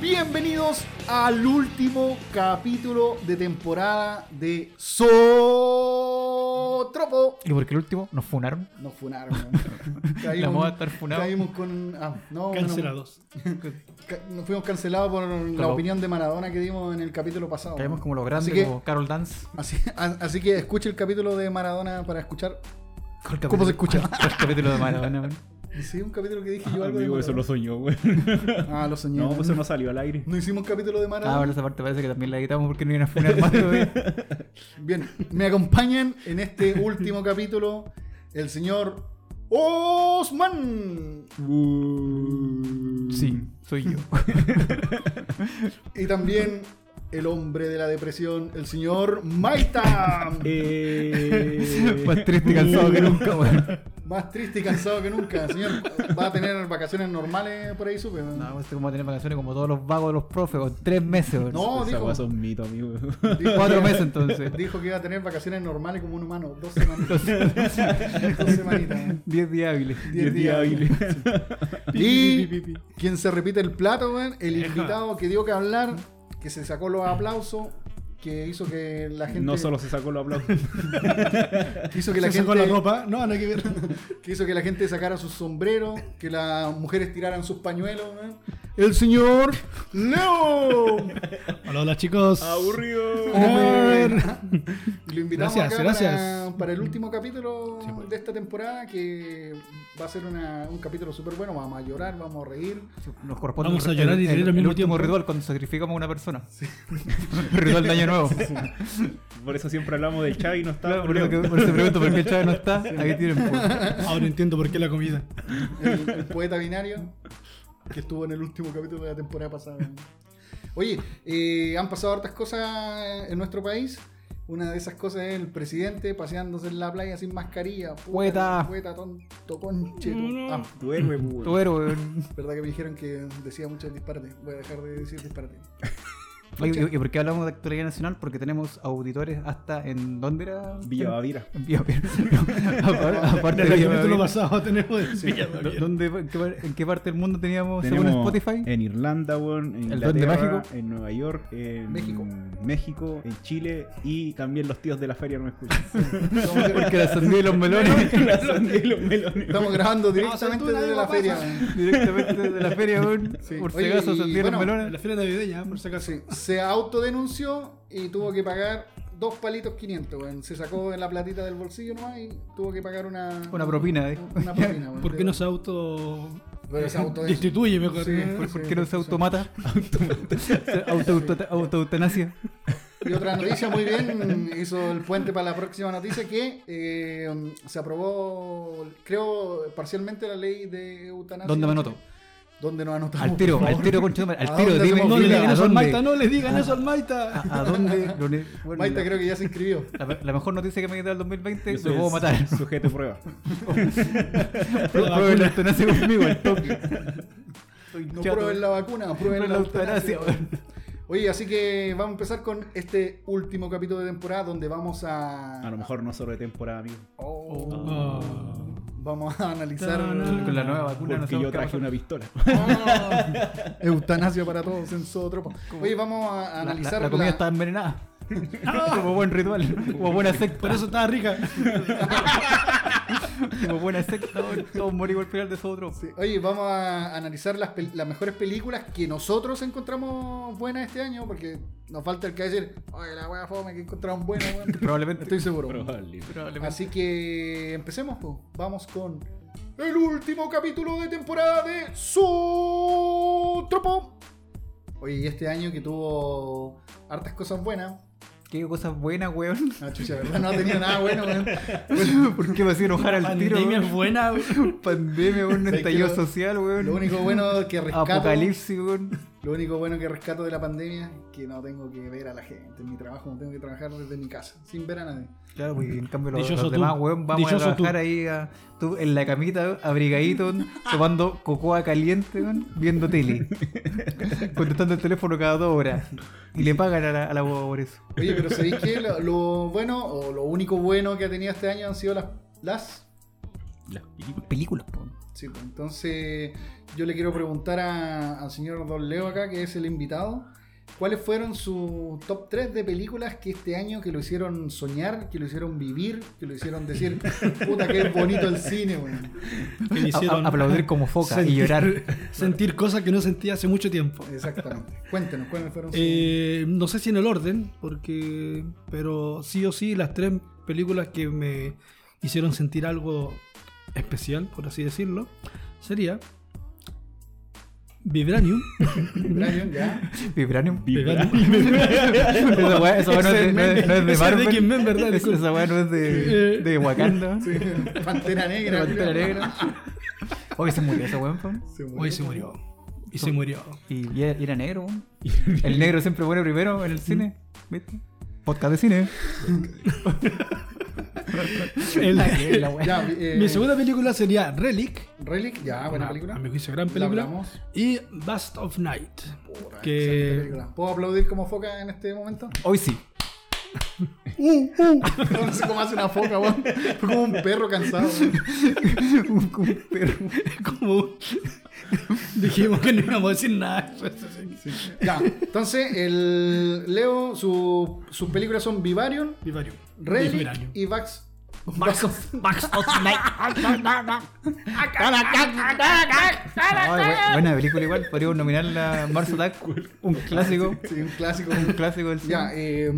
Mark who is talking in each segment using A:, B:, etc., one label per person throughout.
A: Bienvenidos al último capítulo de temporada de Zotropo.
B: ¿Y porque el último? ¿Nos funaron?
A: Nos funaron. weón.
B: La moda de estar funado.
A: Caímos con. Ah, no,
C: Cancelados.
A: no, ca- nos fuimos cancelados por la
B: lo-
A: opinión de Maradona que dimos en el capítulo pasado.
B: Caemos
A: weón.
B: como los grandes,
A: Así que,
B: como Carol Dance.
A: así, a- así que escuche el capítulo de Maradona para escuchar.
B: ¿Cuál
A: ¿Cómo se escucha?
B: cuál- cuál capítulo de Maradona, weón?
A: Sí, un capítulo que dije
B: Ah,
A: yo algo de
D: Amigo, eso lo
A: Maradona.
D: soñó, güey.
A: Ah, lo soñé.
D: No,
A: weón.
D: pues eso no salió al aire.
A: No hicimos capítulo de
B: Ah,
A: Maradona.
B: bueno, esa parte parece que también la editamos porque no iban a funar más todavía.
A: Bien, me acompañan en este último capítulo el señor Osman Mm.
B: Sí, soy yo.
A: y también el hombre de la depresión, el señor Maita.
D: Eh...
B: Más triste y cansado que nunca, weón.
A: Más triste y cansado que nunca. Señor, va a tener vacaciones normales por ahí, supe.
B: No,
A: No,
B: este como va a tener vacaciones como todos los vagos de los profes, con tres meses, weón.
D: Esa
A: dijo,
D: weá son mitos, amigo.
A: dijo
B: Cuatro
A: que-
B: meses entonces.
A: Dijo que iba a tener vacaciones normales como un humano. Dos semanitas. dos semanitas.
B: Diez días hábiles.
A: Diez
D: Diez días hábiles.
A: Y quien se repite el plato, weón, el
C: Eja.
A: invitado que dio que hablar, que se sacó los aplausos, que hizo que la gente.
D: No solo se sacó los aplausos.
A: que hizo que
C: Que
A: la
C: la
A: gente.
C: con la ropa. No, no hay que ver.
A: Que hizo que la gente sacara sus sombreros, que las mujeres tiraran sus pañuelos, weón. El señor Leo.
C: Hola, hola chicos.
D: Aburrido.
B: Oh.
A: Y lo invitamos
C: Gracias,
A: acá
C: gracias.
A: Para, para el último capítulo
C: Sí, pues.
A: de esta temporada, que va a ser una- un capítulo súper bueno. Vamos a llorar, vamos a reír.
B: Nos corresponde
C: Vamos
B: el-
C: a llorar y
B: el-
C: reír al
B: el
C: mismo
B: último
C: tiempo.
B: ritual cuando sacrificamos a una persona. ritual de año nuevo.
D: Por eso siempre hablamos del Chai y no está.
B: Claro, por, eso que- por eso pregunto por qué el Chávez no está. Aquí tienen. pues.
C: Ahora entiendo por qué la comida.
A: el, el poeta binario que estuvo en el último capítulo de la temporada pasada. Oye, eh, han pasado hartas cosas en nuestro país. Una de esas cosas es el presidente paseándose en la playa sin mascarilla. Puta,
B: Poeta.
A: Poeta, tonto, conche.
C: No.
A: Ah,
D: Duerme, pues, güey.
B: Tu héroe, weón.
A: verdad que me dijeron que decía muchos disparates. Voy a dejar de decir disparates.
B: Oye, ¿Y, y por qué hablamos de actualidad nacional? Porque tenemos auditores hasta en. ¿Dónde era?
D: Villa Bavira.
B: En Villa Baviera. No, apar- Aparte
C: Desde
B: de
C: el
B: Villa Baviera,
C: capítulo pasado tenemos.
B: ¿dó- ¿dónde, en qué par- ¿En qué parte del mundo teníamos, según
D: Tenemos eh,
B: Spotify?
D: En Irlanda, weón, en
B: El
D: Inglaterra,
B: Duende Mágico.
D: en Nueva York, en
A: México.
D: México, en Chile y también los tíos de la feria no me escuchan.
B: Porque la sandía y los melones.
D: La sandía y los melones.
A: Estamos grabando
C: Vamos a
A: directamente
C: hacer tú,
A: desde
C: nadie
A: la
C: lo
A: feria.
B: Directamente de la feria, weón.
A: Sí.
B: Por si
A: Oye,
B: acaso,
A: y
B: sandía y los
A: bueno,
B: melones.
C: La feria navideña, por si acaso.
A: Sí, se autodenunció y tuvo que pagar dos palitos 500. weón. Se sacó la platita del bolsillo nomás y tuvo que pagar una,
B: Una propina, eh. dijo.
A: Una propina, weón.
C: ¿Por qué no se auto.
A: Pero se autodenunció.
C: Destituye mejor.
A: Sí,
C: ¿no?
A: por-
B: ¿Por qué no
A: sí.
B: se automata? Auto- Auto-eutanasia.
A: Y otra noticia muy bien, hizo el puente para la próxima noticia que eh, se aprobó, creo, parcialmente la ley de eutanasia.
B: ¿Dónde me anoto?
A: ¿Dónde nos anotamos?
B: Al tiro,
A: por favor?
B: al tiro, conchetumare,
A: ¿A
B: al tiro,
A: dónde
B: dime,
A: hacemos
C: No le
A: fila?
B: dime,
C: digan
B: ¿a
C: eso al Maita,
B: dónde? Ah.
C: no le digan eso al
B: ¿A,
C: Maita.
B: a dónde? lo ne- bueno,
A: Maita
B: la-
A: creo que ya se inscribió.
B: la, la mejor noticia que me ha quedado el 2020,
D: Yo
B: me
D: soy
B: puedo
D: el
B: matar.
D: Sujeto a prueba.
C: la
B: Prueben la
C: vacuna.
B: eutanasia conmigo, al toque. Soy
A: No
B: chato.
A: prueben la vacuna, prueben la
B: Prueben la eutanasia,
A: eutanasia. weón. Oye, así que vamos a empezar con este último capítulo de temporada donde vamos a...
D: A
B: Ah.
D: lo mejor no sobre temporada, amigo.
A: Oh.
C: Oh.
A: Vamos a analizar
C: No, no.
B: Con la nueva vacuna no sabemos
D: Porque yo
B: qué va a
D: traje
B: pasar.
D: una pistola.
A: Ah. eutanasia para todos en Zotropo. Oye, vamos a
B: La-
A: analizar
B: La, la comida está envenenada. Como buen ritual, como buena secta.
C: Por eso estaba rica.
B: Como buena secta, weón, todos morimos al final de nosotros.
A: Sí. Oye, vamos a analizar las, pel- las mejores películas que nosotros encontramos buenas este año, porque nos falta el que va a decir, oye, la wea fome que encontramos buena, weón".
B: Probablemente.
A: Estoy seguro.
D: Probable.
B: probablemente.
A: Así que empecemos, po. vamos con el último capítulo de temporada de Zotropo. Oye, y este año que tuvo hartas cosas buenas.
B: Qué cosas buenas, weón.
A: Ah, chucha, de verdad, no ha tenido nada bueno, weón.
B: ¿Por qué me hacía enojar al tiro?
C: Pandemia
B: weón?
C: es buena. güey.
B: Pandemia, weón,
A: ¿Sabes
B: estallido
A: qué? Lo-
B: social, weón.
A: Lo único bueno que rescato.
B: Apocalipsis, weón.
A: Lo único bueno que rescato de la pandemia es que no tengo que ver a la gente. En mi trabajo no tengo que trabajar desde mi casa, sin ver a nadie.
B: Claro, porque en cambio los,
C: Dichoso
B: los
C: tú.
B: demás, weón, vamos a
C: Dichoso
B: trabajar
C: tú.
B: ahí a- tú en la camita, abrigadito, weón, tomando cocoa caliente, weón, viendo tele. Contestando el teléfono cada dos horas. Y le pagan a la, a la boba por eso.
A: Oye, pero ¿sabéis que lo, lo bueno o lo único bueno que ha tenido este año han sido las. las
D: Las películas.
B: Películas, weón.
A: Sí, pues, entonces yo le quiero preguntar a- al señor Don Leo acá, que es el invitado, ¿cuáles fueron sus top 3 de películas que este año que lo hicieron soñar, que lo hicieron vivir, que lo hicieron decir, puta, qué bonito el cine, weón?
C: Que me
B: A-
C: hicieron
B: a- aplaudir como foca y llorar.
C: Sentir cosas que no sentía hace mucho tiempo.
A: Exactamente. Cuéntenos, ¿cuáles fueron sus...
C: Eh, no sé si en el orden, porque. Pero sí o sí, las tres películas que me hicieron sentir algo especial, por así decirlo, sería. Vibranium.
A: Brian, ya.
B: Vibranium.
D: Vibra-
B: Esa weá esa weá no es de- no es no es de
C: Ese es de
B: Marvel.
C: King Man, ¿verdad?
B: Es- Esa weá no es de,
C: Eh.
B: de Wakanda.
A: Sí, Pantera Negra.
B: De Pantera
A: creo.
B: Negra. Oye, se murió ese weón, fam.
A: Se murió.
C: Hoy se murió. Y se murió.
B: Y, y era y era negro, weón. El negro siempre muere primero en el cine. ¿Viste? Podcast de cine.
C: El-
B: La weá.
A: Ya, eh,
C: Mi segunda película sería Relic.
A: Relic, ya, Ah, buena
C: Una-
A: película.
C: A mi juicio, gran
A: La
C: película.
A: hablamos.
C: Y Bust of Night.
A: Puta, excelente
C: que.
A: película. ¿Puedo aplaudir como foca en este momento?
B: Hoy sí.
A: No sé cómo hace una foca, weón. Fue como un perro cansado. weón.
B: Un- un perro.
C: Como. Dijimos que no íbamos a decir nada.
A: Ya, entonces, el Leo, su- sus películas son Vivarium,
C: Vivarium.
A: Relic
C: Vibranium.
A: y Vax.
C: Bust of, Bust of
B: Ay, bu- buena película igual. Podríamos nominarla a Mars Attack. Un clásico.
A: Sí, un clásico.
B: Un clásico del cine.
A: Ya, eh,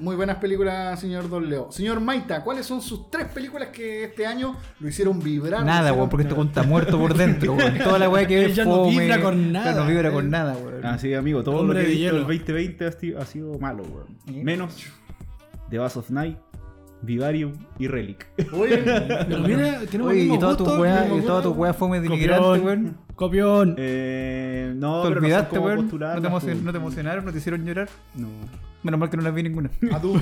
A: muy buenas películas, señor Don Leo. Señor Maita, ¿cuáles son sus tres películas que este año lo hicieron vibrar? lo
B: Nada,
A: hicieron-
B: weón, porque este weón está muerto por dentro, weón. Toda la weá que
C: Él
B: ve
C: ya no
B: fome,
C: vibra con
B: ya
C: nada.
B: no vibra
C: Él-
B: con nada, weón.
D: Ah, sí, amigo, todo
C: Hombre
D: lo que
C: de
D: he visto
C: hielo.
D: el 2020 ha sido, ha sido malo, weón.
B: ¿Eh?
D: Menos The Bass of Night, Vivarium y Relic.
A: Oye,
C: Pero mira, tenemos el
B: Oye,
C: mismo
B: y toda tu
C: gusto,
B: weá,
C: mismo
B: y toda tu
C: gusto.
B: weá fome denigrante, weón.
C: Copión. Copión.
D: Eh, no,
B: Te
D: pero
B: olvidaste,
D: no sé pues.
B: weón.
D: postular.
B: No te, emocion- no te emocionaron, no te hicieron llorar. Menos mal que no las vi ninguna.
A: Adu.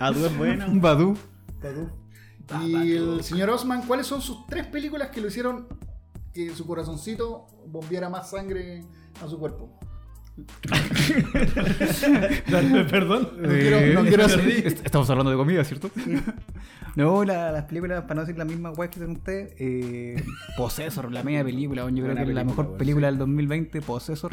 D: Adu es buena.
B: Un Badu.
A: Adu. Y el señor Osman, ¿cuáles son sus tres películas que lo hicieron que su corazoncito bombeara más sangre a su cuerpo?
C: Perdón.
A: No quiero- no quiero hacer-
B: Est- Estamos hablando de comida, ¿cierto? No, la- las películas, para no decir la misma weá que dicen ustedes, eh, Possessor, la media película, weón. yo creo
D: Buena
B: que es la
D: película,
B: mejor
D: weón,
B: película del 2020, Possessor,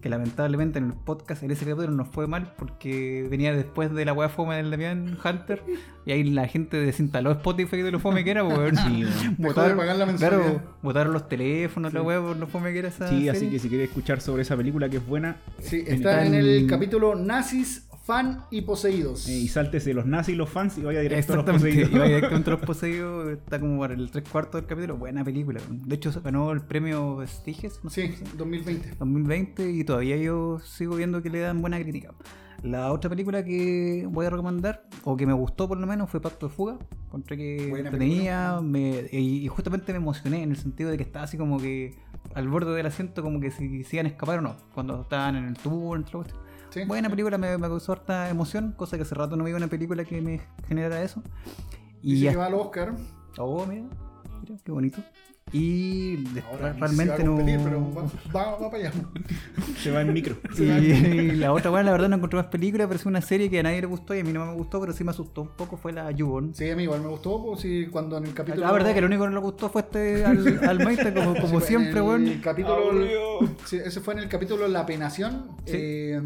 B: que lamentablemente en el podcast, en ese capítulo nos fue mal porque venía después de la weá fome del Damián Hunter y ahí la gente desinstaló Spotify de lo fome que era, weón.
D: Sí, weón.
A: de pagar la mensualidad.
B: claro, botaron los teléfonos, la weá, por lo fome que era esa.
D: Sí, así
B: serie.
D: que si quieres escuchar sobre esa película que es buena,
A: Sí, está en el capítulo Nazis, Fan y Poseídos.
D: eh, y saltes de los nazis y los fans y vaya directo a los
B: Exactamente,
D: poseídos.
B: iba directamente a los poseídos, está como para el tres cuartos del capítulo, buena película. De hecho, ganó el premio Vestiges, no
A: Sí,
B: sé cómo se llama,
A: 2020.
B: 2020, y todavía yo sigo viendo que le dan buena crítica. La otra película que voy a recomendar, o que me gustó por lo menos, fue Pacto de Fuga. Encontré que
A: Buena
B: tenía, me, y, y justamente me emocioné en el sentido de que estaba así como que al borde del asiento, como que si, si iban a escapar o no, cuando estaban en el tubo, en todo
A: Sí.
B: Buena película, me, me causó harta emoción, cosa que hace rato no veía una película que me generara eso. Y
A: Dice
B: ya-
A: que va al Oscar.
B: Oh, mira, mira, qué bonito. Y después
A: Ahora
B: realmente no.
A: competir, pero va, va- va para allá.
D: Se va en micro.
B: Y, y la otra, bueno, la verdad no encontré más película, pero es una serie que a nadie le gustó y a mí no me gustó, pero sí me asustó un poco, fue la Yubon.
A: Sí, a mí igual me gustó. Pues, sí, cuando en el capítulo.
B: La verdad que lo único que no le gustó fue este al, al Maite, como, como
A: Sí, pues,
B: siempre,
A: en
B: weón.
A: El capítulo, sí, ese fue en el capítulo La Penación.
B: Sí.
A: Eh,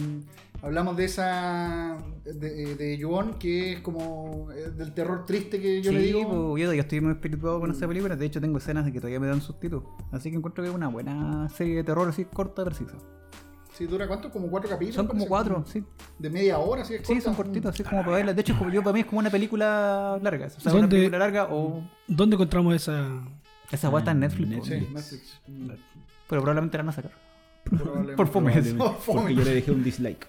A: hablamos de esa. de, de Yuon, que es como. eh, del terror triste que yo
B: sí,
A: le digo. mm.
B: po, yo, yo estoy muy espirituado con esa película, de hecho tengo escenas de que todavía me dan sustitos. Así que encuentro que es una buena serie de terror así corta, precisa.
A: Sí, dura cuánto? Como cuatro capítulos.
B: Son
A: parece.
B: como cuatro, sí.
A: De media hora, sí, es
B: Sí,
A: corta.
B: son cortitos, así como para verla. De hecho, es como- yo para mí es como una película larga. O sea, una
C: ¿Dónde-
B: película larga o.
C: ¿Dónde encontramos esa.?
B: Esa guata en Netflix, po.
A: Sí,
D: Netflix.
A: Netflix.
B: pero probablemente la van a sacar.
A: Probablemente.
B: Por fome.
A: Probablemente.
D: Porque yo le dejé un dislike.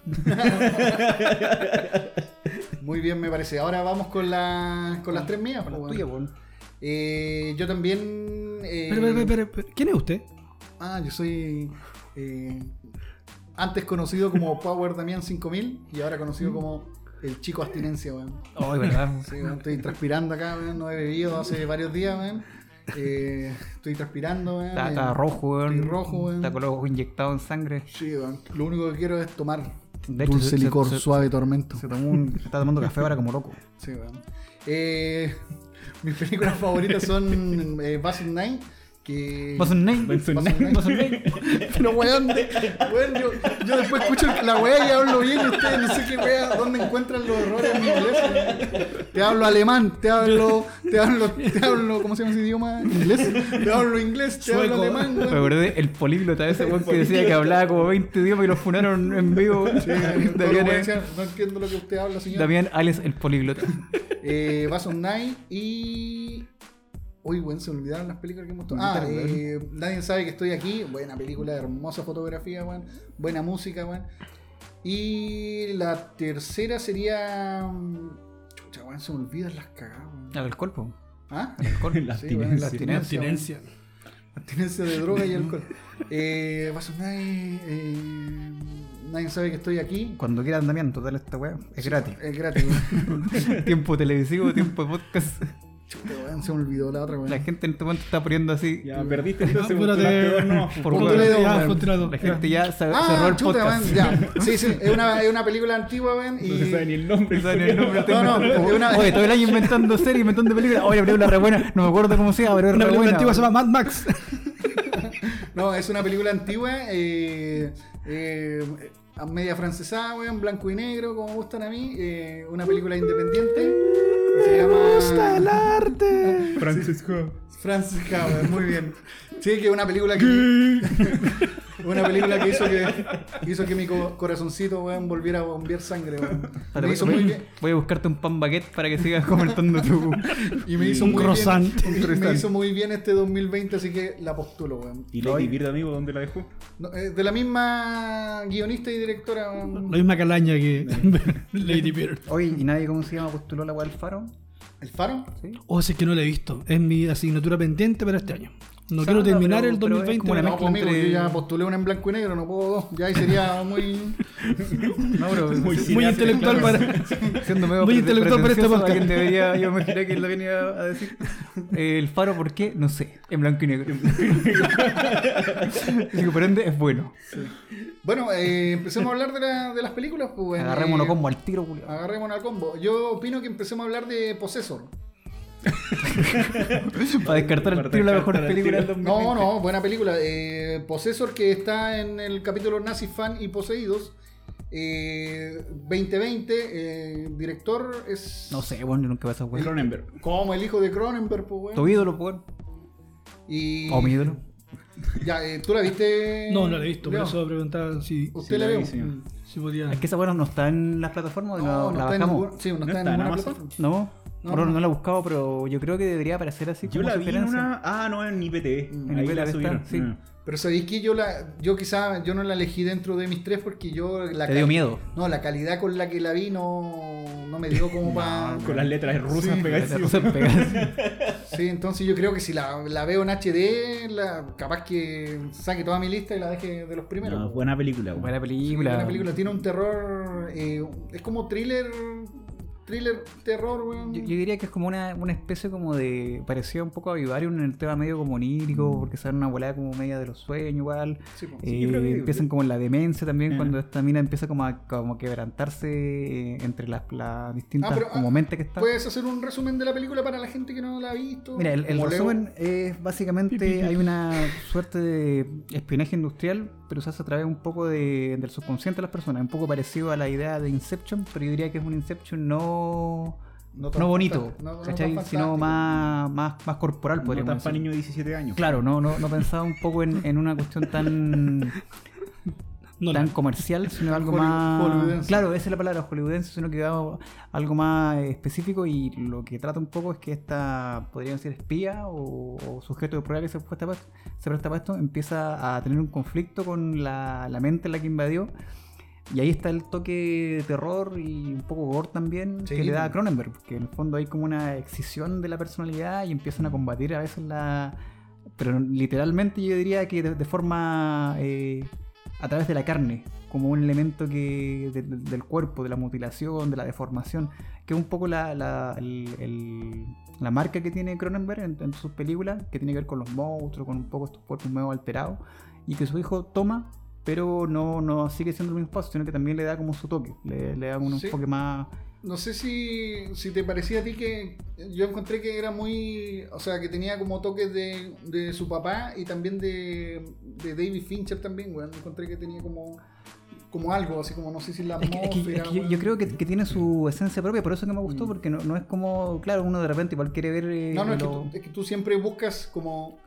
A: Muy bien, me parece. Ahora vamos con, Ah, la, con las tres mías. po,
B: Con la
A: weón.
B: tuya, weón.
A: Eh, yo también. eh,
C: Espera, espera, espera, espera. ¿Quién es usted?
A: Ah, yo soy. eh, antes conocido como Power Damián 5000 y ahora
B: Mm.
A: conocido como el chico abstinencia, weón.
B: Ay, verdad.
A: Sí, weón, estoy transpirando acá, weón. No he bebido hace varios días, weón. Eh, estoy transpirando, weón.
B: Está,
A: Eh,
B: está rojo, weón.
A: Estoy rojo, weón.
B: Está con los ojos inyectados en sangre.
A: Sí, weón. Lo único que quiero es tomar
B: De hecho,
A: dulce
B: se- se-
A: licor,
B: se-
A: suave tormento.
B: se tomó un- está tomando café ahora como loco.
A: Sí, weón. Eh, mis películas favoritas son eh, Basil Nine, que...
B: Mason Name.
D: Benson
A: Mason
D: Knight.
A: Knight. Pero weón, de- weón, yo, yo después escucho la weá y hablo bien y ustedes no sé qué weá, dónde encuentran los errores en inglés. weón. Te hablo alemán, te hablo, te hablo, te hablo, ¿cómo se llama ese idioma? Inglés. Te hablo inglés, te hablo
C: Sueco.
A: alemán,
B: Me
A: weón.
B: acordé el políglota ese weón que decía que hablaba como 20 idiomas y lo funaron en vivo. weón.
A: Sí, todo lo
B: Damián,
A: que decía, no entiendo lo que usted habla, señor.
B: Damián Alex el políglota.
A: Eh, Bass on Night y. Uy, bueno, se me olvidaron las películas que hemos tomado. Ah, eh, Nadie sabe que estoy aquí. Buena película, hermosa fotografía, weón. Buena música, weón. Y la tercera sería. mm, Chucha, weón, se me olvidan las cagadas, weón.
B: A ver, cuerpo.
A: ¿Ah?
D: Con la
A: Sí, weón, la abstinencia,
D: abstinencia.
C: Abstinencia.
A: weón. Abstinencia de droga y alcohol. Eh, Bass on Night. eh, nadie sabe que estoy aquí.
B: Cuando quieran, Damián, total esta weá. Es gratis.
A: Es gratis, weón.
B: tiempo televisivo, tiempo de podcast.
A: Chuta, weón, se me olvidó la otra, weón.
B: La gente en este momento está poniendo así.
D: Ya perdiste entonces.
C: Apúrate.
D: postulaste dos nuevas,
B: Por
D: po.
B: favor.
C: Ponte
A: weón.
C: ya, ponte la dos.
B: La gente ya se-
A: Ah,
B: cerró el
A: chuta,
B: podcast.
A: weón, ya. Sí, sí, es una, es una película antigua, weón.
D: No se sabe ni
A: Y...
D: el nombre.
B: No saben el
A: No,
B: nombre,
A: no,
B: estoy inventando-
A: es una-
B: Oye, todo el año inventando series, inventando películas. Oye, la película re buena. No me acuerdo cómo sea, pero es
C: Una
B: re
C: película
B: buena.
C: antigua se llama Mad Max.
A: No, es una película antigua, eh, eh, a media francesada, weón, blanco y negro, como gustan a mí. eh, una película independiente. que Se llama
B: arte!
D: Francisco.
A: Francesca, weón, muy bien. Sí, que es una película que. Una película que hizo que hizo que mi co- corazoncito weón, volviera a bombear sangre. weón. Me
B: Ahora voy,
A: hizo muy
B: voy-
A: bien.
B: voy a buscarte un pan baguette para que sigas comentando tu.
A: Y me hizo
C: Un
A: muy
C: croissant.
A: bien. y
D: croissant.
A: Me hizo muy bien este 2020, así que la postulo, weón.
D: ¿Y Lady Bird, amigo, dónde la dejó?
A: No, eh, de la misma guionista y directora. weón.
C: La misma calaña que Lady Bird.
B: Oye, ¿y nadie cómo se llama postuló la weá del faro?
A: ¿El Faro?
C: O si Oh, es que no la he visto. Es mi asignatura pendiente para este año. No quiero
B: Sábado,
C: terminar
B: pero-
C: el
B: pero es
C: 2020.
B: como la
A: No,
B: mezcla
A: pues, amigo,
B: entre-
A: yo ya postulé una en blanco y negro, no puedo dos. Ya ahí sería muy.
B: No, pero.
C: Muy
D: cineasta,
C: intelectual
D: claro.
C: para.
B: Siendo medio
C: Muy intelectual para este
B: pretencioso,
C: podcast.
B: alguien debería, yo me imaginé que lo venía a decir. Eh, el faro, ¿por qué? No sé. En blanco y negro. Así que por ende es bueno.
A: Bueno, eh, empecemos a hablar de, la- de las películas. Pues, weón.
B: Agarrémonos
A: Eh,
B: como al tiro, culiao.
A: Agarrémonos al combo. Yo opino que empecemos a hablar de Possessor.
B: Para descartar el
D: Para
B: tiro la
D: descartar
B: mejor
D: el
B: película del
D: tiro.
B: 2020.
A: No, no, buena película. Eh, Possessor que está en el capítulo Nazi Fan y Poseídos. Eh, 2020, eh, director es.
B: No sé, bueno, yo nunca vas a weón.
D: Cronenberg.
A: Como el hijo de Cronenberg, pues,
B: Tu
A: weón.
B: ídolo, weón.
A: Y.
B: O mi ídolo.
A: Ya, eh, ¿tú la viste?
C: No, no la he visto. Por
A: Leo?
C: eso preguntaba si,
A: ¿Usted
D: Sí,
A: la
D: la
A: vio?
D: vi, señor.
A: Mm.
C: si podía.
B: Es que esa weón no está en las plataformas,
A: No,
B: no, la
A: no, está en
B: bajamos.
A: ningún- sí, no
D: ¿No
A: está en
D: está en
A: ninguna
D: Amazon?
A: plataforma.
B: No,
A: No,
B: no, no,
A: no.
B: la he buscado, pero yo creo que debería aparecer así.
D: Yo
B: como
D: la vi en
B: sugerencia.
D: una. Ah, no, en IPTV.
B: Mm. En
D: Ahí
B: IPTV
D: la
B: está,
D: subieron.
B: sí.
D: Ah.
A: Pero sabéis que yo la, yo quizá yo no la elegí dentro de mis tres porque yo la
B: Te
A: cali-
B: dio miedo.
A: No, la calidad con la que la vi no, no me dio como para.
D: Con las letras rusas
A: Sí.
D: pegadas.
B: Las cosas pegadas.
A: Sí, entonces yo creo que si la, la veo en HD, la, capaz que saque toda mi lista y la deje de los primeros.
D: No, buena película, weón.
B: Buena película.
A: la película tiene un terror, eh, es como thriller, thriller terror, weón.
B: Yo, yo diría que es como una, una especie como de. Parecía un poco a Vivarium en el tema medio como onírico, porque sale una volada como media de los sueños, igual.
A: Sí, po.
D: Sí,
B: Eh,
D: creo que-
B: empiezan como en la demencia también,
D: Ajá.
B: cuando esta mina empieza como a como a quebrantarse eh, entre las, las distintas
A: Ah, pero,
B: como
A: ah,
B: mentes que están.
A: ¿Puedes hacer un resumen de la película para la gente que no la ha visto?
B: Mira, el, el
A: Como Leo.
B: resumen es básicamente hay una suerte de espionaje industrial, pero se hace a través un poco de- del subconsciente de las personas, un poco parecido a la idea de Inception, pero yo diría que es un Inception no,
A: tan
B: no bonito,
A: fantástico, no- no
B: ¿cachai?
A: tan
B: sino
A: fantástico.
B: más, más, más corporal,
D: No
B: podríamos
D: tan para
B: decir.
D: niño de 17 años.
B: Claro, no, no, no pensaba un poco en, en una cuestión tan,
C: no, la-
B: tan comercial, sino algo
A: Hollywood-
B: más.
A: hollywoodense.
B: Claro, esa es la palabra, hollywoodense, sino que va algo más eh, específico y lo que trata un poco es que esta, podrían ser espía o, o sujeto de prueba que se este presta, pa- se presta para esto, empieza a tener un conflicto con la, la mente en la que invadió. Y ahí está el toque de terror y un poco gore también
A: Sí,
B: que le da a
A: pues.
B: Cronenberg, porque en el fondo hay como una excisión de la personalidad y empiezan a combatir a veces la... Pero literalmente yo diría que de, de forma... eh, a través de la carne, como un elemento que de- de- del cuerpo, de la mutilación, de la deformación, que es un poco la, la, el- el- la marca que tiene Cronenberg en, en sus películas, que tiene que ver con los monstruos, con un poco estos cuerpos medio alterados, y que su hijo toma, pero no, no sigue siendo el mismo espacio, sino que también le da como su toque, le, le da un
A: Sí.
B: enfoque más,
A: No sé si, si te parecía a ti que yo encontré que era muy. O sea, que tenía como toques de, de su papá y también de, de David Fincher también, weón. Encontré que tenía como, como algo, así como no sé si la
B: Es que, es que- es que
A: atmósfera,
B: yo, yo
A: weón.
B: creo que, que tiene su esencia propia, por eso que me gustó, porque no, no es como, claro, uno de repente igual quiere ver... eh,
A: Mm. No, no, es que,
B: lo-
A: tú, es que tú siempre buscas como.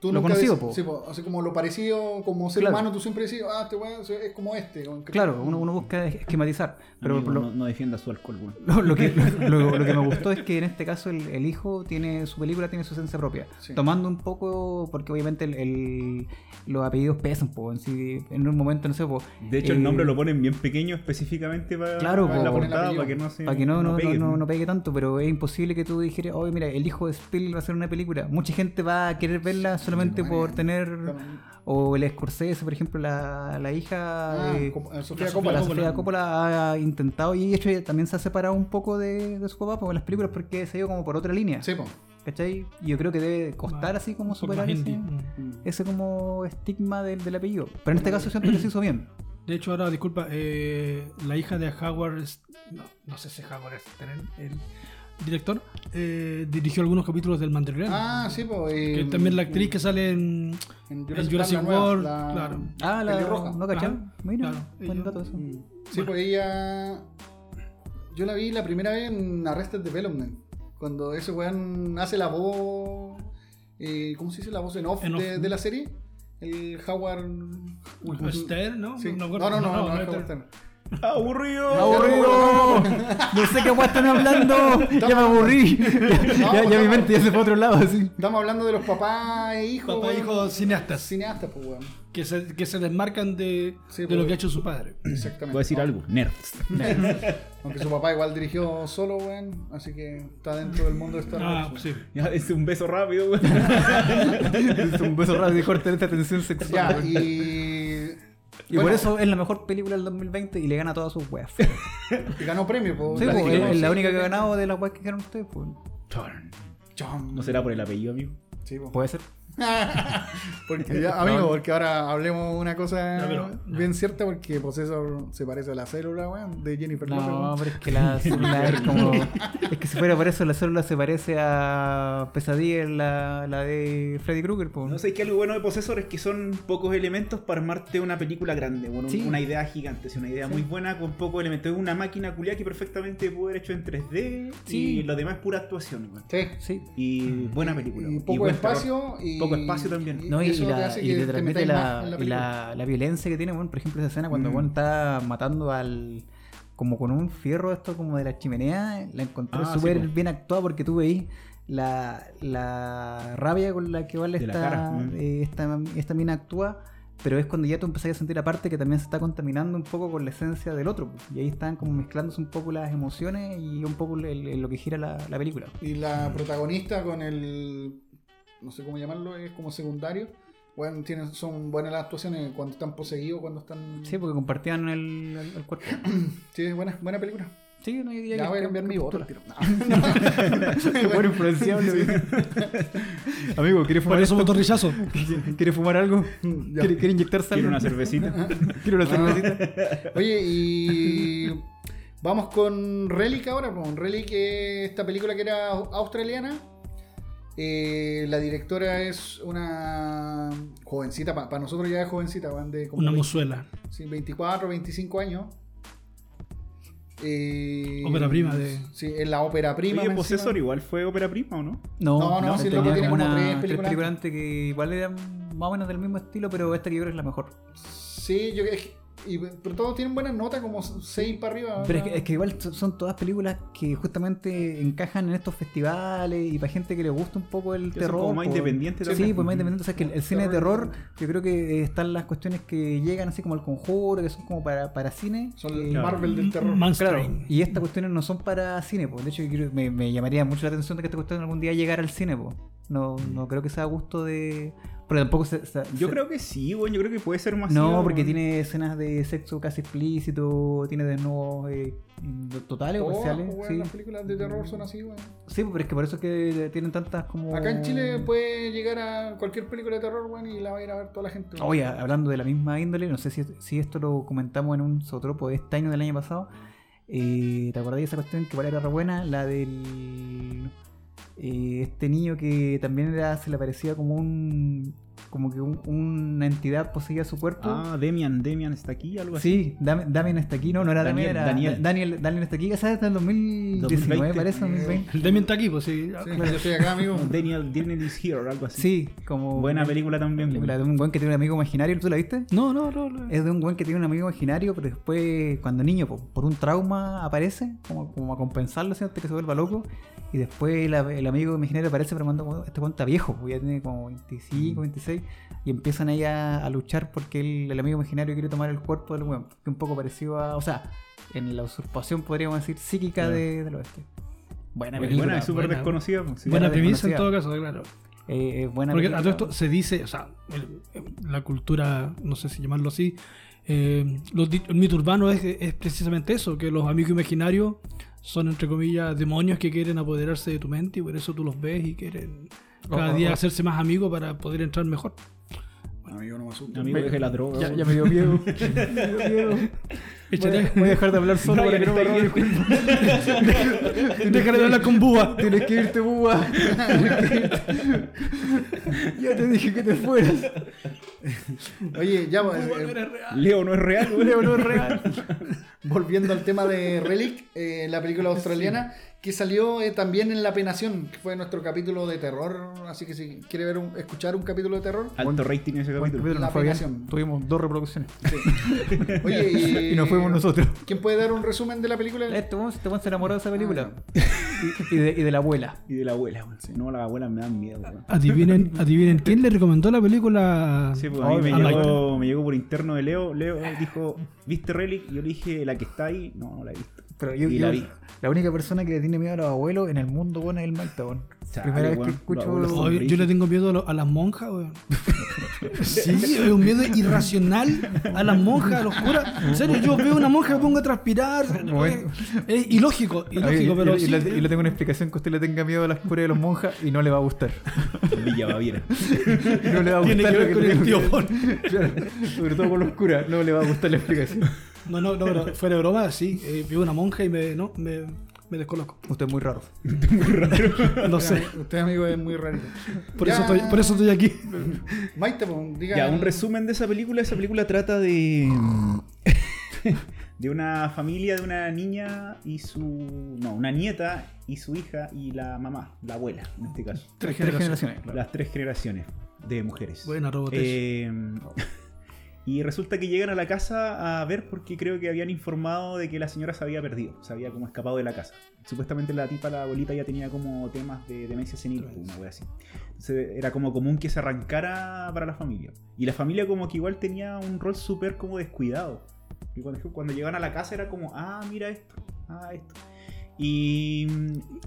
A: Tú
B: Lo
A: nunca
B: conocido,
A: des-
B: po.
A: sí, po, así como lo parecido, como ser
B: Claro.
A: humano, tú siempre decís, ah, este weón es como este. weón.
B: Claro, uno, uno busca es- esquematizar, pero
D: Pero
B: lo,
D: no, no defienda su alcohol, weón.
B: lo- lo que, lo- lo que me gustó es que en este caso el, el hijo tiene, su película tiene su esencia propia,
A: Sí.
B: tomando un poco, porque obviamente el- el- los apellidos pesan, po, en, sí, en un momento, no sé, po,
D: De hecho,
B: Eh,
D: el nombre lo ponen bien pequeño específicamente para,
B: Claro,
D: para
B: po.
D: la portada,
A: Ponen
D: para que
A: apellido.
D: no se.
B: para que no, no, no-
D: peguen.
B: no- no pegue tanto, pero es imposible que tú dijeras, oye, mira, el hijo de Spielberg va a hacer una película. Mucha gente va a querer verla solamente
A: bueno,
B: por tener...
A: eh, Claro.
B: O el Scorsese, por ejemplo, la, la hija
A: Ah,
B: de
A: Cop- eh, Sofía
B: la
A: Coppola.
B: Sofía Coppola ha intentado y de hecho ella también se ha separado un poco de, de su papá por las películas porque se ha ido como por otra línea.
A: Sí, po.
B: ¿Cachai? Y Yo creo que debe costar así como
C: Son más
B: superar ese,
C: indie. Mm.
B: ese como estigma del, del apellido. Pero en este caso siento que se hizo bien.
C: De hecho, ahora, disculpa, eh, la hija de Howard, es- no, no sé si Howard es el, el director, eh, dirigió algunos capítulos del Mandalorian.
A: Ah, sí, po. eh,
C: que también la actriz que sale en...
A: en
C: en Jurassic
A: la nueva,
C: World,
A: la-
C: claro.
B: Ah, la
A: Pelirroja.
B: ¿No cachai?
C: Ajá.
B: Mira,
C: Claro,
B: buen
C: ella-
B: dato eso.
A: Sí, pues ella. Yo la vi la primera vez en Arrested Development. Cuando ese weón hace la voz. eh, ¿Cómo se dice la voz en off,
C: En off.
A: De, de la serie? El Howard.
C: Esther, ¿no?
A: Sí. No,
C: me
A: no, no,
C: acuerdo.
A: no, no, es
C: Esther.
A: Howard Stern.
D: ¡Aburrido!
B: ¡Aburrido! No sé qué guay están hablando. Ya me aburrí.
A: No, pues
B: Ya, ya mi
A: no.
B: mente ya se fue a otro lado así.
A: Estamos hablando de los papás e hijos.
C: Papá e
A: weón.
C: hijo cineastas
A: Cineastas, pues weón.
C: que se, que se desmarcan de,
A: Sí,
C: de
A: pues.
C: lo que ha hecho su padre.
A: Exactamente.
D: Voy a decir algo, nerds.
A: Aunque su papá igual dirigió solo, weón. Así que está dentro del mundo de Star Wars.
C: Ah, sí.
D: Ya, es un beso rápido, weón.
B: Es un beso raro de cortar esta tensión sexual.
A: Ya, y.
B: Y por
A: bueno,
B: eso es la mejor película del 2020 y le gana a todas sus weas. Sí,
A: Ganó premio, pues.
B: po, es, es la
A: sí.
B: única que ha ganado de las weas que dijeron ustedes. pues. po.
D: Chon.
A: Chon.
D: No será por el apellido, amigo.
A: Sí, po.
B: Puede ser. eh,
A: Porque ya, amigo, porque ahora hablemos una cosa
C: No, pero-
A: bien cierta, porque Procesor se parece a la célula, weón, de Jennifer López.
B: No,
A: weón.
B: pero es que la célula es como. Es que si fuera por eso, la célula se parece a Pesadilla, la, la de Freddy Krueger. po.
D: No sé, es que algo bueno de Possessor es que son pocos elementos para armarte una película grande, bueno, un-
B: Sí.
D: una idea gigante, es una idea muy buena con pocos elementos. Es una máquina culia que perfectamente pudo haber hecho en 3D
B: Sí.
D: y lo demás es pura actuación, weón.
A: Sí.
B: Sí.
D: Y buena película.
A: Y
D: weón.
A: poco
D: buen terror.
A: espacio y.
D: Poco espacio también.
B: No, y,
A: eso
B: y
A: te
B: la,
A: hace
B: y
A: que
B: te transmite
A: metas
B: la,
A: más en
B: y la, la violencia que tiene, bueno, por ejemplo, esa escena cuando
D: Mm.
B: bueno, está matando al... como con un fierro esto como de la chimenea, la encontré
D: Ah, sí,
B: súper
D: po.
B: bien actuada porque tú veís la, la rabia con la que vale
D: De la
B: esta,
D: cara, mm.
B: eh, esta, esta mina actúa, pero es cuando ya tú empezás a sentir aparte que también se está contaminando un poco con la esencia del otro, po. y ahí están como mezclándose un poco las emociones y un poco el- el- lo que gira la, la película.
A: película. Y la protagonista con el. No sé cómo llamarlo, es como secundario. Bueno, tienen, son buenas las actuaciones cuando están poseídos, cuando están.
B: Sí, porque compartían el, el- el cuerpo.
A: Sí, es buena, buena película.
B: Sí, no, yo diría
A: Ya
B: que-
A: voy a
B: que-
A: cambiar
B: que
A: mi
B: postula.
A: voto. al tiro. No.
B: Bueno, influenciable. Amigo, ¿quiere
C: Por
B: fumar,
A: este
C: eso votó rechazo.
B: ¿quiere fumar algo?
A: Ya. Ah.
B: ¿Quiere, quiere inyectarse
D: Quiero
B: algo?
D: una cervecita.
B: ¿Quiere una cervecita?
A: Oye, y vamos con Relic ahora, con Relic, eh, esta película que era au- australiana. Eh, la directora es una jovencita, para nosotros ya es jovencita, van de como
C: Una
A: vein-
C: mozuela.
A: sí, 24, 25 años. Eh,
C: Ópera prima de- pues,
A: Sí, es la ópera prima.
D: Oye,
A: me
D: Possessor
A: encima.
D: igual fue ópera prima, ¿o no?
A: No, no, si el loco tiene
B: tenía este como
A: como
B: una-
A: tres
B: tres
A: películas
B: películas antes que igual eran más o menos del mismo estilo, pero esta que yo creo es la mejor.
A: Sí, yo es que- y- pero todos tienen buenas notas, como 6 para arriba.
B: Pero es
A: ¿no?
B: que, es que igual son- son todas películas que justamente encajan en estos festivales y para gente que le gusta un poco el
D: Que son
B: terror.
D: como más
B: po.
D: independiente
B: Sí,
D: también.
B: pues más independiente. O sea, que el, el cine de terror, yo creo que eh, están las cuestiones que llegan así como al conjuro, que son como para, para cine.
A: Son
B: que-
A: el Marvel del terror.
B: Claro,
C: Manstrain.
B: y estas cuestiones no son para cine, po. de hecho yo creo- me, me llamaría mucho la atención de que esta cuestión algún día llegara al cine, po. No, no creo que sea a gusto de... Pero tampoco se... se-
D: Yo
B: se-
D: creo que sí, weón. Yo creo que puede ser más.
B: No, porque tiene escenas de sexo casi explícito, tiene desnudos eh, totales o
A: Todas,
B: parciales.
A: pues, weón,
B: Sí.
A: Las películas de terror son así, weón.
B: sí, pero es que por eso es que tienen tantas como...
A: Acá en Chile puede llegar a cualquier película de terror, weón, y la va a ir a ver toda la gente. weón.
B: Oye, hablando de la misma índole, no sé si, si esto lo comentamos en un sotropo de este año del año pasado, Eh, ¿Te acordás de esa cuestión que para era re buena? La del. eh, este niño que también era, se le parecía como un. como que un- una entidad poseía su cuerpo.
D: Ah, Demian, Demian está aquí, algo así.
B: Sí, Dam- Damien está aquí, no, no era Damien,
D: Daniel,
B: era
D: Daniel.
B: Daniel, Daniel está aquí, esa es del 2019,
D: 2020.
B: parece,
D: Eh,
B: 2020.
C: El Demian está aquí, pues sí.
A: Sí, yo estoy acá, amigo.
D: Daniel, Daniel is here, algo así.
B: Sí, como.
D: Buena
B: una
D: película también.
B: película de un buen que tiene un amigo imaginario, ¿tú la viste?
C: No, no, no. no.
B: Es de un buen que tiene un amigo imaginario, pero después, cuando niño, po- por, un trauma aparece, como, como a compensarlo, ¿sí? antes que se vuelva loco. Y después el, a- el amigo imaginario aparece, pero manda como, este cuenta viejo, pues, ya tiene como 25, 26. Y empiezan ahí a, a luchar porque el, el amigo imaginario quiere tomar el cuerpo del weón. Que un poco parecido a. O sea, en la usurpación podríamos decir psíquica
D: Claro.
B: de, del oeste. Buena
D: Buena,
B: película.
D: buena, es súper
C: buena.
D: desconocida. pues, sí.
C: Buena
B: la
C: premisa en
B: desconocía.
C: todo caso, claro.
B: Eh, eh, buena
C: Porque a
B: película.
C: todo esto se dice, o sea, el- em, la cultura, no sé si llamarlo así, eh, los di- el mito urbano es, es precisamente eso, que los amigos imaginarios son, entre comillas, demonios que quieren apoderarse de tu mente y por eso tú los ves y quieren cada
B: O- o-
C: día
B: o-
C: hacerse más amigos para poder entrar mejor.
A: Amigo, no me asusto.
D: Amigo, deje la droga.
B: Ya,
D: po.
B: ya me dio miedo. Ya me dio miedo.
C: Échate-
B: Voy a- voy a dejar de hablar solo
D: No, ya
B: para que
D: no
B: no me
D: está
B: roben.
D: bien.
C: Deja de hablar con Búa.
B: Tienes que irte, buba. Tienes que irte. ya te dije que te fueras.
A: Oye, ya, pues,
C: Búa
A: eh,
C: no era real.
D: Leo no es real, güey.
B: Leo, no es real.
A: volviendo al tema de Relic, eh, la película australiana, que salió eh, también en La Penación, que fue nuestro capítulo de terror. Así que si quiere ver un- escuchar un capítulo de terror,
D: Alto rating ese
B: Bueno,
D: capítulo.
B: Pedro,
A: La
B: nos fue bien.
A: aplicación.
B: Tuvimos dos reproducciones.
A: oye, y,
B: Y nos fuimos nosotros.
A: ¿Quién puede dar un resumen de la película?
B: Este weón este weón se enamoró de esa película. Y, y de, y de la abuela.
D: Y de la abuela, güey. No, las abuelas me dan miedo, güey.
C: Adivinen, adivinen, ¿quién le recomendó la película?
D: Sí, pues, a mí
C: Oh,
D: me,
C: a Mike.
D: llegó, me llegó por interno de Leo. Leo dijo, ¿viste Relic? Y yo le dije, la que está ahí. No, no la he visto.
B: Pero yo,
D: Y
B: yo-
D: la vi.
B: la única persona que le tiene miedo a los abuelos en el mundo, bueno, es el Mike Tabón.
D: Chale,
B: Primera vez
D: weón,
B: que
D: los abuelos
B: escucho.
D: son-
C: Oye, yo le tengo miedo a, lo- a las monjas, weón. Sí, es un miedo irracional a las monjas, a los curas. En serio, yo veo una monja y me pongo a transpirar.
B: Bueno.
C: Es, es ilógico, ilógico,
B: Oye,
C: pero
B: y, y
C: sí.
B: le- y le tengo una explicación que usted le tenga miedo a las curas de los monjas y no le va a gustar.
D: Villa Baviera.
B: No le va a gustar
C: Tiene que
B: lo
C: ver con
B: le
C: el
B: digo.
C: tío Bon.
B: Claro, sobre todo con los curas, no le va a gustar la explicación.
C: No, no, no, pero fuera de broma, sí. eh, veo una monja y me, no, me, me descoloco.
B: Usted es muy raro.
C: No sé.
A: Usted, amigo, es muy rarito.
C: Por,
A: Ya.
C: eso estoy, por eso estoy aquí.
A: Maite, pues, diga.
D: Ya, un resumen de esa película. Esa película trata de. de una familia, de una niña y su. No, una nieta y su hija y la mamá, la abuela, en este caso.
B: Tres generaciones. claro.
D: Las tres generaciones de mujeres.
C: Buena, Robotech.
D: Eh, y resulta que llegan a la casa a ver porque creo que habían informado de que la señora se había perdido, se había como escapado de la casa. Supuestamente la tipa, la abuelita, ya tenía como temas de demencia senil, una wea así. Entonces era como común que se arrancara para la familia. Y la familia como que igual tenía un rol súper como descuidado. Y cuando, cuando llegaban a la casa era como, ah, mira esto, ah, esto. Y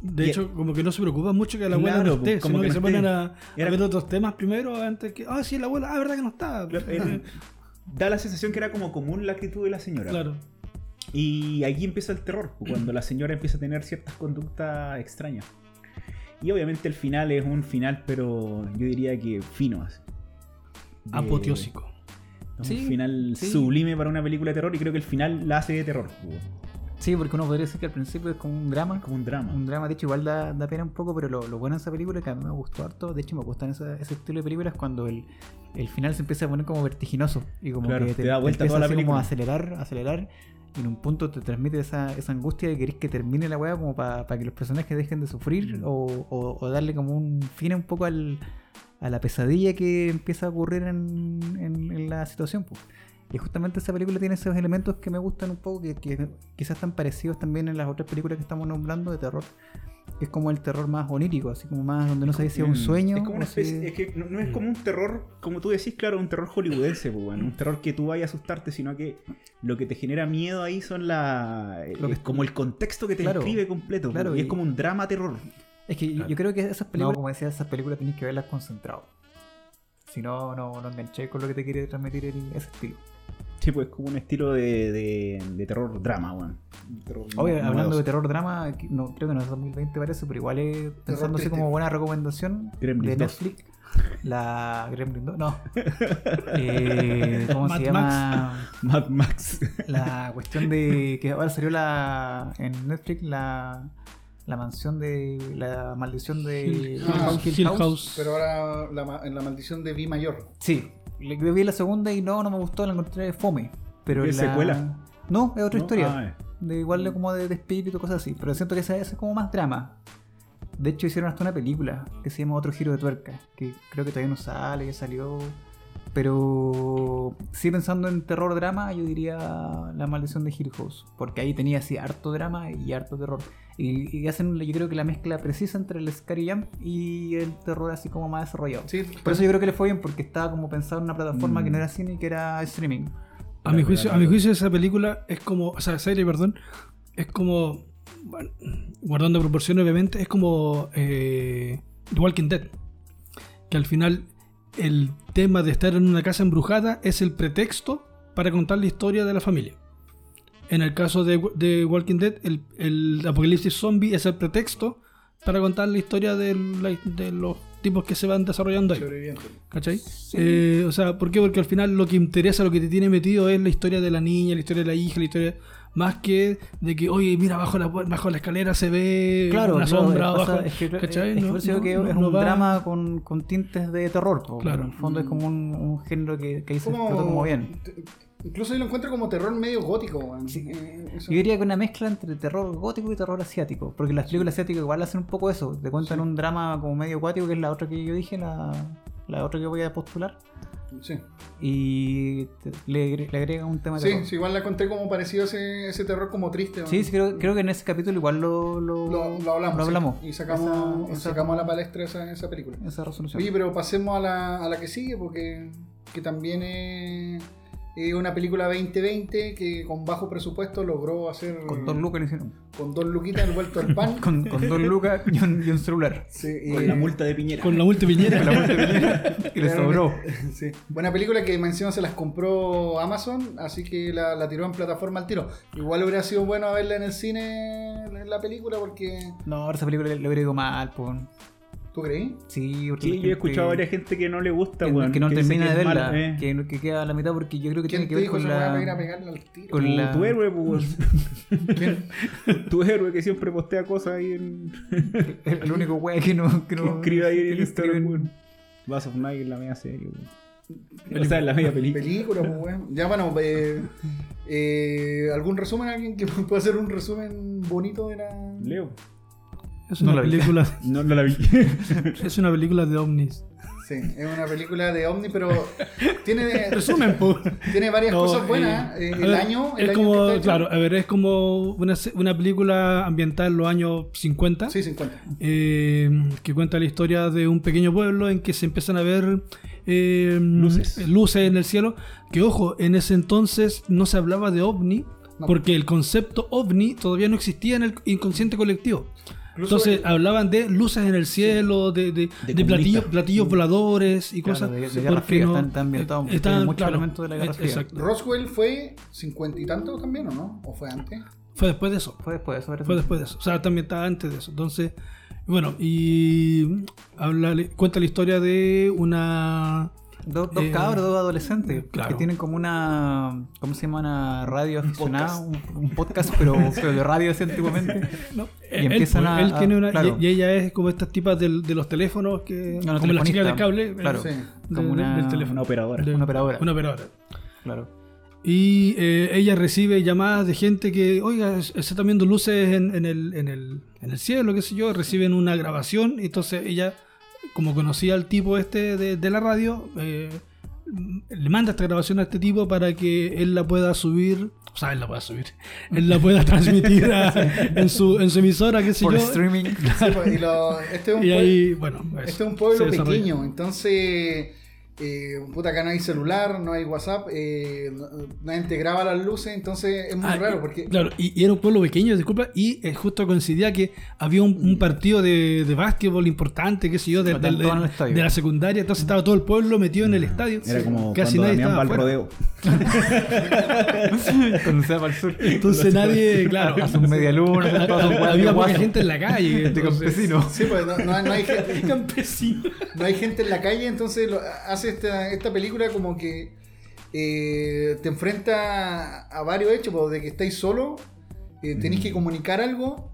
C: De
D: y-
C: hecho, como que no se preocupa mucho que la abuela
D: Claro,
C: no esté,
D: como
C: sino
D: que
C: que,
D: no
C: se
D: esté.
C: ponen a, a
D: Era-
C: ver otros temas primero antes que. Ah, sí, la abuela. Ah, verdad que no está.
D: él- da la sensación que era como común la actitud de la señora.
C: Claro.
D: Y aquí empieza el terror, pues, cuando la señora empieza a tener ciertas conductas extrañas. Y obviamente el final es un final, pero yo diría que fino. así. De-
C: Apoteósico.
D: Es
B: Sí,
D: un final
B: sí.
D: sublime para una película de terror y creo que el final la hace de terror. pues,
B: Sí, porque uno podría decir que al principio es como un drama.
D: Como un drama.
B: Un drama, de hecho, igual da, da pena un poco, pero lo, lo bueno de esa película que a mí me gustó harto, de hecho me gustan esa- ese estilo de películas cuando el, el final se empieza a poner como vertiginoso y como
D: Claro,
B: que
D: te da vuelta
B: empieza
D: toda la
B: así como
D: película.
B: a acelerar, a acelerar y en un punto te transmite esa, esa angustia de querés que termine la weá como para que los personajes dejen de sufrir
D: Mm.
B: o, o- o darle como un fin un poco al, a la pesadilla que empieza a ocurrir en, en- en la situación. pues. Y justamente esa película tiene esos elementos que me gustan un poco, que, que quizás están parecidos también en las otras películas que estamos nombrando de terror. que Es como el terror más onírico, así como más donde no sabes si es un
D: Mm,
B: sueño.
D: Es como una
B: o si-
D: especie. Es que no, no es como un terror, como tú decís, claro, un terror hollywoodense, pues, bueno, un terror que tú vayas a asustarte, sino que lo que te genera miedo ahí son la. eh,
B: Lo que-
D: es como el contexto que te
B: Claro,
D: describe completo.
B: claro,
D: pues, y es
B: y-
D: como un drama terror.
B: Es que yo-
D: Claro.
B: yo creo que esas películas,
C: No.
B: como decía, esas películas tenés que verlas concentrado. Si no, no, no enganché con lo que te quiere transmitir el- ese estilo.
D: Sí, pues como un estilo de, de, de terror drama, weón. Terror
B: Oye,
D: novedoso.
B: hablando de terror drama, que no, creo que no es 2020 parece, pero igual es pensándose
A: triste.
B: como buena recomendación de
D: Gremlins dos.
B: Netflix. La Gremlin 2, no. Eh, ¿Cómo
C: Mad
B: se llama?
D: Mad Max.
B: La cuestión de que ahora salió la en Netflix la, la mansión de la maldición de
C: Hill-
A: Ah,
C: Hill House.
A: Pero ahora la ma- en la maldición de Vi Mayor.
B: Sí, le yo vi la segunda y no, no me gustó, la encontré fome. Pero
D: ¿Es
B: la-
D: secuela?
B: No, es otra
D: ¿No?
B: historia.
D: Ah, eh.
B: de igual de como de, de espíritu, cosas así. Pero siento que esa, esa es como más drama. De hecho, hicieron hasta una película que se llama Otro Giro de Tuerca, que creo que todavía no sale, ya salió. Pero sí pensando en terror drama, yo diría La Maldición de Hill House, porque ahí tenía así harto drama y harto terror. Y, y hacen, yo creo que la mezcla precisa entre el Scary Jump y el terror así como más desarrollado.
A: Sí,
B: Por eso yo creo que le fue bien, porque estaba como pensado en una plataforma
D: Mm.
B: que no era cine y que era streaming.
C: A mi,
D: Claro,
C: juicio, a
D: claro.
C: mi juicio esa película es como, o sea, serie, perdón, es como, bueno, guardando proporciones obviamente, es como eh, The Walking Dead. Que al final el tema de estar en una casa embrujada es el pretexto para contar la historia de la familia. En el caso de, de Walking Dead, el, el apocalipsis zombie es el pretexto para contar la historia de, la- de los tipos que se van desarrollando ahí.
A: sobreviviente.
C: ¿Cachai? Eh, o sea, ¿por qué? Porque al final lo que interesa, lo que te tiene metido es la historia de la niña, la historia de la hija, la historia. Más que de que, oye, mira, bajo la, pu- bajo la escalera se ve
B: Claro,
C: una
B: claro,
C: sombra.
B: pasa-
C: bajo-
B: es que,
C: ¿cachai?
B: es que
C: No-
B: por eso digo
C: no-
B: que
C: no-
B: es
C: no
B: un
C: va-
B: drama con, con tintes de terror. po.
C: Claro.
B: En el fondo es como un, un género que, que ahí se explotó
A: Como,
B: como bien.
A: t- Incluso yo lo encuentro como terror medio gótico, weón.
B: Sí.
A: Eh, eso-
B: Yo diría que una mezcla entre terror gótico y terror asiático. Porque las películas asiáticas igual hacen un poco eso. Te cuentan un drama como medio acuático, que es la otra que yo dije, la, la otra que voy a postular.
A: sí.
B: Y te- le, agre- le agrega un tema de
A: Sí,
B: terror.
A: sí, igual la conté como parecido a ese, ese terror como triste. weón.
B: Sí, sí, creo, creo que en ese capítulo igual lo, lo,
A: Lo, lo hablamos.
B: lo
A: sí.
B: hablamos.
A: Y sacamos,
B: Esa- esa-
A: sacamos a la palestra esa, esa película.
B: esa resolución.
A: Oye, pero pasemos a la, a la que sigue, porque que también es, es una película 2020 que con bajo presupuesto logró hacer.
B: con dos lucas lo hicieron.
A: Con dos luquitas el vuelto al pan.
B: Con, con dos lucas y un, y un celular.
A: Sí,
D: Con
A: eh,
D: la multa de Piñera.
C: Con la multipiñera.
B: que le sobró.
A: Sí. Buena película que más encima se las compró Amazon, así que la, la tiró en plataforma al tiro. Igual hubiera sido bueno verla en el cine, en la película, porque.
B: No, esa película le hubiera ido mal, po.
A: ¿Tú creí?
B: Sí, porque la
D: Sí, yo he
B: gente-
D: escuchado a varias gente que no le
B: este,
D: gusta,
B: que,
D: weón.
B: que no
D: dice
B: termina
D: que
B: de
D: es
B: verla,
D: mala, eh.
B: que, no- que queda a la mitad porque yo creo que tiene
A: ¿Quién
B: que
A: te
B: ver
A: dijo esa
B: con
A: weá para ir a
B: la...
A: pegarle al tiro?
B: con
D: Tu-
B: la-
D: Tu héroe, po, weón.
A: ¿Quién?
D: tu héroe que siempre postea cosas ahí en.
B: El, el único wey que no... Que
D: que
B: no
D: escribe ahí
B: que
D: en
B: no escribe
D: Instagram,
B: en-
D: weón. Vas of Night en la media serie, weón. O sea, en la media película.
A: Película, pues, weón. Ya, bueno, eh, eh, ¿algún resumen? ¿Alguien que pueda hacer un resumen bonito de la.
D: Leo.
C: Es
B: No
C: una
B: la vi.
C: película.
D: No, no la vi.
C: Es una película de ovnis.
A: Sí, es una película de Omni, pero tiene,
C: Resumen, po.
A: tiene varias
C: No,
A: cosas buenas.
C: eh,
A: eh,
C: a
A: el
C: ver,
A: año. El
C: es
A: año
C: como,
A: que está hecho.
C: claro, a ver, es como una, se- una película ambientada en los años 50.
A: Sí, 50.
C: eh, que cuenta la historia de un pequeño pueblo en que se empiezan a ver eh,
D: Luces.
C: luces en el cielo. Que ojo, en ese entonces no se hablaba de ovni,
A: No.
C: porque el concepto ovni todavía no existía en el inconsciente colectivo.
A: Incluso
C: entonces
A: el-
C: hablaban de luces en el cielo, de, de- de
D: comunistas.
C: platillos, platillos voladores y
B: Mm. Claro,
C: cosas.
B: de- de Guerra
C: porque eh,
B: Fría, están- están ambientados en
C: estaban,
B: muchos elementos de la Guerra
C: eh,
B: Fría.
C: exacto.
A: Roswell fue 50 y tanto también, ¿o no? ¿O fue antes?
C: Fue después de eso.
B: Fue después de eso. parece.
C: Fue después de eso. O sea, también estaba antes de eso. Entonces, bueno, y habla, cuenta la historia de una...
B: Dos, dos
C: Eh,
B: cabros, dos adolescentes,
C: claro.
B: que tienen como una... ¿Cómo se llama? Una radio aficionada, un un podcast, pero, pero de radio así antiguamente.
C: No,
B: Y
C: él,
B: empiezan
C: pues,
B: a-
C: él
B: a-
C: tiene una...
B: claro.
C: Y, y ella es como estas tipas del- de los teléfonos, que,
B: No, no,
C: como las chicas
B: telefonista.
C: de cable. eh,
B: Claro.
A: Sí.
C: de-
B: Como una-
C: del teléfono.
D: Una operadora.
C: De-
B: Una operadora.
C: Una operadora.
B: Claro.
C: Y eh, ella recibe llamadas de gente que, oiga, se están viendo luces en, en el, en, el, en el cielo, qué sé yo, reciben una grabación. y Entonces ella, como conocía al tipo este de, de la radio, eh, m- le manda esta grabación a este tipo para que él la pueda subir. O sea, él la pueda subir. Él la pueda transmitir a- en, su, en su emisora, qué sé
B: Por
C: yo.
B: streaming.
A: Sí, pues, y lo- este es un
C: Y
A: pue-
C: ahí, bueno, eso,
A: este es un
C: se
A: pueblo
C: desarrolla.
A: pequeño, entonces Eh, puta, acá no hay celular, no hay WhatsApp, eh, no- nadie te graba las luces, entonces es muy
C: Ah,
A: raro
C: y-
A: porque
C: Claro, y, y era un pueblo pequeño, disculpa, y eh, justo coincidía que había un,
D: Mm.
C: un partido de, de básquetbol importante, qué sé yo, de,
B: Lo tanto
C: de-
B: van al estadio.
C: de la secundaria, entonces estaba todo el pueblo metido en el estadio.
D: Mm. Era
C: Sí.
D: como
C: casi
D: cuando
C: nadie
D: Damián
C: estaba
D: va al
C: afuera.
D: rodeo.
B: Cuando se va para el sur.
C: Entonces nadie, claro,
B: Hace un media luna, todo un hueón de
C: había poca
B: guaso.
C: gente en la
D: Este
C: calle.
B: Gente
C: entonces- Este
B: campesino.
A: sí, pues, no, no- no hay gente,
C: Campesino.
A: no hay gente en la calle, entonces lo- hace esta, esta película como que eh, te enfrenta a varios hechos, pues, de que estáis solo, eh, tenéis
C: Mm.
A: que comunicar algo,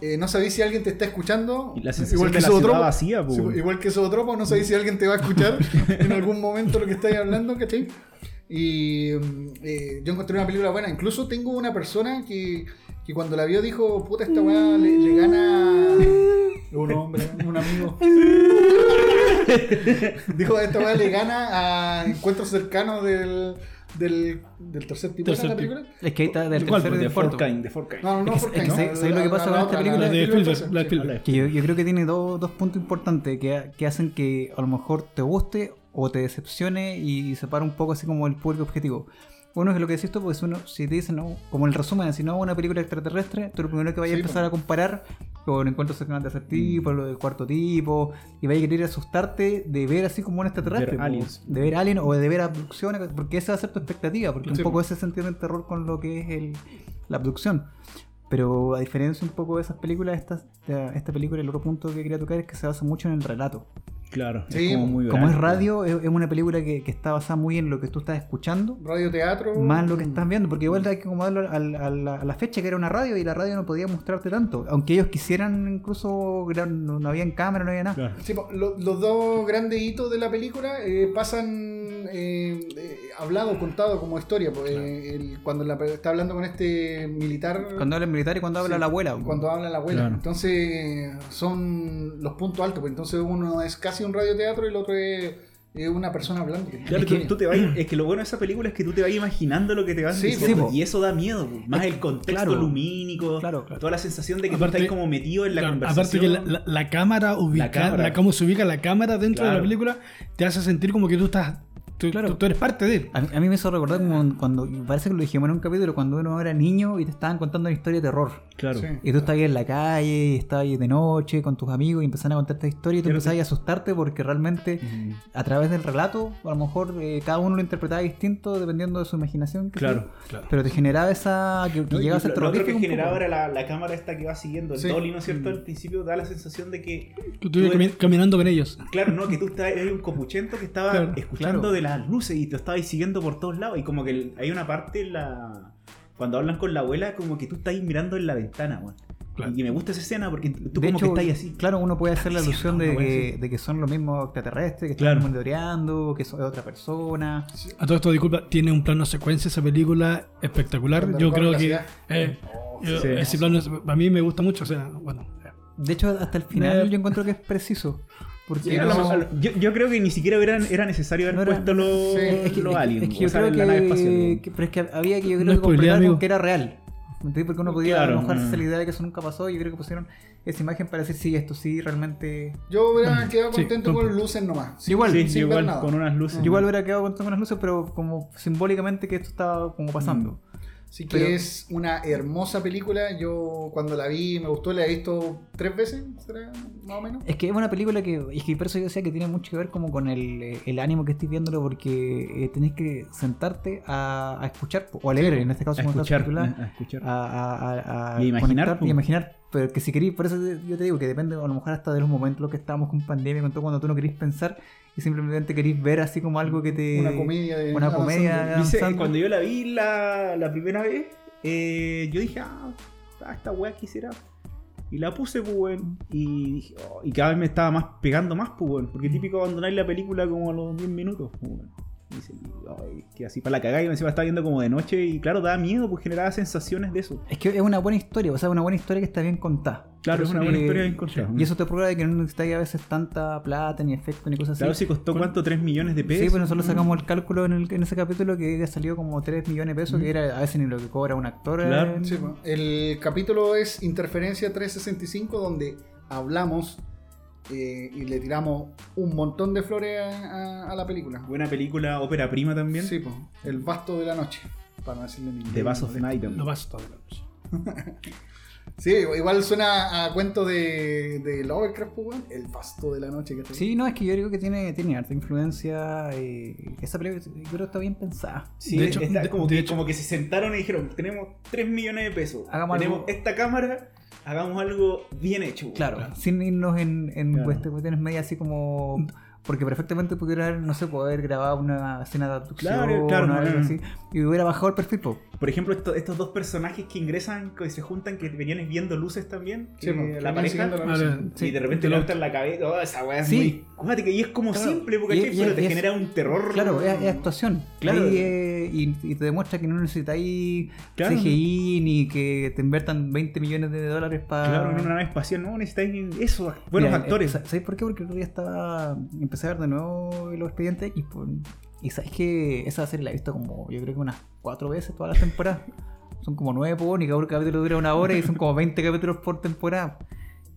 A: eh, no sabéis si alguien te está escuchando,
D: Y la sensación de la
A: esos
D: ciudad
A: otros-
D: vacía, po.
A: Sí, pues, igual que Zootropo, no sabéis si alguien te va a escuchar en algún momento lo que estáis hablando, ¿cachai? Y mm, eh, yo encontré una película buena. Incluso tengo una persona que, que cuando la vio dijo, puta, esta weá le, le gana un hombre, un amigo. dijo, esta weá le gana a encuentros cercanos del, del, del tercer tipo de
C: Tercer
A: la
C: tipo.
A: película.
B: Es que ahí está del
C: ¿Cuál?
B: tercer
D: De
B: del cuarto.
D: Forkine, de Forkine.
A: No, no,
B: Es que-
A: porque
B: es que sé- ¿sabes lo que pasa con esta película?
C: La de Spielberg, la de
A: Spielberg.
C: Spielberg.
B: Que yo, yo creo que tiene dos, dos puntos importantes que, que hacen que a lo mejor te guste o te decepcione y separa un poco así como el público objetivo. Uno es lo que decís tú, porque si uno, si te dicen, no, como el resumen, si no una película extraterrestre, tú lo primero que vayas a
A: Sí,
B: empezar a comparar con encuentros cercanos de tercer tipo, lo del cuarto tipo, y vayas a querer asustarte de ver así como un extraterrestre,
D: Ver
B: po,
D: aliens.
B: de ver alien o de ver abducciones, porque esa va a ser tu expectativa, porque
A: Sí,
B: un poco
A: po.
B: ese sentido del terror con lo que es el, la abducción. Pero a diferencia un poco de esas películas, esta, esta- esta película, el otro punto que quería tocar es que se basa mucho en el relato.
D: Claro,
A: Sí,
D: es como muy
B: Como es
D: blanco.
B: radio, es, es una película que, que está basada muy en lo que tú estás escuchando,
A: Radio teatro.
B: más lo que estás viendo, porque igual hay que acomodarlo al- a, la, a la fecha que era una radio y la radio no podía mostrarte tanto. Aunque ellos quisieran, incluso gra- no, no había cámara, no había nada.
D: Claro.
A: Sí, po, lo- los dos grandes hitos de la película eh, pasan eh, eh, hablado, contado como historia. po, eh, el- cuando la pe- está hablando con este militar,
B: Cuando habla el militar y cuando habla
A: Sí,
B: la abuela.
A: cuando habla la abuela.
D: Claro.
A: Entonces eh, son los puntos altos. pues, entonces uno es casi un radioteatro y el otro es, eh, una persona hablando.
D: Claro,
B: Es
D: tú-
B: que-
D: tú te vas- es que lo bueno de esa película es que tú te vas imaginando lo que te vas
A: Sí,
D: diciendo,
B: po.
D: y eso da miedo, po. más el contexto
B: claro.
D: lumínico,
B: Claro.
D: toda la sensación de que
C: Aparte-
D: tú estás como metido en la
C: Claro, aparte
D: conversación.
C: que la, la- la cámara ubica,
D: La cámara.
C: la- cómo se ubica la cámara dentro de la
D: Claro.
C: película te hace sentir como que tú estás, tú, tú- tú eres parte de él.
B: A mí, a mí me hizo recordar como cuando, y parece que lo dijimos en un capítulo, cuando uno era niño y te estaban contando una historia de terror.
D: Claro.
A: Sí.
B: Y tú estabas ahí en la calle, y estabas ahí de noche con tus amigos y empezaban a contar esta historia y tú
D: Pero
B: empezabas
D: sí.
B: ahí a asustarte porque realmente
D: Mm.
B: a través del relato, a lo mejor eh, cada uno lo interpretaba distinto dependiendo de su imaginación. qué sé yo.
D: Claro.
B: Pero te generaba esa... que, que
D: ¿no? Y
B: llegaba a ser
D: lo, lo otro
B: terrorífico
D: que
B: un
D: generaba
B: poco.
D: era la, la cámara esta que va siguiendo, el
A: Sí.
D: dolly, ¿no es cierto? Al principio da la sensación de que,
C: Tú estuviste cami- caminando con ellos.
D: claro, no, que tú estás, eres un copuchento que estaba
C: Claro,
D: escuchando
B: claro.
D: de las luces y te estaba siguiendo por todos lados, y como que el- hay una parte en la... Cuando hablan con la abuela, como que tú estás ahí mirando en la ventana, weón.
C: Claro.
D: Y me gusta esa escena porque tú
B: de
D: como
B: hecho,
D: que estás así.
B: claro, uno puede hacer la
D: Están
B: ilusión
D: haciendo
B: de
D: una
B: que,
D: buena-
B: de que son los mismos extraterrestres, que
D: Claro.
B: están monitoreando, que son de otra persona.
C: A todo esto, disculpa, tiene un plano secuencia esa película espectacular.
A: Cuando
C: Yo
A: recorre
C: creo
A: la
C: que
A: ciudad.
C: eh, yo-
D: sí.
C: ese plano es- a mí me gusta mucho. O sea, bueno,
B: De hecho, hasta el final
C: Eh.
B: yo encuentro que es preciso. Porque
A: Sí,
B: no-
A: a lo mejor-
D: Yo, yo creo que ni siquiera eran- era necesario haber
B: No era-
D: puesto los
A: Sí.
B: Es que-
D: los
B: es que-
D: aliens,
B: es que yo
D: o sea,
B: creo
D: en la nave espacial.
B: que,
D: digo.
B: que- pero es que había que yo
C: No
B: creo que
C: spoileé,
B: completar
C: amigo.
B: con que era real. ¿Me entendí? Porque uno podía
D: Claro,
B: a lo mejor
D: mm.
B: hacerse la idea de que eso nunca pasó. y Yo creo que pusieron esa imagen para decir, sí, esto sí, realmente.
A: Yo hubiera quedado
C: sí,
A: contento
C: tonto.
A: con luces nomás.
B: Sí, igual,
D: Sí,
A: sin ver
D: igual
A: nada.
D: con unas luces.
B: yo igual hubiera quedado con todas las luces, pero como simbólicamente que esto estaba como pasando.
A: Así que
B: Pero-
A: es una hermosa película. Yo cuando la vi me gustó, la he visto tres veces, ¿será? Más o menos.
B: Es que es una película que, es que por eso yo decía que tiene mucho que ver como con el, eh, el ánimo que estés viéndolo, porque eh, tenés que sentarte a, a escuchar, po, o a leer, en este caso,
D: a
B: como está
D: escuchar,
B: subtitulada.
D: a escuchar.
B: a, a- a- a
D: Y imaginar,
B: conectar
D: po.
B: y imaginar. Pero que si queréis, por eso te- yo te digo que depende a lo mejor hasta de los momentos en los que estábamos con pandemia, con todo cuando tú no querís pensar y simplemente querís ver así como algo que te...
A: Una comedia de
B: una
A: Adam
B: comedia
A: Sandler.
B: Adam
D: Dice, eh,
B: Sandler.
D: cuando yo la vi la, la primera vez, eh, yo dije, ah, ah, esta weá quisiera. Y la puse, pues, weón. Y dije, oh, y cada vez me estaba más pegando más, pues, weón. Porque típico abandonar la película como a los 10 minutos, pues, weón. Y dice, ay, que así para la cagada y encima estaba viendo como de noche y claro, daba miedo, pues generaba sensaciones de eso.
B: Es que es una buena historia, o sea, una buena historia que está bien contada.
D: Claro, es una buena historia bien contada.
B: Y eso te prueba de que no necesitáis a veces tanta plata, ni efecto, ni cosas
D: Claro,
B: así.
D: si costó cuánto, 3 millones de pesos.
B: Sí, pues nosotros sacamos el cálculo en, el- en ese capítulo que salió como 3 millones de pesos, que era a veces ni lo que cobra un actor. eh.
D: Claro.
B: en-
A: Sí, po. el capítulo es Interferencia 365, donde hablamos eh, y le tiramos un montón de flores a, a- a la película.
D: Buena película, ópera prima también.
A: Sí, po, El Basto de la Noche, para no decirle ningún
D: The Bass of Night.
C: Lo vas a noche.
A: Sí, igual suena a cuento de, de Lovecraft, po, weón. El Basto de la Noche. Que
B: Sí, no, es que yo creo que tiene, tiene harta influencia. eh, esa película yo creo que está bien pensada.
D: Sí,
C: De hecho-
D: está
C: de-
D: como,
C: de
D: que,
C: hecho-
D: como que se sentaron y dijeron, tenemos 3 millones de pesos.
B: Hagamos
D: tenemos
B: algo-
D: esta cámara, hagamos algo bien hecho. güey".
B: Claro, sin irnos en, en
D: Claro.
B: cuest- cuestiones medias así como... Porque perfectamente pudiera haber, no sé, poder grabar una escena de abducción
D: Claro, claro,
B: o algo
D: no, no.
B: así. Y hubiera bajado el perfil, po.
D: Por ejemplo, esto- estos dos personajes que ingresan, que se juntan, que venían viendo luces también,
A: Sí,
D: que
A: po, que
D: pues, la
A: venían
D: pareja,
A: siguiendo la-
D: y de repente
C: lo
D: levantan la cabeza, oh, esa weá es
B: Sí.
D: muy cuática, y es como
B: Claro.
D: simple, porque
B: Y-
D: ¿cachai?
B: y-
D: pero te
B: y es-
D: genera un terror.
B: Claro, es, es actuación.
D: Claro.
B: Ahí, eh, y, y te demuestra que no necesitáis
D: Claro.
B: CGI ni que te inviertan 20 millones de dólares para...
D: Claro, en una nave espacial, no necesitáis eso, buenos
B: Mira,
D: actores.
B: eh, sa- ¿Sabes por qué? Porque el otro día estaba. Empecé a ver de nuevo los expedientes y, por- y sabes que esa serie la he visto como, yo creo que unas cuatro veces todas las temporadas. Son como nueve por y cada capítulo dura una hora y son como 20 capítulos por temporada.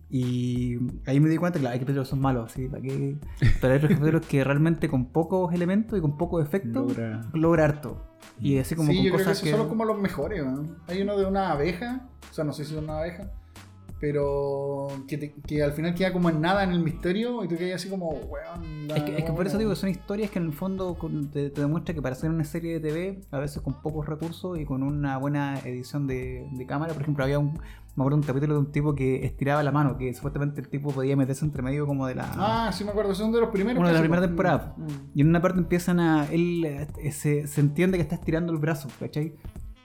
B: Y ahí me di cuenta que claro, hay capítulos que son malos, ¿sí? ¿Para qué? Pero hay otros capítulos que realmente con pocos elementos y con poco efecto logra,
D: Logra-
B: harto. Y así como
A: sí,
B: con
A: yo creo que
B: cosas
A: esos son los- como los mejores. weón. Hay uno de una abeja, o sea, no sé si es una abeja, pero que, te- que al final queda como en nada en el misterio y tú quedas así como, weón. la
B: Es que, es que por
A: weona.
B: eso digo que son historias que en el fondo con- te, te demuestra que para hacer una serie de TV, a veces con pocos recursos y con una buena edición de, de cámara, por ejemplo, había un, me acuerdo un capítulo de un tipo que estiraba la mano, que supuestamente el tipo podía meterse entre medio como de la...
A: Ah, sí me acuerdo, son de los primeros.
B: Uno de la
A: casi,
B: primera
A: pues.
B: temporada.
A: Mm.
B: Y en una parte empiezan a... Él eh, se, se entiende que está estirando el brazo, ¿cachai?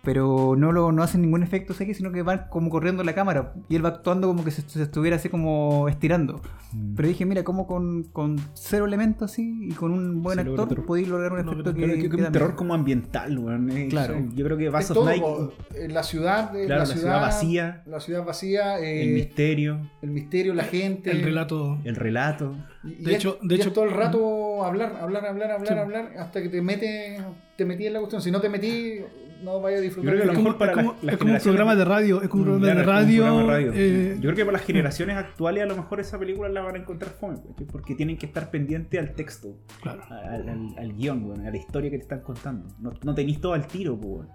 B: Pero no lo no hacen ningún efecto CGI, sino que van como corriendo la cámara. Y él va actuando como que se- se estuviera así como estirando.
D: Mm.
B: Pero dije, mira, como con, con cero elementos así y con un buen
D: Se logra
B: actor
D: otro-
B: podéis lograr un
C: No,
B: efecto
C: pero
B: que,
D: Claro, que- que
B: que da
D: un terror
B: miedo.
D: como ambiental, weón. eh,
B: Claro.
D: Yo creo que
A: Es
D: Bass of
A: todo,
D: Night,
A: po, eh, la ciudad, eh,
D: claro, la ciudad vacía,
A: La ciudad vacía, eh,
D: el
A: el,
D: misterio,
A: misterio, la gente.
C: El relato.
D: el relato.
A: Y- y
C: De
A: es-
C: hecho- de
A: y es
C: hecho- mm.
A: todo el rato hablar, hablar, hablar, hablar,
C: Sí.
A: hablar, hasta que te metes, te metí en la cuestión. Si no te metí, no vayas a disfrutar.
D: Yo creo que
A: de
D: a
C: Es
D: lo
C: como,
D: mejor para
C: es
D: las-
C: como-
D: las
C: es como un
D: generaciones- Mm,
C: programa de radio. Es como un programa de
D: Claro, es
C: radio.
D: como un programa de
C: eh,
D: Yo creo que para las generaciones actuales a lo mejor esa película la van a encontrar fome, pues, porque tienen que estar pendiente al texto,
C: claro.
D: al, al- al guión, weón, a la historia que te están contando. No, no tenéis todo al tiro, po, weón.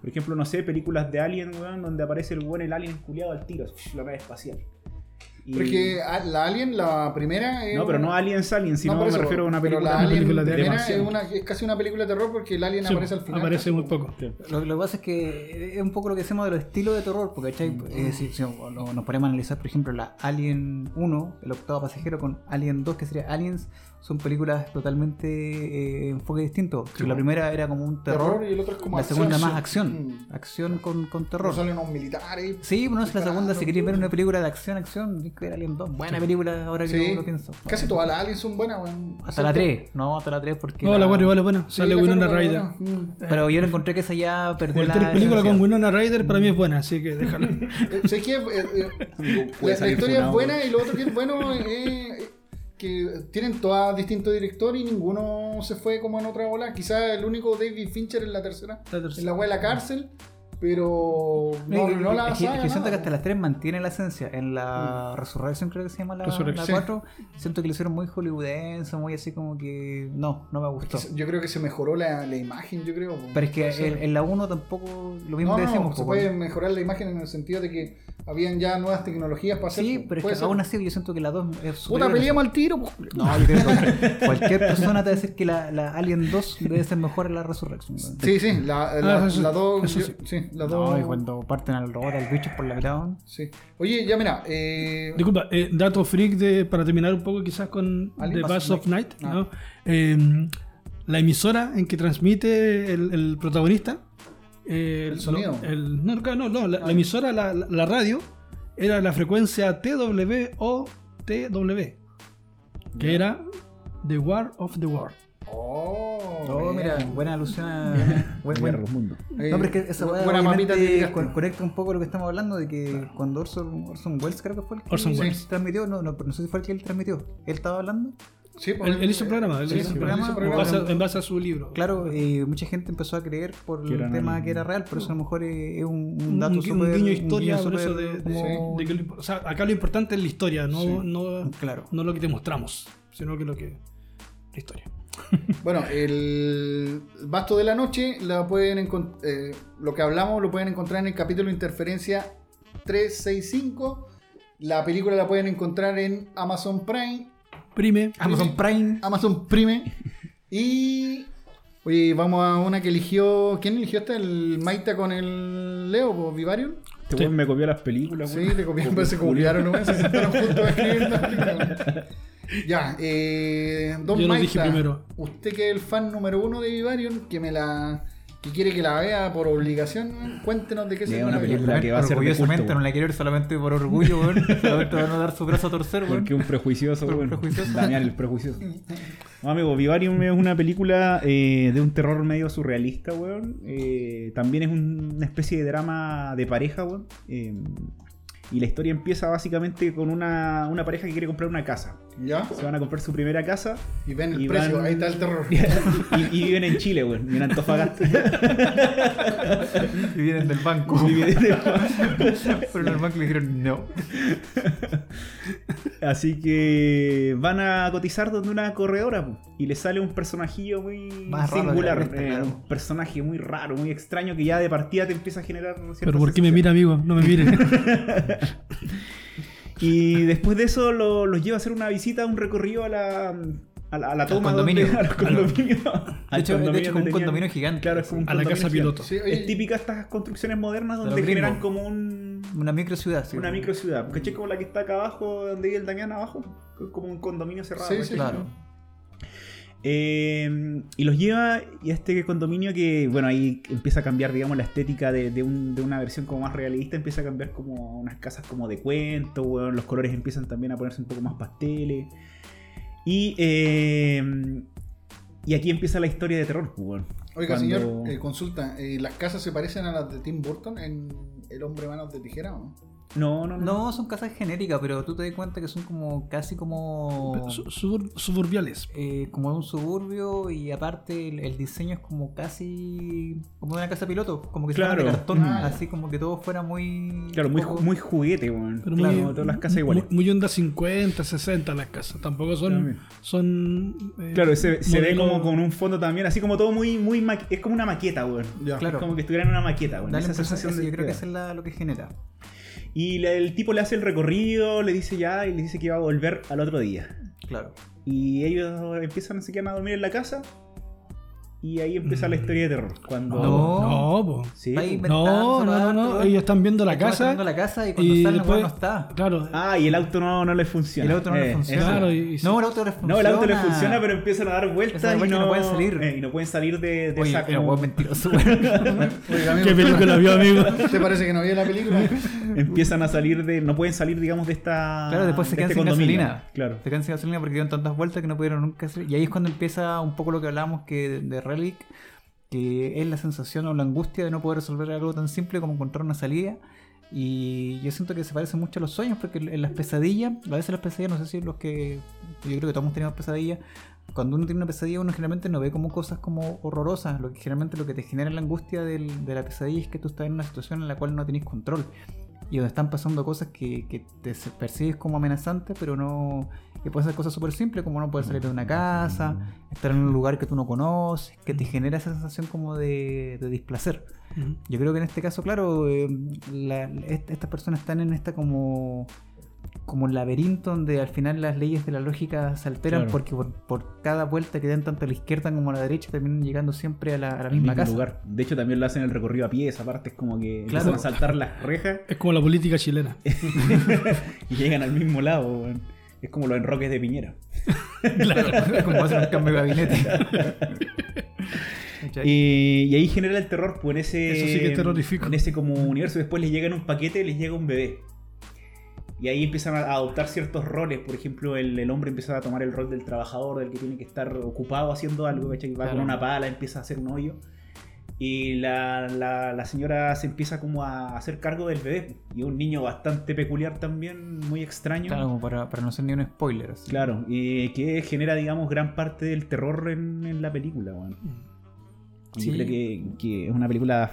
D: Por ejemplo, no sé, películas de Alien, weón, donde aparece el buen el alien culiado al tiro, la nave espacial. Y-
A: Porque a- la Alien, la primera. es
D: No, pero
A: una-
D: no Aliens Alien, sino
A: por
D: me
A: eso,
D: refiero a una
A: pero
D: película,
A: la
D: una
A: Alien
D: película de
A: primera es,
D: animación.
A: una- es casi una película de terror porque el Alien
C: Sí,
A: aparece al final.
C: aparece
A: ¿cachai?
C: muy poco.
B: Lo, lo que pasa es que es un poco lo que hacemos de los estilos de terror, porque ¿cachai? Eh, si, si no- no- nos ponemos a analizar, por ejemplo, la Alien 1, el octavo pasajero, con Alien 2, que sería Aliens, son películas totalmente eh, enfoque distinto.
C: Sí.
B: La primera era como un
A: Terror,
B: terror,
A: y el otro es como
B: la
A: acción.
B: segunda más acción.
A: Mm.
B: Acción con, con terror.
A: Pero Salen unos militares.
B: Sí, bueno, es la segunda. Si queréis ver una película de acción, acción, tenéis que ver Alien 2. Buena película ahora que
A: Sí.
B: lo pienso.
A: Casi todas las Aliens son buenas, weón.
B: Hasta la 3, no, hasta la 3 porque...
C: No, la buena, igual es buena.
A: Sí,
C: Sale
A: la
C: Winona
A: cuatro,
C: Ryder.
A: la buena. Mm.
B: Pero yo encontré que esa ya perdió la...
C: Cualquier película con
B: esencia.
C: Winona Ryder para mí es buena, así que déjala.
A: Eh, sé que, eh, eh,
D: Puede
A: la, la
D: salir
A: historia
D: funado,
A: es buena y lo otro que es bueno es eh, que tienen todas distintos directores y ninguno se fue como en otra ola. Quizás el único David Fincher en la tercera,
C: La
A: en
C: tercera.
A: la wea de la cárcel, pero no
B: No,
A: arruinó la
B: es que, es
A: saga,
B: que siento que
A: nada.
B: hasta las 3 mantiene la esencia. En la Resurrección creo que se llama la, la
C: Resurrección.
B: 4, siento que lo hicieron muy hollywoodense, muy así como que... No, no me gustó.
A: Yo creo que se mejoró la, la imagen, yo creo.
B: Pero es que
A: Puede ser.
B: en, en la 1 tampoco... Lo mismo
A: No,
B: pues, que
A: no,
B: decimos.
A: se
B: po,
A: puede mejorar la imagen en el sentido de que habían ya nuevas tecnologías para hacer.
B: Sí, pero es
A: puede
B: que
A: ser.
B: aún así yo siento que la 2 es superior
A: Puta,
B: a
A: peleamos
B: esa.
A: al tiro, pues.
B: No, yo creo que cualquier persona te va a decir que la, la Alien 2 debe ser mejor que la Resurrection. weón.
A: Sí, sí, la, la,
C: Ah, eso-
A: la dos-
C: eso
A: yo-
C: sí.
A: sí, la
B: No,
A: dos-
B: y cuando parten al robot, al bicho por la mitad. weón.
A: Sí. Oye, ya mira, eh,
C: Disculpa, eh, dato freak de, para terminar un poco quizás con
A: Alien
C: The Bass of Night.
A: Ah.
C: ¿no? Eh, la emisora en que transmite el, el protagonista. eh,
A: El sonido. Ah,
C: lo- el- no, no, no, la, la emisora, la, la- la radio, era la frecuencia TWO-TW. Que era The War of the World.
A: Oh,
B: Oh, mira,
A: bien.
B: buena alusión a. buen- buen-
D: Guerra de los mundos.
A: Eh,
B: No, pero es que esa weá
A: buena mamita
B: obviamente,
A: te tiraste.
B: con- conecta un poco lo que estamos hablando de que cuando Orson, Orson Welles creo que fue el que
C: Orson Welles.
B: transmitió, no, no, pero no sé si fue el que él transmitió. Él estaba hablando
A: Sí, pues,
C: Él, él hizo un programa, él
A: sí,
C: hizo un
A: él
B: programa.
A: hizo un
C: En
B: Bueno,
C: base, a, en base a su libro.
B: Claro, eh, mucha gente empezó a creer por
D: Que
B: el
D: eran
B: tema
D: el-
B: que era real, por eso a lo mejor eh, es un, un
C: Un-
B: dato
C: un,
B: súper-
C: guiño historia,
B: guiño
C: por eso
B: súper
C: de, de-
B: como-
C: de que lo imp- o sea, acá lo importante es la historia, no,
A: Sí.
C: no,
B: Claro.
C: no lo que te mostramos, sino que lo que. La historia.
A: Bueno, el Basto de la Noche la pueden encon- eh, lo que hablamos lo pueden encontrar en el capítulo Interferencia 365. La película la pueden encontrar en Amazon Prime,
C: Prime.
D: Ah,
B: Amazon Prime.
A: Amazon Prime y oye, vamos a una que eligió, ¿quién eligió esta? El Maita con el Leo, po, Vivarium.
D: Este weón me copió las películas,
A: Sí,
D: weón.
A: te copiaron,
D: Como
A: parece que
D: Julio.
A: copiaron, ¿no? se sentaron juntos a escribir. la película. Ya, eh, Don
C: Yo lo
A: Maita,
C: dije primero.
A: usted que es el fan número uno de Vivarium, que me la que quiere que la vea por obligación, cuéntenos de qué se
D: Vea
A: trata.
D: una película. La que va a ser de
B: Orgullosamente,
D: culto, weón.
B: no la quiero ver solamente por orgullo, weón. Solamente para no dar su brazo a torcer, weón.
D: Porque un prejuicioso,
B: Por
D: bueno.
B: prejuicioso.
D: Damián, el prejuicioso. No, amigo, Vivarium es una película eh, de un terror medio surrealista, weón. Eh, también es un- una especie de drama de pareja, weón. Eh, y la historia empieza básicamente con una, una pareja que quiere comprar una casa.
A: ¿Ya?
D: Se van a comprar su primera casa
A: Y ven el
D: Y
A: precio,
D: van-
A: ahí está el terror.
D: y, y viven en Chile, weón. En Antofagasta.
B: Y vienen del banco.
D: Y viven de-
B: Pero en el banco le dijeron no.
D: Así que van a cotizar donde una corredora po, y le sale un personajillo muy
B: Más raro
D: singular,
B: que la cresta,
D: eh,
B: claro.
D: un personaje muy raro, muy extraño que ya de partida te empieza a generar cierta
C: Pero ¿por qué me
D: sensación.
C: mira, amigo? No me mire.
D: Y después de eso lo- los lleva a hacer una visita, un recorrido a la, a la, a la toma
B: condominio.
D: donde- a los
B: Al-
D: condominios.
B: De
D: Al
B: hecho, de
D: condominio
B: hecho como
D: que
B: un
D: tenían.
B: condominio gigante.
D: Claro, es como un
C: A la
D: condominio
C: casa
D: gigante.
C: piloto.
A: Sí, oye,
D: Es típica estas construcciones modernas
B: De
D: donde
B: los
D: generan
B: gringos.
D: como un,
B: Una micro ciudad, sí.
D: una
A: pues.
B: weón.
D: micro ciudad. ¿Cachai? Como la que está acá abajo, donde vive el Damián abajo. Como un condominio cerrado.
A: Sí,
D: ¿cachai?
A: sí,
B: Claro.
D: Eh, y los lleva y a este condominio que, bueno, ahí empieza a cambiar, digamos, la estética de, de un- de una versión como más realista, empieza a cambiar como unas casas como de cuento, weón, los colores empiezan también a ponerse un poco más pasteles. Y, eh, y aquí empieza la historia de terror, pues, weón.
A: Oiga,
D: Cuando-
A: señor, eh, consulta, eh, ¿las casas se parecen a las de Tim Burton en El Hombre Manos de Tijera o no?
D: No, no, no.
B: No, son casas genéricas, pero tú te das cuenta que son como casi como.
C: Su- subur- suburbiales.
B: eh, como de un suburbio y aparte el, el diseño es como casi como de una casa piloto, como que se
D: Claro. Mm.
B: de cartón,
A: Ah, ya.
B: así como que todo fuera muy
D: Claro, muy,
B: poco-
D: ju- muy juguete, weón.
C: Pero
D: Claro,
C: muy,
D: como todas las casas iguales.
C: Muy, muy onda 50, 60 las casas. Tampoco
D: También.
C: son. son eh,
D: Claro, se, se ve
C: modelo-
D: como con un fondo también, así como todo muy, muy ma- es como una maqueta, weón.
A: Ya.
B: Claro.
D: Es como que estuviera en una maqueta, weón.
B: da la
D: Esa
B: impresión-
D: sensación
B: eso
D: de
B: yo creo que
D: queda.
B: eso es la- lo que genera.
D: Y le- el tipo le hace el recorrido, le dice ya y le dice que va a volver al otro día.
B: Claro.
D: Y ellos empiezan, se quedan a dormir en la casa y ahí empieza la
C: Mm.
D: historia de terror. Cuando
B: No.
C: No, po.
D: Sí.
B: Ahí me-
C: No, no, no, no.
B: Inventando,
C: Ellos están viendo la
B: Estaba
C: casa.
B: cerrando la casa y cuando
C: y
B: salen
C: después-
B: weón, no está.
C: Claro.
D: Ah, y el auto no, no le funciona.
B: El auto no le
D: Eh,
B: funciona.
D: eso.
C: claro, y- y-
B: No, el auto le funciona.
D: No, el auto le funciona, pero empiezan a dar vueltas
B: Esa
D: y
B: vuelta
D: no,
B: no pueden salir.
D: eh, y no pueden salir de, de
B: Oye,
D: esa
B: era
D: como-
B: weón mentiroso. weón.
A: Oiga, amigo,
C: ¿Qué película vio, amigo?
A: ¿Te parece que no vio la película?
D: empiezan a salir de no pueden salir digamos de esta
B: Claro, después se
D: de
B: quedan
D: este
B: sin
D: condominio.
B: gasolina.
D: Claro.
B: Se quedan sin gasolina porque dieron tantas vueltas que no pudieron nunca hacer. Y ahí es cuando empieza un poco lo que hablábamos que de, de Relic, que es la sensación o la angustia de no poder resolver algo tan simple como encontrar una salida. Y yo siento que se parece mucho a los sueños, porque en las pesadillas, a veces las pesadillas, no sé si los que. Yo creo que todos hemos tenido pesadillas. Cuando uno tiene una pesadilla, uno generalmente no ve como cosas como horrorosas. Lo que generalmente lo que te genera la angustia del- de la pesadilla es que tú estás en una situación en la cual no tenés control y donde están pasando cosas que, que te se- percibes como amenazantes, pero no. que pueden ser cosas súper simples, como no poder salir de una casa, estar en un lugar que tú no conoces, que te genera esa sensación como de, de displacer. Yo creo que en este caso, claro, eh, la- est- estas personas están en esta como como laberinto donde al final las leyes de la lógica se alteran
D: Claro.
B: porque por, por cada vuelta que den tanto a la izquierda como a la derecha terminan llegando siempre a la, a la misma
D: mismo
B: casa.
D: lugar. De hecho, también lo hacen el recorrido a pie, esa parte es como que
B: Claro.
D: empiezan a saltar las rejas
C: Es como la política chilena.
D: y llegan al mismo lado, weón. Es como los enroques de Piñera.
B: Claro, como hacen un cambio de gabinete. ¿Cachai?
D: Eh, y ahí genera el terror, pues en ese.
C: Eso sí que es terrorífico.
D: En ese como universo. Después les llega en un paquete, les llega un bebé. Y ahí empiezan a adoptar ciertos roles. Por ejemplo, el, el hombre empieza a tomar el rol del trabajador, del que tiene que estar ocupado haciendo algo, ¿cachai? Va
B: Claro.
D: con una pala, empieza a hacer un hoyo. Y la, la- la señora se empieza como a hacer cargo del bebé. Y es un niño bastante peculiar también, muy extraño.
B: Claro, como para, para no ser ni un spoiler. así.
D: Claro, eh, que genera, digamos, gran parte del terror en, en la película, weón. Y
B: Sí.
D: Yo creo que, que es una película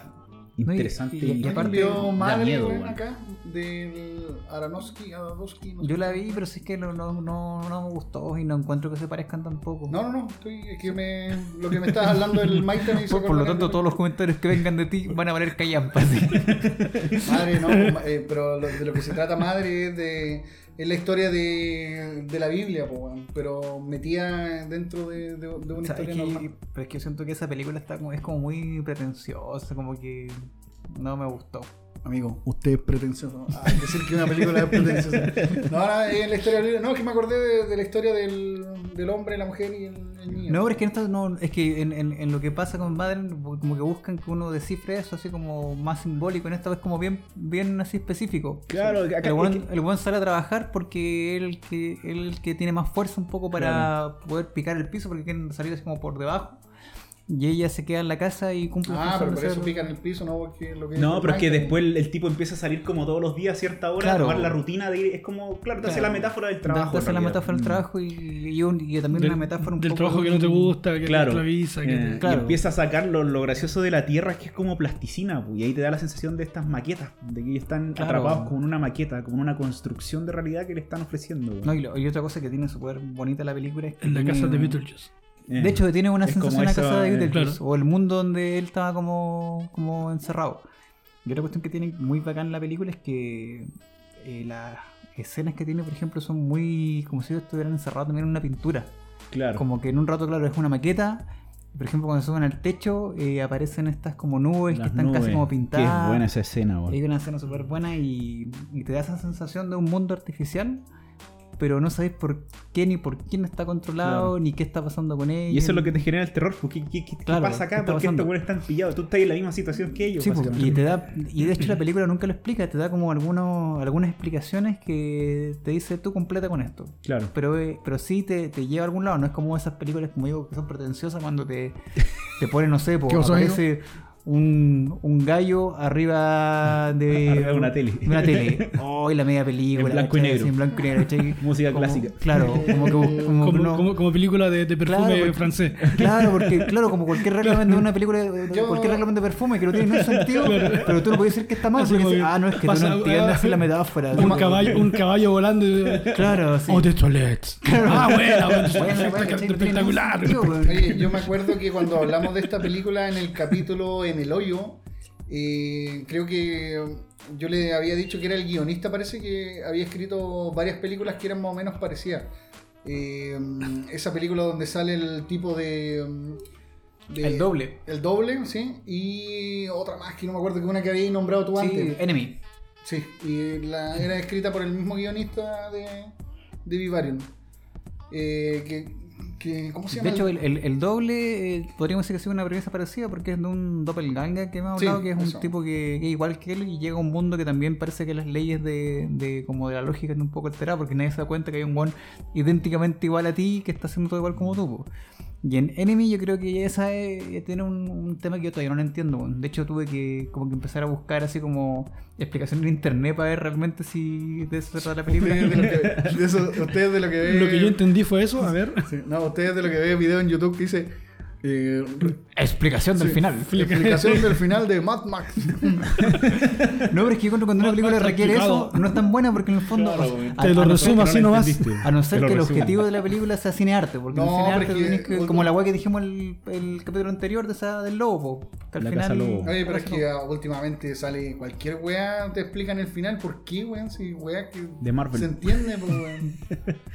B: No, y-
D: interesante
B: y-
D: y,
B: y
A: ¿Quién
B: aparte
A: vio
D: da
A: madre
D: miedo,
A: weón,
D: weón.
A: acá? Del Aronofsky, Aronofsky, no sé.
B: Yo la vi, pero sí es que no, no, no, no me gustó y no encuentro que se parezcan tampoco.
A: No, no, no, estoy, es que me, lo que me estás hablando del Maite me hizo
B: Por, por lo
A: acordar
B: tanto,
A: de-
B: todos los comentarios que vengan de ti van a valer callampa. sí.
A: Madre, no, pues, ma- eh, pero lo- de lo que se trata Madre es de es la historia de, de la Biblia, po, weón, pero metida dentro de, de- de una
B: O sea, es
A: historia
B: que-
A: normal.
B: pero es que yo siento que esa película está como, es como muy pretenciosa, como que no me gustó.
A: Amigo, usted es pretencioso. Ah, decir que una película es pretenciosa. No, no, es la historia de la Biblia. No, es que me acordé de, de la historia del, del hombre, la mujer y el, el niño.
B: No, pero es que, en esta- no, es que en, en- en lo que pasa con Madden, como que buscan que uno descifre eso, así como más simbólico, en esta vez como bien, bien así específico.
D: Claro, acá-
B: El
D: es
B: buen,
D: que-
B: el buen sale a trabajar porque él que, él que tiene más fuerza un poco para poder picar el piso porque quieren salir así como por debajo. Y ella se queda en la casa y cumple
A: Ah,
B: su
A: pero
B: función
A: por
B: de
A: eso
B: ser-
A: pican el piso, no porque lo que
D: No, pero es que
A: Maite.
D: después el, el tipo empieza a salir como todos los días a cierta hora,
B: Claro.
D: a tomar la rutina de ir. Es como, claro, te hace
B: Claro.
D: la metáfora del trabajo.
B: Hace
D: en
B: la
D: realidad.
B: metáfora del
D: Mm.
B: trabajo y, y un- y también
C: Del-
B: una metáfora un
C: del
B: poco
C: trabajo que no te gusta, que
D: Claro.
C: te esclaviza, que
D: Eh,
C: te-
D: y
B: claro.
D: empieza a sacar lo, lo gracioso de la tierra es que es como plasticina, pu, y ahí te da la sensación de estas maquetas, de que ellos están
B: Claro.
D: atrapados con una maqueta, con una construcción de realidad que le están ofreciendo.
B: No, y, lo- y otra cosa que tiene súper bonita la película es que
C: en la
B: tiene-
C: casa de Beetlejuice.
D: Eh,
B: De hecho, tiene una
D: Es como
B: sensación a
D: esa-
B: casa de Beetlejuice,
C: claro.
B: o el mundo donde él estaba como, como encerrado. Y otra cuestión que tiene muy bacán la película es que eh, las escenas que tiene, por ejemplo, son muy como si ellos estuvieran encerrados también en una pintura.
D: claro.
B: Como que en un rato, claro, es una maqueta. Por ejemplo, cuando suben al techo, eh, aparecen estas como nubes
D: Las
B: que están casi
D: nubes.
B: como pintadas.
D: Qué buena esa escena,
B: Hay
D: güey.
B: una escena súper buena y, y te da esa sensación de un mundo artificial, pero no sabes por qué ni por quién está controlado,
D: Claro.
B: ni qué está pasando con ellos.
D: Y eso es lo que te genera el terror, porque ¿qué, qué- qué
B: Claro,
D: pasa
B: ¿qué
D: acá?
B: está
D: ¿Por qué
B: pasando?
D: estos güeyes están pillados? Tú estás en la misma situación que ellos.
B: Sí, pues,
D: básicamente.
B: y te da y de hecho la película nunca lo explica, te da como algunos algunas explicaciones que te dice tú completa con esto.
D: Claro.
B: Pero, eh, pero sí te, te lleva a algún lado, no es como esas películas como digo que son pretenciosas cuando te, te ponen, no sé, po,
A: ¿Qué pasó, amigo?
B: aparece un, un gallo arriba de
D: Arriba de una tele.
B: de una tele. Oh, y la media película.
D: En blanco y
B: ¿cachai?
D: negro.
B: Sí, en blanco y negro, ¿cachai?
D: Música
B: Como-
D: clásica.
B: Claro, como que como, que
C: Como,
B: no-
C: como- como película de, de perfume
B: Claro, porque-
C: francés.
B: Claro, porque claro, como cualquier reglamento de una película, de-
A: Yo-
B: cualquier reglamento de perfume que no tiene ningún sentido, pero tú no puedes decir que está mal,
C: Así
B: porque
C: como
B: dices,
C: que
B: ah, no es que tú
C: pasa-
B: no entiendes la metáfora.
C: Un
B: ¿no?
C: caballo, un caballo volando. y-
B: Claro, sí.
C: Oh, de toilettes. Ah, buena, buena,
B: Bueno, bueno, ¿cachai? No
C: espectacular.
B: tiene ningún sentido,
A: Oye, yo me acuerdo que cuando hablamos de esta película en el capítulo En el Hoyo, eh, creo que yo le había dicho que era el guionista, parece que había escrito varias películas que eran más o menos parecidas. Eh, esa película donde sale el tipo de. mm, de-
B: El doble.
A: El doble, sí. Y otra más que no me acuerdo que una que habías nombrado tú
B: weón. Sí,
A: antes.
B: Enemy.
A: Sí, y la, era escrita por el mismo guionista de, de Vivarium. Eh, que, que- ¿Cómo se llama?
B: De hecho, el, el- el doble eh, podríamos decir que es una premisa parecida porque es de un doppelganger que hemos
A: Sí,
B: hablado, que es un
A: eso.
B: tipo que, que es igual que él y llega a un mundo que también parece que las leyes de, de- como de la lógica están un poco alteradas porque nadie se da cuenta que hay un guan idénticamente igual a ti que está haciendo todo igual como tú. po. Y en Enemy yo creo que esa es- tiene un, un tema que yo todavía no lo entiendo. weón. De hecho tuve que como que empezar a buscar así como explicaciones en internet para ver realmente si de eso se trata la película.
A: Ustedes de lo que- de eso- ustedes de lo que ve.
C: Lo que yo entendí fue eso, a ver.
A: Sí, no, ustedes de lo que ve video en YouTube que dice. eh,
B: Explicación del
A: Sí.
B: final.
A: explicación del final de Mad Max.
B: No, pero es que yo encuentro cuando una
C: Más-
B: película
C: más
B: requiere eso,
C: practicado.
B: no es tan buena porque en el fondo.
D: Claro,
B: o sea,
D: güey.
B: a-
C: Te lo
B: a no ser-
C: resumo así nomás.
B: A no ser
D: Te lo
B: que el
D: resumo.
B: objetivo de la película sea cinearte, porque
A: No,
B: en cinearte
A: pero es
B: tú
A: que-
B: tenés que-
A: otro-
B: como la weá que dijimos el, el capítulo anterior de esa del lobo, po, que al
D: La
B: final.
D: Casa Lobo.
A: Oye, pero es que ah, últimamente sale cualquier weá, te explican el final. ¿Por qué, weón? Si weá que.
D: De Marvel.
A: Se entiende, pues, weón.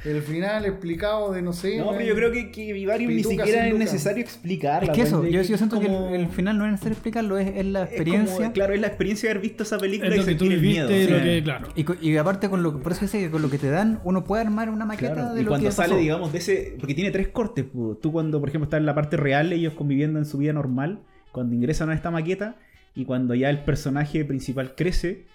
A: El final explicado de no sé.
D: No, pero
A: weón.
D: yo creo que, que Vivarium ni
A: Pituca
D: siquiera
A: sin
D: es
A: Luca.
D: necesario explicarla.
B: Es que eso,
D: güey.
B: yo, yo siento
D: como-
B: que el, el final no es necesario explicarlo, es, es la
D: es como-
B: experiencia.
D: claro, es la experiencia de haber visto esa película
C: Es
D: y
C: lo que tú
D: sentir el miedo.
C: viviste, y lo
D: sí.
C: que, claro.
B: Y, co- y aparte, con lo, por eso dice que con lo que te dan, uno puede armar una maqueta
D: Claro,
B: de
D: y
B: lo
D: cuando
B: que
D: sale,
B: pasó.
D: digamos, de ese. Porque tiene tres cortes. pu. Tú, cuando, por ejemplo, estás en la parte real, ellos conviviendo en su vida normal, cuando ingresan a esta maqueta, y cuando ya el personaje principal crece,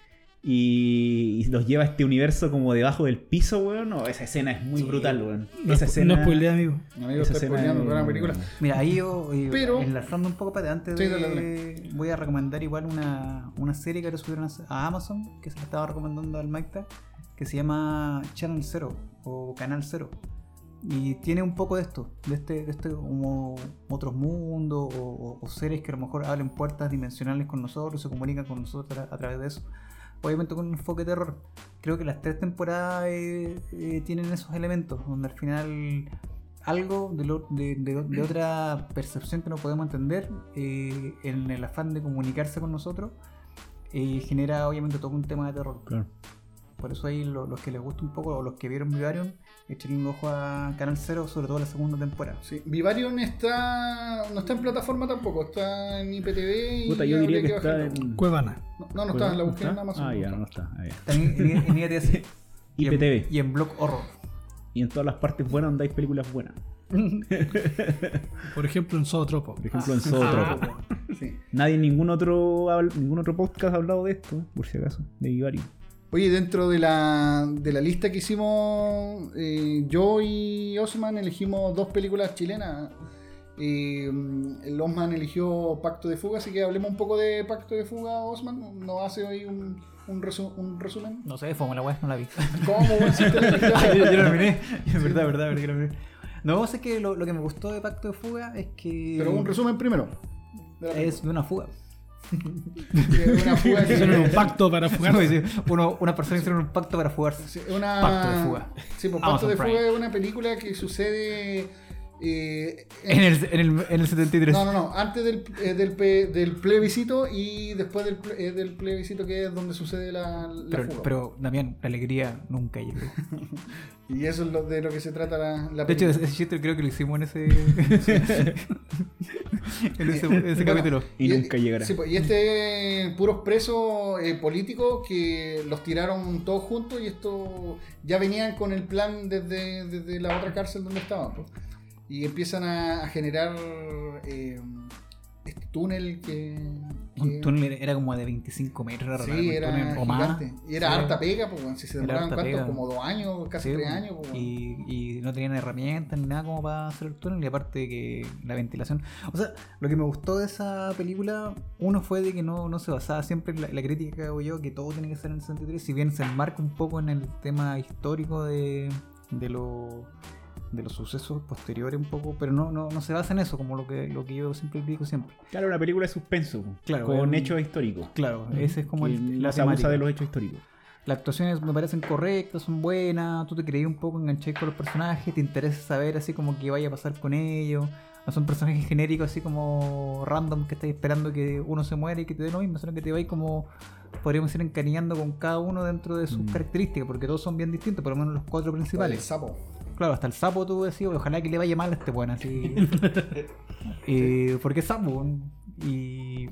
D: Y, y los lleva a este universo como debajo del piso, weón. No, esa escena es muy brutal, weón.
C: No,
D: esa
C: es-
D: escena.
C: no spoilea, amigo.
A: Amigo,
D: esa
A: estoy
D: escena
A: spoileando
D: es-
A: toda la película.
B: Mira, ahí yo eh,
A: Pero-
B: enlazando un poco para antes
A: Sí,
B: de,
A: dale,
B: voy a recomendar igual una, una serie que le subieron a- a Amazon, que se la estaba recomendando al Maikta, que se llama Channel Zero o Canal Zero. Y tiene un poco de esto, de este, de este como otros mundos o, o- o seres que a lo mejor abren puertas dimensionales con nosotros, se comunican con nosotros a- a través de eso. Obviamente con un enfoque terror. Creo que las tres temporadas eh, eh, tienen esos elementos, donde al final algo de, lo- de- de- de otra percepción que no podemos entender eh, en el afán de comunicarse con nosotros eh, genera obviamente todo un tema de terror.
D: Claro.
B: Por eso ahí lo- los que les gusta un poco o los que vieron Vivarium, echen un ojo a Canal Cero, sobre todo la segunda temporada.
A: Sí, Vivarium está, no está en plataforma tampoco, está en IPTV. Y
D: Puta, yo diría
A: habría
D: que está
A: bajarlo.
D: en.
C: Cuevana.
A: No, no, no está, la busqué en
D: ¿No está?
A: Amazon.
D: Ah, ya, no está. Ah, ya.
B: También en, en ITS y en-
D: IPTV.
B: y en Block Horror.
D: Y en todas las partes buenas donde hay películas buenas.
C: Por ejemplo, en Zootropo.
D: Por ejemplo,
A: Ah.
D: en
B: Ah,
D: Zootrópico.
A: Sí.
D: Nadie, ningún otro, habl- ningún otro podcast ha hablado de esto, por si acaso, de Ivari.
A: Oye, dentro de la, de la lista que hicimos, eh, yo y Osman elegimos dos películas chilenas. Eh, mm, el Osman eligió Pacto de Fuga, así que hablemos un poco de Pacto de Fuga, Osman. ¿Nos hace hoy un, un, resu- un resumen?
B: No sé, fue la weá, no la vi.
A: ¿Cómo? weón, si te la
B: Ah, yo,
A: elegiste?
B: yo lo miré. Es verdad, verdad, verdad que lo miré. No, sé que lo, lo que me gustó de Pacto de Fuga es que.
A: Pero un resumen primero. de la
B: Es de una fuga.
A: película. Es una fuga que-
C: Hicieron un pacto para fugar.
B: Como dice, uno- una persona hicieron un pacto para fugarse.
A: Sí, una...
B: Pacto de Fuga.
A: Sí, pues, Pacto
B: Amazon
A: de
B: Prime.
A: Fuga es una película que sucede. eh,
B: En el, en el, en el 73.
A: No, no, no. Antes del, eh, del, pe- del plebiscito y después del, ple- eh, del plebiscito, que es donde sucede la, la fuga.
B: pero, pero, Damián, la alegría nunca llegó.
A: Y eso es lo, de lo que se trata la, la
B: De hecho,
A: película.
B: ese chiste creo que lo hicimos en ese. en ese, en ese
A: Bueno,
B: capítulo.
D: Y nunca llegará.
A: sí, pues, y este eh, puros presos eh, políticos que los tiraron todos juntos y esto ya venían con el plan desde, desde la otra cárcel donde estaban. pues. Y empiezan a, a generar eh, este túnel que...
B: Un
A: que-
B: túnel era como de 25 metros, era raro,
A: Sí,
B: un
A: era
B: túnel, o más.
A: gigante. Y era
B: Sí.
A: harta pega, pues, weón. si se
B: Era
A: demoraban
B: harta
A: cuánto,
B: pega.
A: como dos años, casi
B: Sí,
A: tres
B: po.
A: años. pues, weón.
B: y, y no tenían herramientas ni nada como para hacer el túnel, y aparte que la ventilación. O sea, lo que me gustó de esa película, uno fue de que no, no se basaba siempre en la, la crítica que hago yo, que todo tiene que ser en el 63, si bien se enmarca un poco en el tema histórico de, de, lo- de los sucesos posteriores un poco, pero no, no, no se basa en eso, como lo que, lo que yo siempre digo siempre.
D: Claro, una película de suspenso, po,
B: Claro,
D: con
B: en-
D: hechos históricos.
B: Claro, ese es como
D: Que
B: el,
D: no
B: la
D: se abusa
B: temática.
D: de los hechos históricos.
B: Las actuaciones me parecen correctas, son buenas, tú te creí un poco enganché con los personajes, te interesa saber así como que vaya a pasar con ellos. No son personajes genéricos así como random que estáis esperando que uno se muera y que te dé lo mismo, sino que te vais como, podríamos ir encariñando con cada uno dentro de sus
D: Mm.
B: características, porque todos son bien distintos, por lo menos los cuatro
A: El
B: principales.
A: sapo.
B: Claro, hasta el sapo tú decís, ojalá que le vaya mal a este bueno, así. Eh, porque es sapo. Y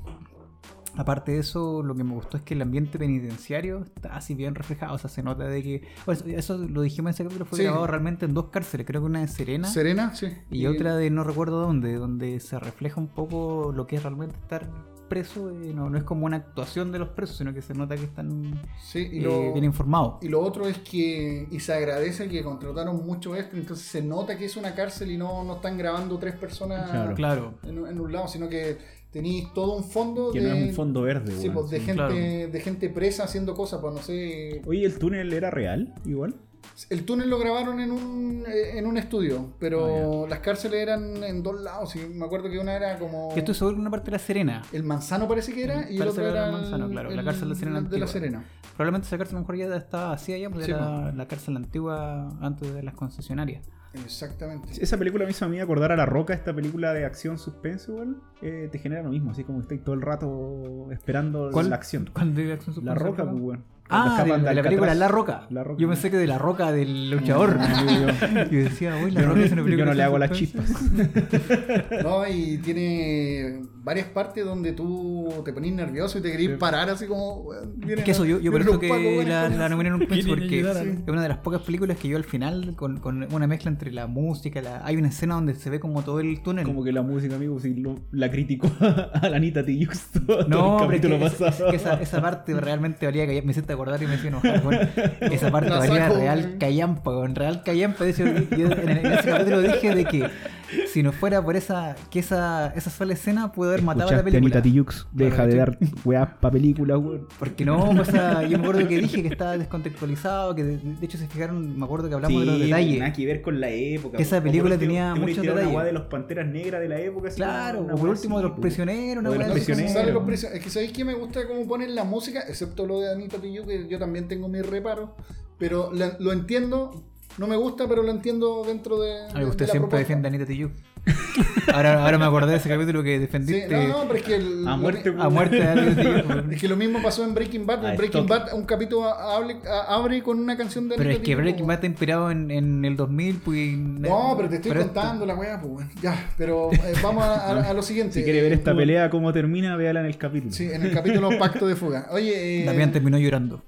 B: aparte de eso, lo que me gustó es que el ambiente penitenciario está así bien reflejado. O sea, se nota de que. o eso- eso lo dijimos en ese capítulo, fue
A: Sí.
B: grabado realmente en dos cárceles. Creo que una de Serena
A: Serena, sí.
B: y otra de no recuerdo dónde, donde se refleja un poco lo que es realmente estar preso. eh, no, no es como una actuación de los presos, sino que se nota que están
A: Sí, y,
B: eh,
A: lo,
B: bien informados.
A: y lo otro es que, y se agradece que contrataron mucho esto, entonces se nota que es una cárcel y no, no están grabando tres personas
D: Claro.
B: Claro.
A: en, en un lado, sino que tenéis todo un fondo
D: Que
A: de,
D: no es un fondo verde,
A: Eh, sí,
D: weón,
A: pues, de,
D: sí.
A: gente,
B: claro.
A: de gente presa haciendo cosas, pues no sé.
D: Oye, ¿el túnel era real? Igual.
A: El túnel lo grabaron en un, eh, en un estudio,
B: Ah,
A: pero las cárceles eran en dos lados. Y me acuerdo que una era como.
B: Yo estoy seguro que una parte de la Serena.
A: El manzano parece que era, y el
B: Parece
A: otro
B: que era
A: era.
B: el Manzano, claro, la cárcel de Serena
A: De la
B: antigua.
A: Serena.
B: Probablemente esa cárcel a lo mejor ya estaba así allá, porque
A: Sí,
B: era la cárcel antigua antes de las concesionarias.
A: Exactamente.
D: Esa película me hizo a mí acordar a La Roca, esta película de acción suspenso, igual. eh, te genera lo mismo, así como que estás todo el rato esperando
B: ¿Cuál?
D: la acción.
B: ¿Cuál de Acción Suspense
D: La Roca,
B: era?
D: pues, weón. Cuando
B: Ah, de,
D: escapan
B: de la
D: Alcatraz.
B: película La Roca.
D: La Roca.
B: Yo pensé que de La Roca del luchador.
D: No,
B: y decía, uy, La
D: Yo
B: Roca es una
D: no,
B: película.
D: yo no
B: de
D: le hago las
B: suspense".
D: chispas.
A: No, y tiene varias partes donde tú te ponís nervioso y te querís
D: Sí.
A: parar así como... weón, vienen
B: Es que eso, yo, yo
A: vienen
B: por eso
A: los pacos,
B: que
A: weón,
B: la,
A: con
B: la
A: eso.
B: nominaron un Prince
C: Quieren
B: porque
C: ayudar a-
B: es una de las pocas películas que yo al final, con, con una mezcla entre la música, la, hay una escena donde se ve como todo el túnel.
D: Como que la música, amigo, si lo- la criticó a la Anita Tijoux todo
B: No,
D: el
B: pero es que,
D: capítulo
B: es- es
D: pasado.
B: que esa, esa parte realmente valía callampa. Me hiciste acordar y me hicieron enojar, weón. Esa parte
A: La
B: valía
A: saco,
B: real
A: weón.
B: callampa, weón. Real callampa. De hecho, yo en el- en ese capítulo dije de que si no fuera por esa, que esa, esa sola escena, pudo haber matado a la
D: Escuchaste, Anita
B: película.
D: Tijoux, deja
B: Claro,
D: de
B: sí.
D: dar weas pa' películas, weón.
B: Porque no, o sea, yo me acuerdo que dije que estaba descontextualizado, que de, de hecho se fijaron, me acuerdo que hablamos de los detalles.
D: Nada que ver con la época.
B: Que esa
D: weón. O por
B: película
D: último,
B: tenía
D: te voy a
B: muchos
D: tirar
B: detalles.
D: Una wea de los panteras negras de la época. así
B: Claro,
D: como una
B: o por
D: wea
B: último de
D: así,
B: los
D: weón.
B: prisioneros, una
D: O de
B: wea
A: Claro,
D: los
B: así como-
A: como
D: prisioneros.
A: salen los prisioneros. Es que sabéis que me gusta cómo ponen la música, excepto lo de Anita Tijoux, que yo también tengo mis reparos, pero la- lo entiendo, no me gusta, pero lo entiendo dentro de.
B: Ay,
A: de-
B: usted
A: de la
B: siempre
A: propuesta.
B: defiende a Anita Tijoux. Ahora, ahora me acordé de ese capítulo que
A: Sí,
B: defendiste
A: no, no, pero es que. el-
D: A
A: lo
D: muerte,
A: mi-
B: a muerte a Anita Tijoux. weón.
A: es que lo mismo pasó en Breaking Bad.
D: Ah,
A: En Breaking
D: esto-
A: Bad, un capítulo a- hable- a- abre con una canción de
B: Pero es
A: Anita
B: que
A: Tijoux,
B: Breaking Bad está inspirado en, en el 2000, pues...
A: No, pero te estoy
B: esto-
A: contando la weá, pues bueno. Ya, pero eh, vamos a, a- a lo siguiente.
D: Si quiere ver esta
A: Eh,
D: pelea, cómo termina, véala en el capítulo.
A: Sí, en el capítulo Pacto de Fuga. Oye, eh,
B: Damián terminó llorando.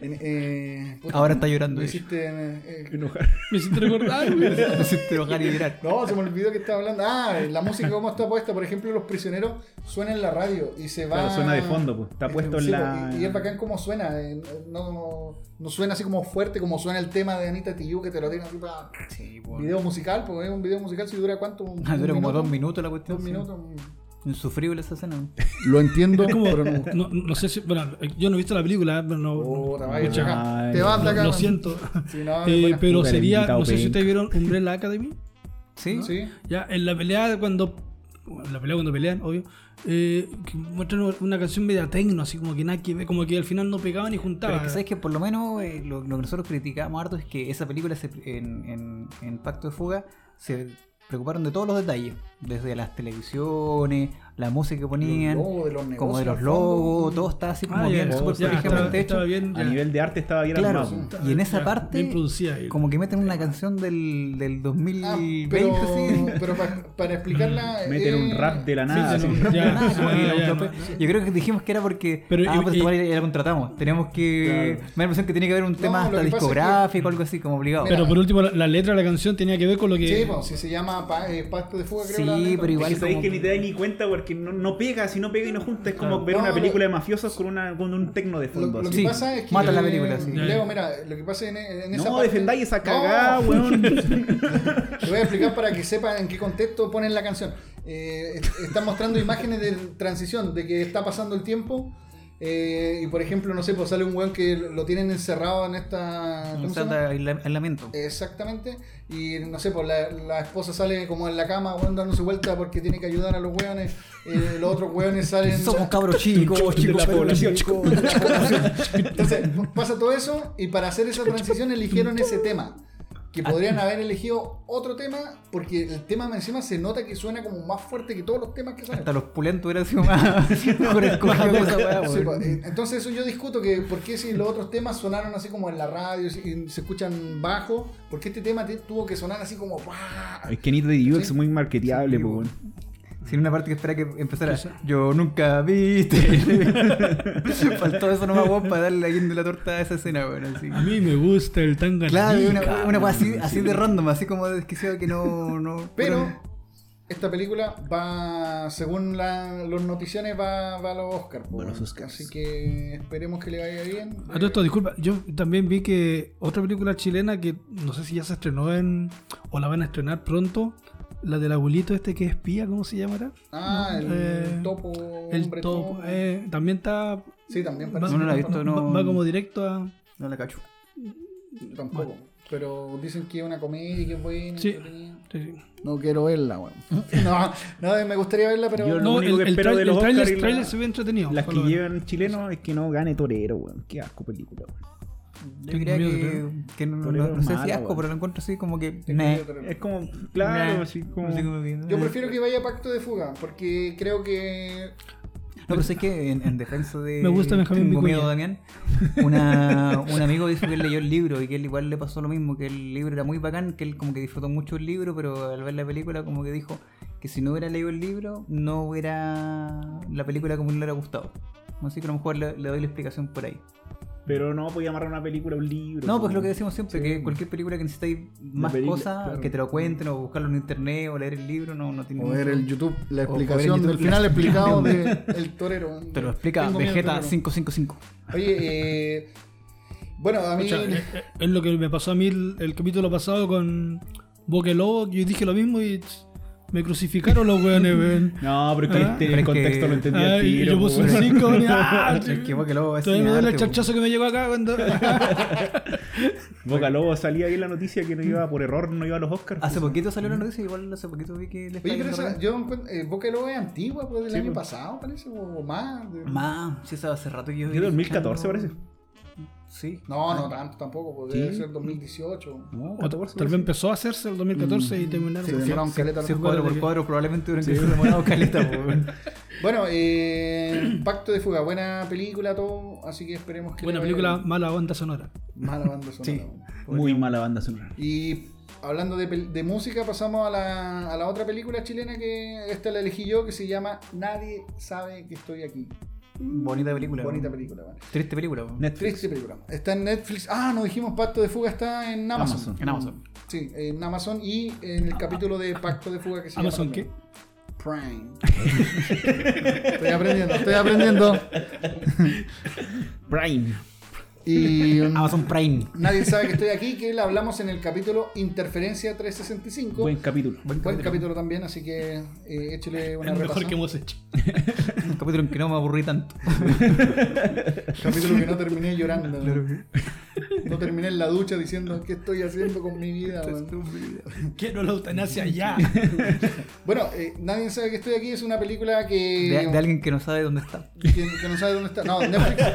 A: en- eh, puta,
B: Ahora está llorando.
A: me
B: de hecho.
A: hiciste, eh, eh,
D: Enojar.
C: Me hiciste recordar, güey.
B: Me hiciste enojar y llorar.
A: No, se me olvidó que estaba hablando. Ah, la música cómo está puesta. Por ejemplo, Los Prisioneros suena en la radio y se va...
D: Claro, suena de fondo, pues. Está
A: Eh,
D: puesto
A: sí,
D: en la...
A: Y, y es bacán cómo suena. eh, No, no suena así como fuerte como suena el tema de Anita Tijoux que te lo tiene así para...
B: Sí, weón.
A: Video musical, pues es un video musical si dura cuánto... Un-
B: Ah,
A: un
B: Dura como
A: minuto,
B: dos minutos la cuestión.
A: Dos
B: sí.
A: minutos.
B: Insufrible esa escena. weón.
A: Lo entiendo,
C: Como-
A: pero no...
C: no, no sé si. Bueno, yo no he visto la película, ¿eh? pero no.
A: Puta, vaya,
D: Pucha.
A: acá.
D: Ay,
A: Te vas de
C: lo,
A: acá.
C: lo siento.
A: Sí, no,
C: Eh,
A: buena.
C: pero
D: Puta, el
C: sería.
D: invitado
C: No sé si
D: penca.
C: ustedes vieron Umbrella Academy.
B: ¿Sí?
A: Sí.
C: Ya, en la pelea cuando. bueno, en la pelea cuando pelean, obvio. eh, que muestran una canción media tecno, así como que nada que ver, como que al final no pegaban ni
B: Pero
C: juntaban.
B: es que sabes que por lo menos eh, lo, lo que nosotros criticamos harto es que esa película se- en, en- en Pacto de Fuga se preocuparon de todos los detalles, desde las televisiones, la música que ponían,
A: Los logos de los negocios
B: como de los
A: al fondo. mm.
B: logos, todo está así como
C: Ah,
B: bien,
C: ya,
B: súper
C: ya, estaba,
B: prolijamente hecho.
C: estaba bien.
D: A
C: ya.
D: nivel de arte estaba bien
B: Claro,
D: armado. pues.
C: Está-
B: y en esa
C: ya,
B: parte,
C: Bien producida. eh.
B: Como que meten una canción del, del 2020,
A: Ah, pero,
B: así.
A: pero pa- para explicarla.
D: Mm, Meten un
A: eh,
D: rap de la
C: Sí,
D: nada.
C: sí,
D: así.
C: no, ya,
B: Nada,
C: sí,
B: como que
C: ya,
B: la-
C: ya,
B: la-
C: no.
B: Yo creo que dijimos que era porque.
C: Pero,
B: ah,
C: y-
B: pues
C: y-
B: esta weá ya la contratamos. Tenemos que.
D: Claro.
B: Me da la impresión que tiene que haber un tema
A: lo
B: hasta
A: que pasa es que-
B: discográfico, algo así, como obligado.
A: Mira,
C: Pero por último, la, la letra de la canción tenía que ver con lo que.
A: Sí, pues, si se llama pa- eh, Pacto de Fuga, creo.
B: Sí,
A: la letra.
B: pero igual-
D: Es que sabéis
B: como-
D: que ni te das ni cuenta porque no, no pega, si no pega y no junta. Es como
B: Claro.
D: ver
A: No,
D: una
A: lo-
D: película de mafiosos con, una, con un tecno de
A: Lo,
D: fondo.
A: lo que
D: así.
B: Sí,
A: pasa es que.
B: mata la
A: eh,
B: película, sí.
A: Leo, mira, lo que pasa en, en esa.
D: No,
A: parte-
D: defendáis esa cagada,
A: No,
D: weón.
A: Te voy a explicar para que sepan en qué contexto ponen la canción. Eh, est- están mostrando imágenes de transición, de que está pasando el tiempo. eh, y por ejemplo, no sé, pues sale un weón que lo tienen encerrado en esta.
B: Un
A: ¿cómo se
B: salto
A: llama?
B: de aisla- aislamiento.
A: Eh, Exactamente. Y no sé, pues la, la esposa sale como en la cama, weón, dándose vuelta porque tiene que ayudar a los weones. Eh, los otros weones salen.
B: Somos cabros chicos,
D: De
B: chicos
D: la
B: pero
D: población.
B: chicos.
A: Entonces, pasa todo eso y para hacer esa transición eligieron ese tema. Que
D: Ah.
A: podrían haber elegido otro tema, porque el tema encima se nota que suena como más fuerte que todos los temas que salen.
B: Hasta los pulentos hubieran sido más. mejor escogido que esa weá,
A: Sí, pues,
B: weón.
A: eh, entonces eso yo discuto que por qué si los otros temas sonaron así como en la radio y se escuchan bajo, por qué este tema te- tuvo que sonar así como ¡guau!
D: Ah, Es que Anita Tijoux
A: Sí.
D: es muy marketeable,
B: Sí,
D: po,
B: weón.
D: weón.
B: Sin una parte que espera que empezara.
C: Entonces-
B: Yo nunca viste. Faltó eso nomás, weón, para darle la guinda de la torta a esa escena, weón. así.
C: A mí me gusta el tanga.
B: Claro, una, una weá así, así de random, así como desquiciado que no. no
A: Pero esta película va, según la- los noticiones, va, va a los Oscars.
D: Va a los Oscars.
A: Así que esperemos que le vaya bien.
C: A todo Ah, esto, disculpa, yo también vi que otra película chilena que no sé si ya se estrenó en. o la van a estrenar pronto, la del abuelito este que es espía, ¿cómo se llamará?
A: Ah, el
C: Eh,
A: topo.
C: El
A: hombre
C: topo, eh, también está.
A: Sí, también
C: va-
A: parece
B: No, no la he visto,
C: va-
B: no.
C: Va como directo a.
B: No la cacho.
A: Tampoco. Pero dicen que es una comedia y que es buena.
C: Sí.
A: entretenida.
C: sí, sí.
A: No quiero verla, weón. No, no, me gustaría verla, pero.
D: Yo Lo
C: No, el,
D: único que
C: el
D: espero
C: tra-
D: de
C: el
D: los
C: trailer,
D: Oscar y la-
C: trailer se ve entretenido.
D: Las que
C: Solo-
D: llevan chilenos es que no gane torero, weón. Qué asco película, weón.
B: Yo
C: Tengo
B: diría
C: miedo
B: que,
C: de
B: que no, no-
D: Toledo
B: no
D: es
B: sé si
D: malo,
B: asco,
D: weón.
B: pero lo encuentro así como que. meh.
A: Yo creo-
D: Es como, claro,
B: Nah.
D: así como.
B: Así como que- eh,
A: Yo prefiero que vaya Pacto de Fuga, porque creo que.
B: pero sé que en, en defensa de.
C: Me gusta Benjamín
B: Tengo
C: Vicuña.
B: miedo, Damián. Una- un amigo dijo que él leyó el libro y que él igual le pasó lo mismo, que el libro era muy bacán, que él como que disfrutó mucho el libro, pero al ver la película como que dijo que si no hubiera leído el libro, no hubiera. la película como le hubiera gustado. Así que a lo mejor le, le doy la explicación por ahí.
D: Pero no podía amarrar una película a un libro.
B: No, pues lo que
D: decimos
B: decimos siempre,
D: Sí.
B: que cualquier película que necesitáis más
D: película,
B: cosas,
D: claro.
B: que te lo cuenten o buscarlo en internet o leer el libro, no, no tiene
A: Mm. O ver
B: mucho-
A: el YouTube, la
B: O ver el
A: explicación
B: YouTube,
A: del
B: la
A: final explicado de El Torero.
B: Te lo explica
A: Tengo miedo al
B: Vegeta
A: torero.
B: 555.
A: Oye, eh, bueno, a mí.
C: Pucha, eh, eh, es lo que me pasó a mí el, el capítulo pasado con Boque Lobo. Yo dije lo mismo y tss, me crucificaron los weones, weón.
D: No, pero que
C: Ah.
D: este,
B: Pero
D: el
B: es
D: contexto
B: que-
D: lo entendí
C: Ah,
D: al
C: y
D: tiro.
C: yo puse un
D: pues.
C: 5.
B: que Boca Lobo es
C: Todavía me duele el
B: arte, pues.
C: chachazo que me llegó acá cuando.
D: Boca Lobo salía ahí en la noticia que no iba por error, no iba a los Oscars.
B: Hace
D: pues.
B: poquito salió la noticia, igual hace poquito vi que le
A: Oye, pero
B: yendo
A: esa,
B: re-
A: yo encuentro, eh, Boca Lobo es antigua, pues del
D: Sí,
A: año
D: pues.
A: pasado, parece, o más. de-
B: Más, sí, esa hace rato que yo.
D: Yo 2014 parece.
B: Sí.
A: No, no tanto tampoco, pues, debe
D: Sí.
A: ser 2018.
D: No,
C: O
D: 14
C: Tal vez
D: parece.
C: empezó a hacerse el 2014 y terminaron.
A: Mm, Sí, hicieron
B: Si,
A: caleta
B: si es
A: los
B: cuadro
C: jugadores
B: por
C: que-
B: cuadro, probablemente durante que se demorado caleta, po, weón.
A: Bueno, eh, Pacto de Fuga, buena película, todo, así que esperemos que.
C: Buena
A: le vaya
C: película,
A: bien.
C: mala banda sonora.
A: Mala banda sonora.
B: Sí.
A: bueno.
D: Muy mala banda sonora.
A: Y hablando de, pel- de música, pasamos a la, a la otra película chilena que esta la elegí yo, que se llama Nadie sabe que estoy aquí.
B: Bonita película.
A: Bonita
B: weón.
A: película, bueno.
B: Triste película, weón.
A: Triste
D: Netflix.
A: película. Está en Netflix. Ah, nos dijimos Pacto de Fuga está en Amazon.
D: Amazon.
B: En Amazon.
A: Sí, en Amazon y en el capítulo de Pacto de Fuga que se
C: ¿Amazon
A: llama.
C: qué?
A: Prime. estoy aprendiendo, estoy aprendiendo.
D: Prime.
A: Y.
B: Amazon Prime.
A: Nadie sabe que estoy aquí, que la hablamos en el capítulo Interferencia 365.
D: Buen capítulo.
A: Buen capítulo también, así que eh, échale
C: Es
A: una
C: lo mejor
A: repasada.
C: que hemos hecho.
B: Un capítulo en que no me aburrí tanto.
A: Capítulo que no terminé llorando. No terminé en la ducha diciendo qué estoy haciendo con mi vida. weón?"
C: Quiero la eutanasia ya.
A: Bueno, eh, nadie sabe que estoy aquí. Es una película que,
B: De, de alguien que no sabe dónde está.
A: que, que no sabe dónde está. No, Netflix.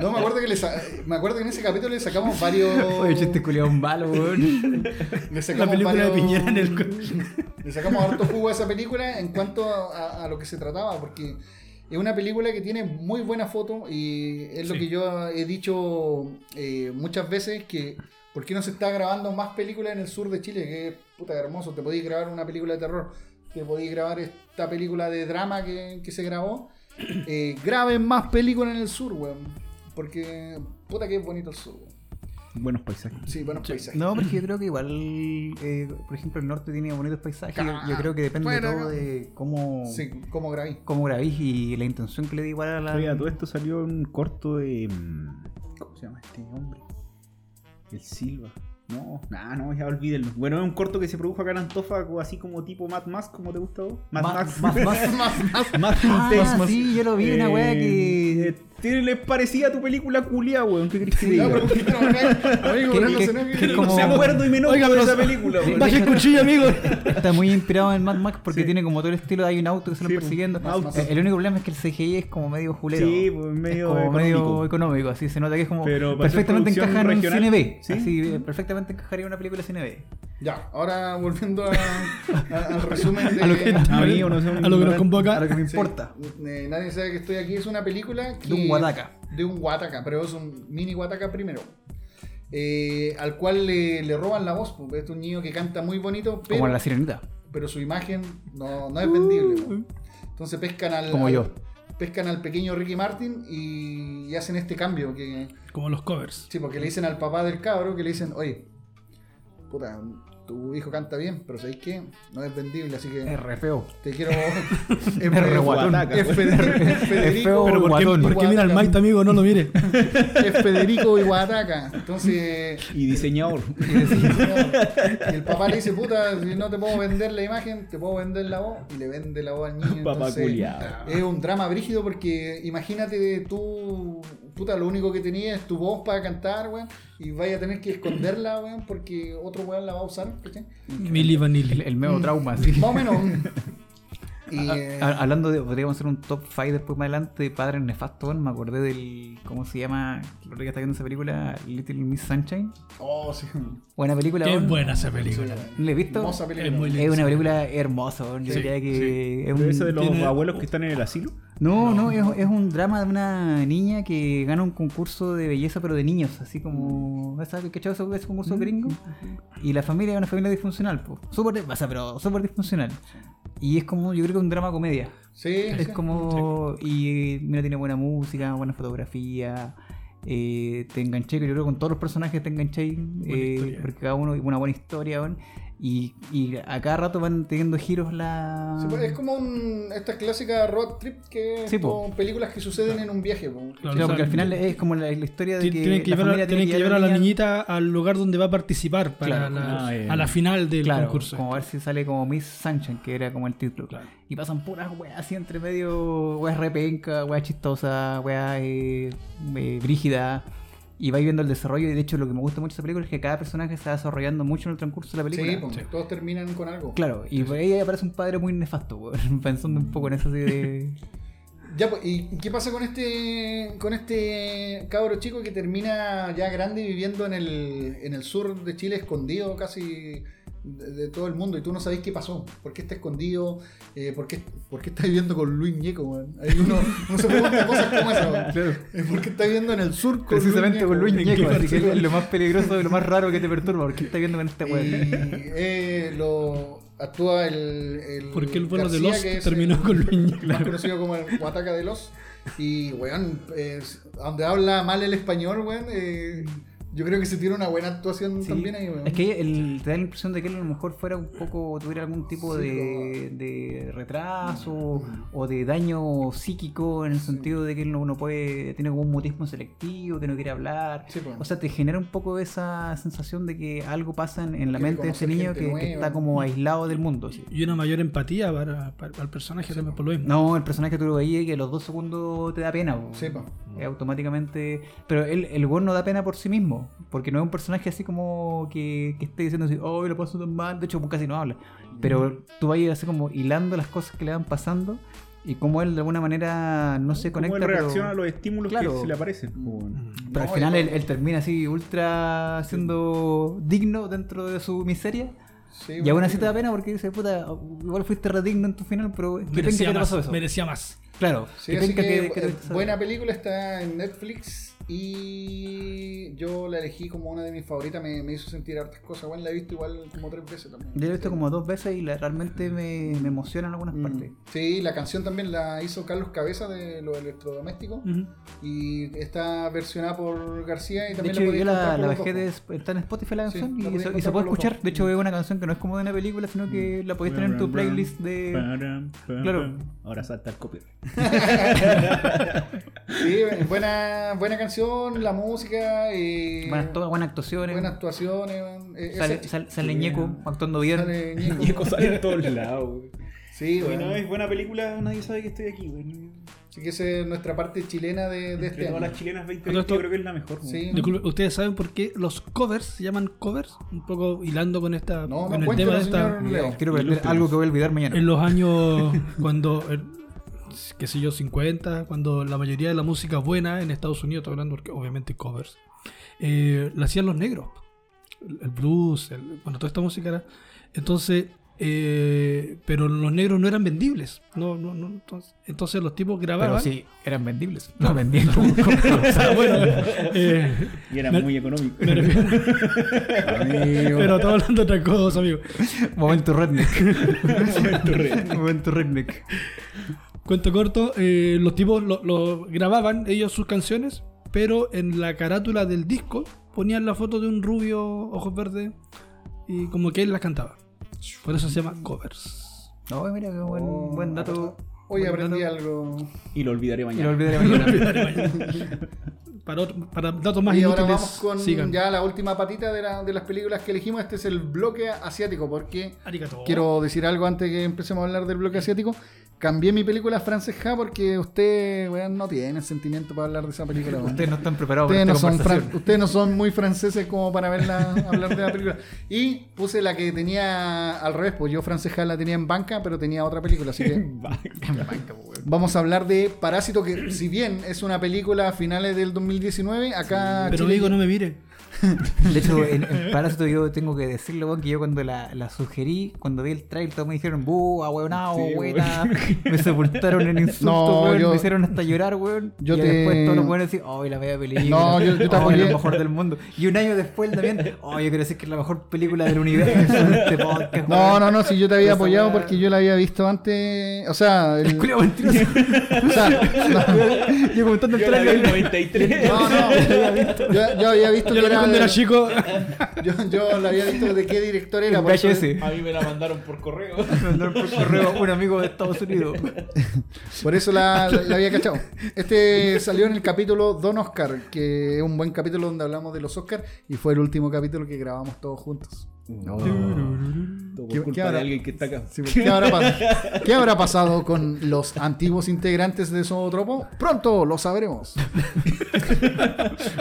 A: No, me acuerdo que le sa- me acuerdo que en ese capítulo le sacamos varios.
B: Oye, chiste culiado malo, weón.
A: Le
C: La
A: sacamos
C: película de
A: varios-
C: Piñera en el.
A: Le sacamos harto jugo a esa película en cuanto a, a- a lo que se trataba, porque es una película que tiene muy buena foto y es lo
C: Sí.
A: que yo he dicho eh, muchas veces que ¿por qué no se está grabando más películas en el sur de Chile? Que puta hermoso, te podéis grabar una película de terror, te podéis grabar esta película de drama que, que se grabó. Eh, graben más películas en el sur, weón. Porque puta que es bonito el sur, weón.
D: Buenos paisajes.
A: Sí, buenos paisajes.
B: No, porque yo creo que igual, eh, por ejemplo, el norte tiene bonitos paisajes. Yo, yo creo que depende
A: Ah, Bueno,
B: todo de cómo,
A: Sí, como grabé.
B: cómo grabís y la intención que le di igual a la.
D: Oye, a todo esto salió un corto de. mm, ¿Cómo se llama este hombre? El Silva. No, nah, no, ya olvídenlo. Bueno, es un corto que se produjo acá en Antófago, así como tipo Mad Max, como te gusta a vos. Mad
B: Ma-
D: Max.
B: ma- ma-
A: Más, más.
D: Mad
B: Ah,
D: Max.
B: sí, yo lo vi, una wea que-
D: eh, tiene- Les parecía a tu película culia, weón. ¿Qué crees que te
A: No,
D: diga?
A: pero ¿por qué no me cae? Amigo,
B: Que-
A: Bruno
B: que-
A: Zenobi.
B: que
D: No
B: como-
D: me acuerdo y me enojo
C: Oiga,
D: de
C: pero-
D: esa película,
B: Sí.
D: weón.
C: Baje el cuchillo, amigo.
B: Está muy inspirado en Mad Max porque tiene como todo el estilo de hay un auto que se lo
D: Sí, pues,
B: persiguiendo.
D: autos.
B: Eh, El único problema es que el CGI es como medio julero.
D: Sí, pues,
B: Es
D: medio
B: como medio
D: económico.
B: económico, así se nota que es como
D: Pero para ser
B: perfectamente
D: producción
B: encaja en un
D: regional,
B: cine B.
D: sí. Ah,
B: Así eh, perfectamente encajaría en una película cine B.
A: Ya, ahora volviendo a- a- al resumen de
B: A lo que-
D: A mí, o no sé, un
C: A lo que nos
D: ignorante.
C: convoca.
B: A lo que me
A: Sí,
B: importa.
A: eh, nadie sabe que estoy aquí. Es una película que-
B: De un guataca.
A: De un guataca, pero es un mini guataca primero. Eh, al cual le, le roban la voz. porque Este es un niño que canta muy bonito, pero,
B: Como en la sirenita.
A: pero su imagen no, no es vendible. po. Entonces pescan al.
B: Como yo.
A: Pescan al pequeño Ricky Martin y, y hacen este cambio que,
C: Como los covers.
A: Sí, porque le dicen al papá del cabro que le dicen, oye, puta, tu hijo canta bien, pero ¿sabéis qué? No es vendible, así que
B: Es re feo.
A: te quiero...
B: Es re guatón.
A: Es Federico, es
B: Es feo,
A: Federico,
C: Pero ¿por qué,
B: guatón.
C: por qué mira al
A: Guatón.
C: Mike, amigo? No lo mire.
A: es Federico y Guataca. Entonces...
D: Y diseñador.
A: Y, le dicen, "No". Y el papá le dice, puta, si no te puedo vender la imagen, te puedo vender la voz. Y le vende la voz al niño.
D: Papá
A: entonces,
D: culiao.
A: Es un drama brígido porque imagínate tú, puta, lo único que tenías es tu voz para cantar, weón. Y vaya a tener que esconderla, weón, porque otro weón la va a usar, ¿cachai?
C: Milly
B: El,
C: Vanilli.
B: el medio trauma, sí.
A: Más o menos. Y, eh,
B: Ha- Hablando de, podríamos hacer un top 5 después más adelante de Padres Nefastos, me acordé del, ¿cómo se llama? Lo que está viendo esa película, Little Miss Sunshine.
A: oh, sí.
B: Buena película.
C: Qué
B: weón.
C: buena esa película.
A: Sí.
B: ¿La he visto?
A: Hermosa película.
C: Es muy linda.
B: Es una película hermosa, weón. yo
C: Sí,
B: diría que
C: sí.
B: es un...
D: Pero eso de los
C: tiene-
D: abuelos que están en el asilo.
B: No, no, es, es un drama de una niña que gana un concurso de belleza, pero de niños, así como. ¿Sabes qué chavo es
A: Mm,
B: concurso gringo? Y la familia es una familia disfuncional, po. Súper, o sea, pero súper disfuncional. Y es como, yo creo que un drama comedia.
A: Sí,
B: Es
A: sí.
B: como. Y mira, tiene buena música, buena fotografía. eh, te enganché, que yo creo que con todos los personajes te enganché. eh,
C: historia.
B: porque cada uno una buena historia, weón. Y, y a cada rato van teniendo giros la.
A: Sí, pues, es como un, esta clásica road trip que
B: Sí, po.
A: son películas que suceden en un viaje. pues. po.
C: Claro,
B: Claro,
C: o sea,
B: porque al final es como la, la historia de que,
C: Tien- tienen que
B: la
C: llevar, a,
B: familia tiene
C: tienen que llevar a la
B: niña-
C: niñita al lugar donde va a participar para
B: Claro,
C: la-
D: ah, eh.
C: a la final del
B: Claro,
C: concurso.
B: como a ver si sale como Miss Sunshine, que era como el título.
C: Claro.
B: Y pasan puras weas así entre medio, weas repenca, weas chistosas, weas eh, eh, brígidas. Y vais viendo el desarrollo. Y de hecho, lo que me gusta mucho de esa película es que cada personaje se va desarrollando mucho en el transcurso de la película.
A: Sí, po, todos terminan con algo.
B: Claro, y por ahí aparece un padre muy nefasto, weón, pensando un poco en eso así de.
A: Ya, pues, ¿y qué pasa con este con este cabro chico que termina ya grande y viviendo en el, en el sur de Chile, escondido casi de, de todo el mundo? Y tú no sabés qué pasó, por qué está escondido, eh, por, qué, por qué está viviendo con Luis Ñeco, weón. Ahí uno, uno se pregunta cosas como esa, weón. Eh, ¿Por qué está viviendo en el sur con
B: Precisamente con Luis Ñeco,
A: weón?
B: así que es lo más peligroso y lo más raro que te perturba, porque está viendo con esta weón.
A: Y, eh, lo actúa el, el
C: Porque el vuelo de
A: García,
C: los
A: que es
C: terminó
A: el-
C: con Luña.
A: más conocido como el Guataca de los. Y, weón, es- donde habla mal el español, weón, eh, yo creo que se tiene una buena actuación
B: Sí.
A: también ahí, weón.
B: Es que el- te da la impresión de que él a lo mejor fuera un poco, tuviera algún tipo
A: Sí,
B: de, de retraso o de daño psíquico en el sentido de que él no, no puede, tiene como un mutismo selectivo, que no quiere hablar.
A: Sí, po.
B: O sea, te genera un poco esa sensación de que algo pasa en, en la
A: Quiere
B: mente de ese
A: conocer
B: niño
A: gente
B: que, que
A: nueva.
B: está como aislado del mundo. así.
C: Y una mayor empatía para, para- para el personaje también por lo mismo.
B: No, el personaje que tú lo veías y que a los dos segundos te da pena. po.
A: Sí, po.
B: Eh, automáticamente. Pero él, el weón no da pena por sí mismo. Porque no es un personaje así como que, que esté diciendo así, oh, lo paso tan mal. De hecho, casi no habla.
A: Mm.
B: Pero tú vas así como hilando las cosas que le van pasando y cómo él de alguna manera no se
D: Cómo
B: conecta.
D: él reacciona
B: pero,
D: a los estímulos
B: Claro.
D: que se le aparecen.
C: Mm.
B: pero
A: No,
B: al final
A: y-
B: él, él termina así ultra siendo digno dentro de su miseria.
A: Sí,
B: Y
A: weón.
B: aún así te da pena porque dice, puta, igual fuiste redigno en tu final, pero qué penca que
C: Merecía
B: te
C: más,
B: pasó eso.
C: merecía más.
B: Claro,
A: Sí,
B: qué
A: así
B: penca
A: que,
B: que- que te-
A: eh, buena película, está en Netflix y yo la elegí como una de mis favoritas, me, me hizo sentir hartas cosas, weón, la he visto igual como tres veces también.
B: Yo lo he visto como dos veces y la- realmente me, me emociona en algunas partes.
A: Mm. Sí, la canción también la hizo Carlos Cabeza de los electrodomésticos
B: Mm.
A: y está versionada por García y
B: De
A: también
B: hecho, yo
A: podéis
B: la,
A: encontrar por
B: la
A: los
B: bajé,
A: dos,
B: de,
A: po.
B: está en Spotify la
A: Sí,
B: canción
A: la
B: y,
A: podéis
B: se, y se
A: encontrar
B: puede
A: por los
B: escuchar.
A: dos.
B: De hecho, es una canción que no es como de una película, sino
A: Mm.
B: que la podéis tener en tu playlist de... Claro.
D: Ahora salta el copyright.
A: Sí, buena, buena canción, la música, eh,
B: Buenas, tomas, buenas actuaciones.
A: buenas actuaciones. weón. Eh,
B: sale
A: ese-
B: sal- sale Ñeco actuando bien.
A: sale Ñeco.
D: Y cosas en todos lados, güey.
A: Sí,
D: Bueno,
A: weón.
D: es buena película, nadie sabe que estoy aquí, güey.
A: Así que esa es nuestra parte chilena de, de
D: Entre
A: este
D: todas
A: año.
D: las chilenas 2020
C: Pero esto-
D: yo creo que es la mejor, güey.
A: Sí.
C: Disculpe, ¿ustedes saben por qué los covers se llaman covers? Un poco hilando con esta
A: No,
C: con
A: no
C: el
A: cuéntelo,
C: tema de esta.
A: señor Leo.
B: eh, Quiero aprender algo que voy a olvidar mañana.
C: En los años cuando el- qué sé yo, 50, cuando la mayoría de la música buena en Estados Unidos, estoy hablando porque obviamente covers, eh, la hacían los negros. El, el blues, el- bueno, toda esta música era. Entonces, eh, pero los negros no eran vendibles. No, no, no, entonces, entonces los tipos grababan.
B: Pero sí, eran vendibles. No vendían.
C: O sea, bueno, eh,
D: Y era
C: Me-
D: muy económico.
C: me refiero- pero estaba hablando de otra cosa, amigo.
B: Momento redneck.
D: Momento redneck.
B: Momento redneck.
C: Cuento corto, eh, los tipos lo, lo grababan ellos sus canciones, pero en la carátula del disco ponían la foto de un rubio, ojos verdes, y como que él las cantaba. Por eso se llama covers.
B: No, mira, qué buen,
A: Oh,
B: buen dato.
A: Hoy
B: buen
A: aprendí
B: dato.
A: algo.
D: Y lo olvidaré
B: Y lo
D: mañana.
B: olvidaré mañana.
C: Para, otro- para datos más
A: y ahora
C: inútiles,
A: vamos con
C: sigan.
A: ya la última patita de, la- de las películas que elegimos. Este es el bloque asiático, porque
C: Arigato.
A: Quiero decir algo antes que empecemos a hablar del bloque asiático. Cambié mi película a Frances Ha porque usted, weón, no tiene sentimiento para hablar de esa película. weón.
B: Ustedes no están preparados
A: Ustedes
B: para
A: no,
B: esta
A: son fran-
B: conversación.
A: ustedes no son muy franceses como para verla hablar de la película. Y puse la que tenía al revés, pues yo francesa la tenía en banca, pero tenía otra película. Así que vamos a hablar de Parásito, que si bien es una película a finales del 2019, acá
C: Pero
A: Chile-
C: amigo, no me mire.
B: De hecho, en, en Parásito yo tengo que decirlo, weón, que yo cuando la, la sugerí, cuando vi el trailer, todos me dijeron, buh, ahueonao,
D: Sí,
B: hueona. Me sepultaron en insultos,
A: No,
B: weón,
A: yo-
B: me hicieron hasta llorar, weón.
A: Yo
B: y
A: te-
B: después todos los buenos decían, ¡ay, la media película!
A: No, yo- yo te
B: ¡Ay,
A: apoyé.
B: la mejor del mundo! Y un año después también, ¡oh, yo quiero decir que es la mejor película del universo en este podcast!
A: No, no, no, si yo te había
B: Esa
A: apoyado
B: weá-
A: porque yo la había visto antes. O sea, el-
B: ¡Culeo mentiroso!
A: o sea, no,
B: yo comentando el
D: Yo la vi en
B: trailer.
D: 93.
A: no, no, yo, yo había visto
C: Yo
A: que
C: la vi cuando era
A: de-
C: chico.
A: yo, yo la había visto de qué director era.
B: En
A: por eso-
B: VHS.
E: A mí me la mandaron por correo.
B: Me mandaron por correo un amigo de Estados Unidos.
A: Por eso la, la había cachado. Este salió en el capítulo Don Oscar, que es un buen capítulo donde hablamos de los Oscar y fue el último capítulo que grabamos todos juntos.
D: Todo
A: ¿Qué-
D: por
A: qué
D: culpa
A: habrá?
D: de alguien que está acá.
A: Sí, ¿Qué habrá, pas- qué habrá pasado con los antiguos integrantes de Zootropo? Pronto lo sabremos.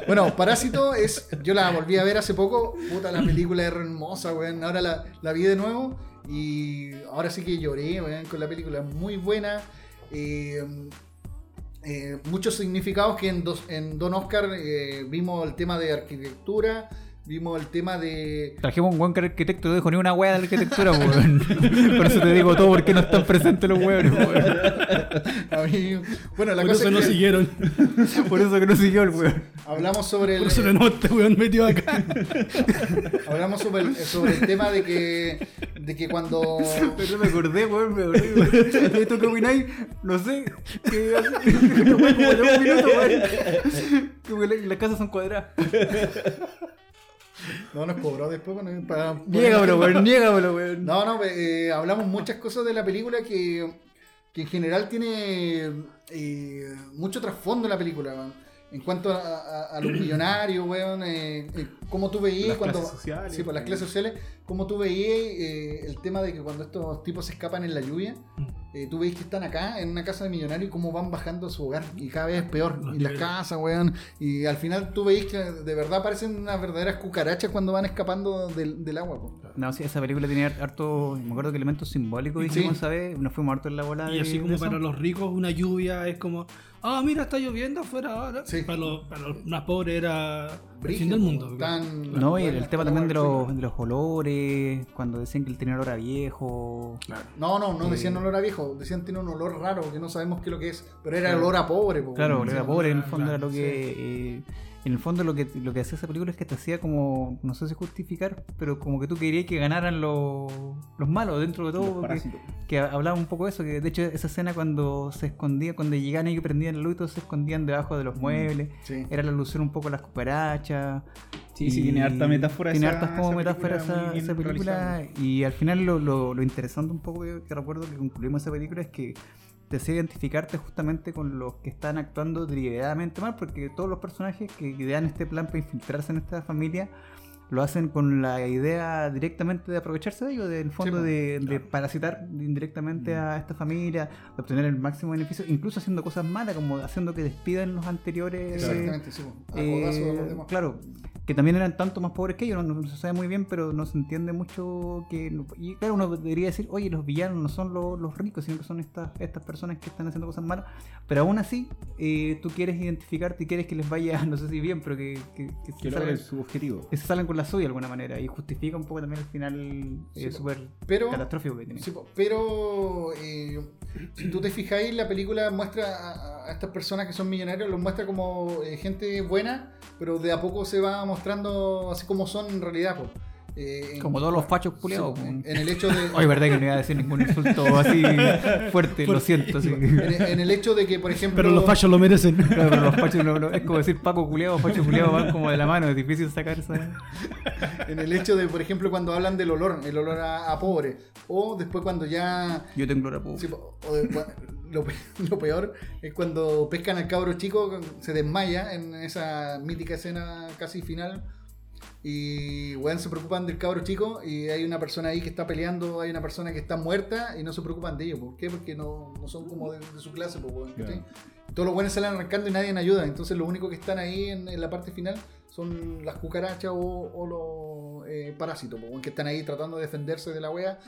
A: bueno, Parásito es. Yo la volví a ver hace poco. Puta, la película es hermosa, weón. Ahora la, la vi de nuevo. Y ahora sí que lloré, weón, con la película. Muy buena. Eh, eh, muchos significados que en, dos- en Don Oscar eh, vimos el tema de arquitectura, vimos el tema de
B: Trajimos un buen arquitecto, no dijo ni una hueá de arquitectura, weón. Por eso te digo todo porque no están presentes los hueones, weón.
A: A mí- bueno, la
C: Por
A: cosa
C: eso
A: es
C: no
A: que
C: siguieron.
B: Por eso que no siguió el weón.
A: hablamos sobre el,
C: Por eso tenemos a este weón metido acá.
A: hablamos sobre el, sobre el tema de que de que cuando
B: Pero me acordé, weón, me acordé, weón. ¿De esto qué opináis? No sé. Que que fue como de un minuto, weón. Que weón, Las casas son cuadradas.
A: no nos cobró después bueno, para-
B: Niégamelo, weón, niégamelo, weón.
A: No, no, eh, hablamos muchas cosas de la película que, que en general tiene eh, mucho trasfondo la película, weón. En cuanto a, a- a los millonarios, weón, eh, eh, cómo tú veías
D: Las
A: cuando...
D: clases sociales.
A: sí, pues las clases sociales, cómo tú veías eh, el tema de que cuando estos tipos se escapan en la lluvia, eh, tú veis que están acá en una casa de millonarios y cómo van bajando a su hogar y cada vez es peor.
C: Los
A: Y las
C: niveles.
A: casas, weón. Y al final tú veis que de verdad parecen unas verdaderas cucarachas cuando van escapando del, del agua. po.
B: No, sí, esa película tenía harto, me acuerdo que elementos simbólicos dijimos,
A: Sí.
B: ¿sabes? Nos fuimos harto en la bola
C: Y
B: de-
C: así
B: de
C: como
B: eso.
C: para los ricos una lluvia es como, ah, mira, está lloviendo afuera ahora.
A: Sí.
C: Para, los, para los más pobres era el fin
A: Brígido,
C: del mundo.
A: tan-
B: No, y el, el tema también de los,
A: Sí.
B: de los olores, cuando decían que él tenía olor a viejo.
A: No, no, no decían olor a viejo, decían tiene un olor raro que no sabemos qué es lo que es, pero era olor a pobre. po,
B: Claro,
A: weón.
B: olor
A: Sí,
B: a pobre, en el
C: claro,
B: fondo era lo
A: sí.
B: que... eh, en el fondo lo que, lo que hacía esa película es que te hacía como, no sé si justificar, pero como que tú querías que ganaran los, los malos dentro de todo.
D: Los
B: porque-
D: parásitos.
B: que hablaba un poco de eso, que de hecho esa escena cuando se escondía, cuando llegaban y prendían la luz, todos se escondían debajo de los
D: Mm.
B: muebles.
A: Sí.
B: Era la alusión un poco a las cucarachas.
D: Sí, sí,
B: y
D: tiene harta metáfora
B: Tiene
D: esa-
B: hartas como
D: esa
B: metáforas
D: película,
B: esa,
D: muy bien
B: esa película. Y al final lo, lo- lo interesante un poco que, que recuerdo que concluimos esa película es que te hace identificarte justamente con los que están actuando deliberadamente mal, porque todos los personajes que idean este plan para infiltrarse en esta familia lo hacen con la idea directamente de aprovecharse de ellos, del fondo
A: pues,
B: de, de parasitar indirectamente
D: Mm.
B: a esta familia, de obtener el máximo beneficio, incluso haciendo cosas malas, como haciendo que despidan los anteriores
A: Exactamente, sí. po. A
B: eh,
A: codazo de los demás.
B: Claro, que también eran tanto más pobres que ellos, no, no se sabe muy bien, pero no se entiende mucho que... no- Y claro, uno debería decir, oye, los villanos no son lo- los, ricos, sino que son estas, estas personas que están haciendo cosas malas, pero aún así eh, tú quieres identificarte y quieres que les vaya, no sé si bien, pero que, que, que se
D: Que
B: salgan-
D: logra su objetivo.
B: que se salgan con la suya de alguna manera y justifica un poco también el final
A: Sí,
B: eh,
A: po.
B: súper
A: Pero,
B: catastrófico que tiene.
A: sí, po, pero eh, si tú te fijáis, la película muestra a, a- a estas personas que son millonarios, los muestra como eh, gente buena, pero de a poco se va mostrando así como son en realidad. po. Eh, en-
B: Como todos los fachos
A: sí, po,
B: culiados. po.
A: en, en el hecho de...
B: Ay, verdad que no iba a decir ningún insulto así fuerte, lo siento. sí.
A: en, en el hecho de que, por ejemplo...
C: Pero los fallos lo merecen.
B: Claro, pero los pachos no- no- es como decir Paco culeado, Pacho culeado van como de la mano, es difícil sacar esa.
A: En el hecho de, por ejemplo, cuando hablan del olor, el olor a, a pobre. O después cuando ya...
B: Yo tengo la puta.
A: sí, po, o de- cua- lo, pe- lo peor es cuando pescan al cabro chico, se desmaya en esa mítica escena casi final. Y bueno, se preocupan del cabro chico y hay una persona ahí que está peleando, hay una persona que está muerta y no se preocupan de ellos. ¿Por qué? Porque no, no son como de, de su clase, pues, weón, ¿cachai? Todos los buenos salen arrancando y nadie les ayuda. Entonces los únicos que están ahí en, en la parte final son las cucarachas o, o los eh, parásitos, pues, weón, que están ahí tratando de defenderse de la wea.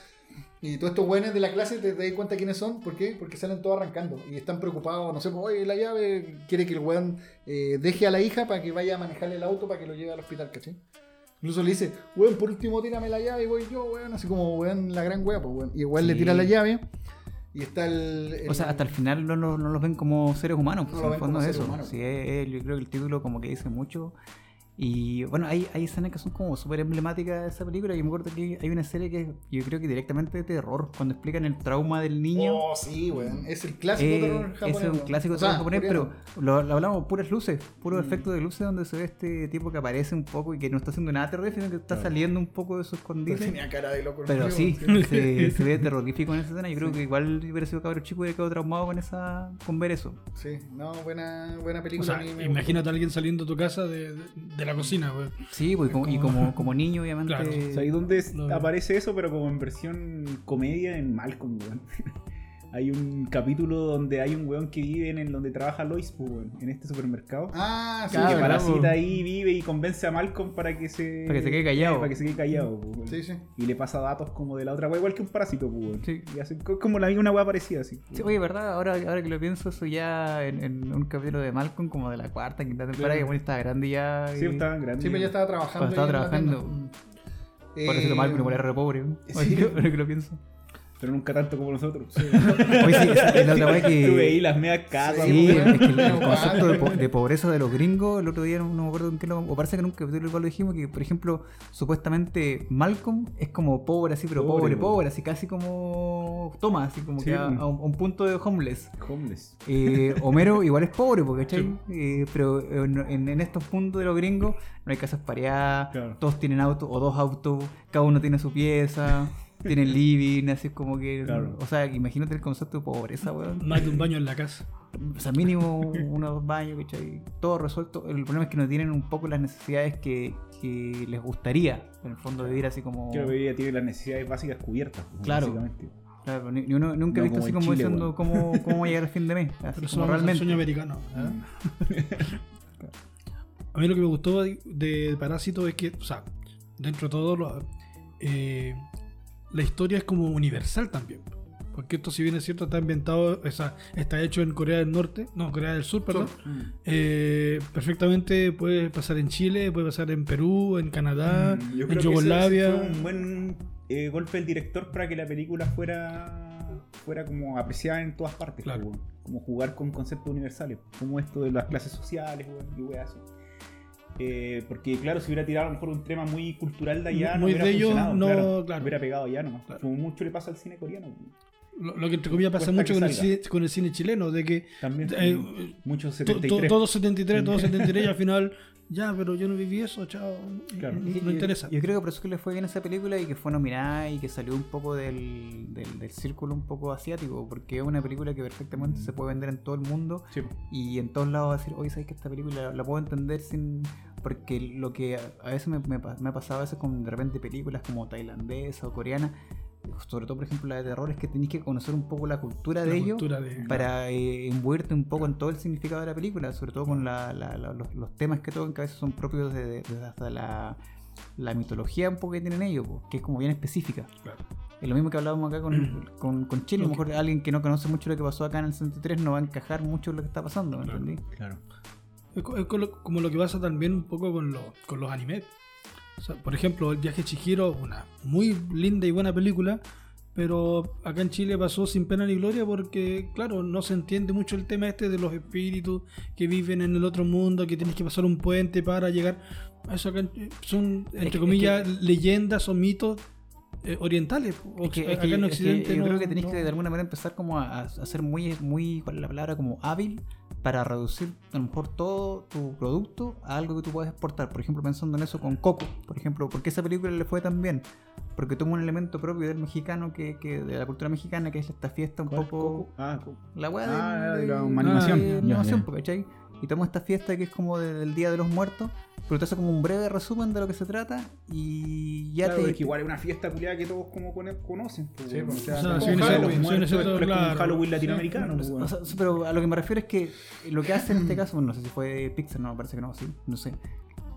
A: Y todos estos buenos de la clase te, te das cuenta quiénes son, ¿por qué? Porque salen todos arrancando y están preocupados, no sé, pues, oye, la llave quiere que el weón eh, deje a la hija para que vaya a manejarle el auto para que lo lleve al hospital, ¿cachai? Incluso le dice, weón, por último tírame la llave y voy yo, weón, así como, weón, la gran wea, pues, weón. Y igual le
B: Sí.
A: tira la llave y está el... el-
B: O sea, hasta el final no, no- no los ven como seres humanos, pues,
A: No los ven
B: en el fondo
A: como
B: es
A: seres
B: eso.
A: humanos.
B: Sí, es- es- yo creo que el título como que dice mucho. Y bueno, hay, hay escenas que son como súper emblemáticas de esa película. Yo me acuerdo que hay una serie que yo creo que directamente de terror, cuando explican el trauma del niño.
A: Oh, sí, weón. Es el clásico
B: Eh,
A: terror japonés.
B: es un
A: weón.
B: clásico
A: O sea,
B: terror japonés,
A: coreano.
B: pero lo, lo hablamos puras luces, puro
D: Mm.
B: efecto de luces donde se ve este tipo que aparece un poco y que no está haciendo nada terrorífico, sino que está
D: Claro.
B: saliendo un poco de su escondite.
A: Tenía cara de loco.
B: Pero
A: weón,
B: sí, se, se ve terrorífico en esa escena. Yo creo que igual hubiera sido cabro chico y hubiera quedado traumado con esa con ver eso.
A: Sí, no, buena, buena
C: O
A: película.
C: sea,
A: a mí me
C: imagínate a alguien saliendo de tu casa de, de- de la cocina, weón.
B: Sí, pues, y como, y como, como niño, obviamente.
C: Claro.
D: O sea, ahí donde es-
C: No, no.
D: aparece eso, pero como en versión comedia en Malcolm, weón. hay un capítulo donde hay un weón que vive en el donde trabaja Lois, pues, weón, en este supermercado.
A: gustó. Ah, sí.
D: Y que
B: Claro.
D: parasita
B: po.
D: ahí, vive y convence a Malcolm para que se...
B: Para que se quede callado.
D: Eh, Para que se quede callado, pues, weón.
A: Sí, sí.
D: Y le pasa datos como de la otra weá, igual que un parásito, pues, weón.
B: Sí.
D: Y hace co- como la misma una weá parecida, así.
B: Sí, oye, ¿verdad? Ahora, ahora que lo pienso, eso ya en, en un capítulo de Malcolm, como de la cuarta, quinta temporada,
D: Claro.
B: que bueno, estaba grande ya. y-
D: Sí, pues, estaban grandes.
A: Sí, pero pues, ya estaba trabajando.
B: Cuando estaba
A: ahí en la
B: trabajando.
A: tienda. Mm.
B: Por
A: Eh,
B: eso Malcolm igual era re pobre. ¿no?
D: sí.
B: Oye, ahora que lo pienso.
D: Pero nunca tanto como nosotros.
B: Oye, sí, esa es la otra wea que.
D: Tú veí las medias casas,
B: Sí,
D: weón.
B: es que el, el concepto de, po- de pobreza de los gringos, el otro día no, no me acuerdo en qué lo. O parece que en un capítulo igual lo dijimos, que por ejemplo, supuestamente Malcolm es como pobre así, pero pobre,
D: Pobre,
B: pobre,
D: po.
B: así casi como toma, así como
D: Sí,
B: que a,
D: po.
B: a un, a un punto de homeless.
D: Homeless.
B: Eh, Homero igual es pobre, porque
C: Sí,
B: pero en, en estos puntos de los gringos no hay casas pareadas,
D: Claro.
B: todos tienen auto o dos autos, cada uno tiene su pieza, tienen living, así es como que.
D: Claro.
B: O sea, imagínate el concepto de pobreza, weón.
C: Más de un baño en la casa.
B: O sea, mínimo uno o dos baños, ¿cachai? Todo resuelto. El problema es que no tienen un poco las necesidades que, que les gustaría, en el fondo, vivir así como.
D: Creo que ella tiene las necesidades básicas cubiertas. pues,
B: Claro.
D: básicamente.
B: Claro, ni, ni uno, nunca
D: No
B: he visto
D: como
B: así
D: en
B: como
D: Chile,
B: diciendo
D: weón.
B: cómo, cómo voy a llegar al fin de mes. Así como
C: Pero eso es un sueño
B: realmente.
C: americano. ¿eh? A mí lo que me gustó de- de Parásito es que, o sea, dentro de todo, lo- eh, la historia es como universal también. Porque esto, si bien es cierto, está inventado, o sea, está hecho en Corea del Norte, no, Corea del Sur, perdón.
A: Mm.
C: Eh, perfectamente puede pasar en Chile, puede pasar en Perú, en Canadá,
D: Mm, yo
C: en
D: creo que
C: Yugoslavia.
D: ese Fue un buen eh, golpe del director para que la película fuera fuera como apreciada en todas partes.
C: Claro.
D: weón. Como jugar con conceptos universales, como esto de las clases sociales weón, y weas así. Eh, porque claro, si hubiera tirado a lo mejor un tema muy cultural de allá, no
C: Muy
D: hubiera
C: de ellos,
D: funcionado,
C: no,
D: claro.
C: claro.
D: Hubiera pegado allá nomás.
C: Claro.
D: Como mucho le pasa al cine coreano. weón.
C: Lo, lo que entre comillas pasa
D: Mm. Cuesta
C: mucho
D: que
C: con el,
D: salga.
C: cine, con el cine chileno, de que
D: También
C: eh,
D: muchos
C: to- to-
D: 73.
C: todos 73, todos 73 y al final, ya, pero yo no viví eso, chao.
D: Claro.
C: No,
B: Yo-
C: interesa.
B: Yo creo que por eso que le fue bien esa película y que fue nominada y que salió un poco del, del, del círculo un poco asiático, porque es una película que perfectamente se puede vender en todo el mundo
D: Sí,
B: y en todos lados va a decir, oye, ¿sabes que esta película la, la puedo entender sin...? Porque lo que a- a veces me, me pa- me ha pasado a veces con de repente películas como tailandesa o coreana, sobre todo por ejemplo la de terror, es que tenéis que conocer un poco la cultura
C: La
B: de ellos
C: cultura de-
B: para eh, imbuirte un poco en todo el significado de la película, sobre todo con la- la- la- los, los temas que tocan, que a veces son propios de, de- de hasta la, la mitología un poco que tienen ellos, po, que es como bien específica.
C: Claro.
B: Es lo mismo que hablábamos acá con, con, con Chile, a lo
C: Ok.
B: mejor alguien que no conoce mucho lo que pasó acá en el 63 no va a encajar mucho en lo que está pasando, ¿me
C: Claro.
B: entendí?
D: claro.
C: Es co- es co- lo- como lo que pasa también un poco con, lo- con los animes. O sea, por ejemplo, El viaje de Chihiro, una muy linda y buena película, pero acá en Chile pasó sin pena ni gloria porque, claro, no se entiende mucho el tema este de los espíritus que viven en el otro mundo, que tienes que pasar un puente para llegar. Eso acá en- eh, son,
B: Es que-
C: entre
B: es
C: comillas, leyendas o mitos eh, orientales. O-
B: Es que- es
C: acá
B: que-
C: en
B: es que yo
C: Occidente no-
B: creo que tenéis
C: no-
B: que de alguna manera empezar como a, a- a ser muy, muy, ¿cuál es la palabra? Como hábil para reducir a lo mejor todo tu producto a algo que tú puedas exportar. Por ejemplo, pensando en eso con Coco, por ejemplo, ¿por qué esa película le fue tan bien? Porque toma un elemento propio del mexicano, que, que- de la cultura mexicana, que es esta fiesta un
D: ¿Cuál?
B: poco...
D: Ah, Coco.
B: La weá
D: Ah,
B: de,
D: la
B: de-
D: animación.
B: de
D: Ya,
B: animación,
D: ya.
B: po, ¿cachai? Y toma esta fiesta que es como de- del Día de los Muertos pero te hace como un breve resumen de lo que se trata y ya
D: Claro,
B: te...
D: es que igual es una fiesta culiada que todos como cono- conocen. pues,
A: Sí, pues,
D: o sea,
A: o sea,
D: como
A: sí, en ese-
D: Halloween,
A: sí, en
D: muertos,
C: ese
D: pero es como un
C: claro.
D: Halloween
C: Sí,
D: latinoamericano. pues,
B: O
D: bueno.
B: sea, sí, pero a lo que me refiero es que lo que hace en este caso, bueno, no sé si fue Pixar, no, parece que no, sí, no sé.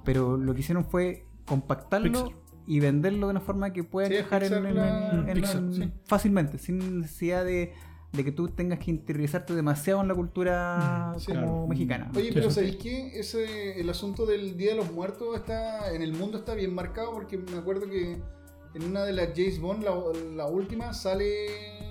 B: Pero lo que hicieron fue compactarlo
C: Pixar.
B: y venderlo de una forma que pueda
A: Sí, es
B: encajar en-
A: Pixar
B: en-
A: la-
B: en- en-
A: Pixar, sí.
B: fácilmente, sin necesidad de, de que tú tengas que interiorizarte demasiado en la cultura
A: Mm, sí,
B: como
D: claro.
B: mexicana.
A: Oye,
C: Sí,
A: pero
C: sí.
A: ¿sabéis qué? Ese, el asunto del Día de los Muertos está en el mundo está bien marcado porque me acuerdo que en una de las James Bond, la, la última, sale... eh,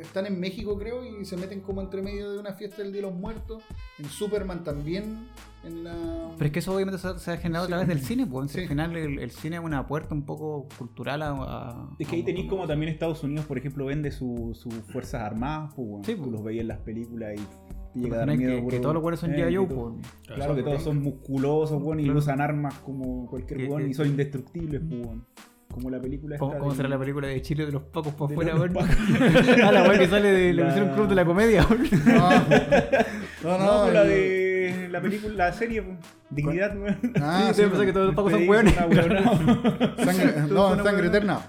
A: Están en México, creo, y se meten como entre medio de una fiesta del Día de los Muertos. En Superman también. En la...
B: Pero es que eso obviamente se ha- se ha generado a través del cine, pues
A: Sí.
B: al final el, el cine es una puerta un poco cultural a... a-
D: Es que
B: a
D: ahí
B: un
D: tenéis
B: montón
D: como
B: de
D: también Estados Unidos, por ejemplo, vende su- sus fuerzas armadas, pues, bueno,
B: Sí,
D: tú
B: pues.
D: los veías en las películas y te llega a
B: cosas.
D: dar miedo.
B: que, que
D: puro-
B: todos los buenos son
D: eh,
B: G.I.
D: que
B: Joe,
D: todo-
B: pues.
D: Claro, que todos son musculosos, bueno, y
B: Claro.
D: usan armas como cualquier
B: Que-
D: weón
B: que-
D: y son indestructibles, pues, bueno. Como la película
B: ¿Cómo,
D: esta
B: cómo
D: de-
B: será la película de Chile de los Pacos para
D: de
B: afuera,
D: los
B: weón?
D: Pacos?
B: A Ah, la weón que sale de
D: La-
B: la versión Club de la Comedia, weón.
A: Ah. No,
D: No, pues, la de la película, la serie, pues, Dignidad, weón.
A: Ah,
B: Sí,
A: sí,
B: pensé que todos los pacos son
D: Te
B: weones.
D: dicen, "Ah, weón, no".
A: Sangre, no,
D: Una
A: sangre
D: buena-
A: eterna.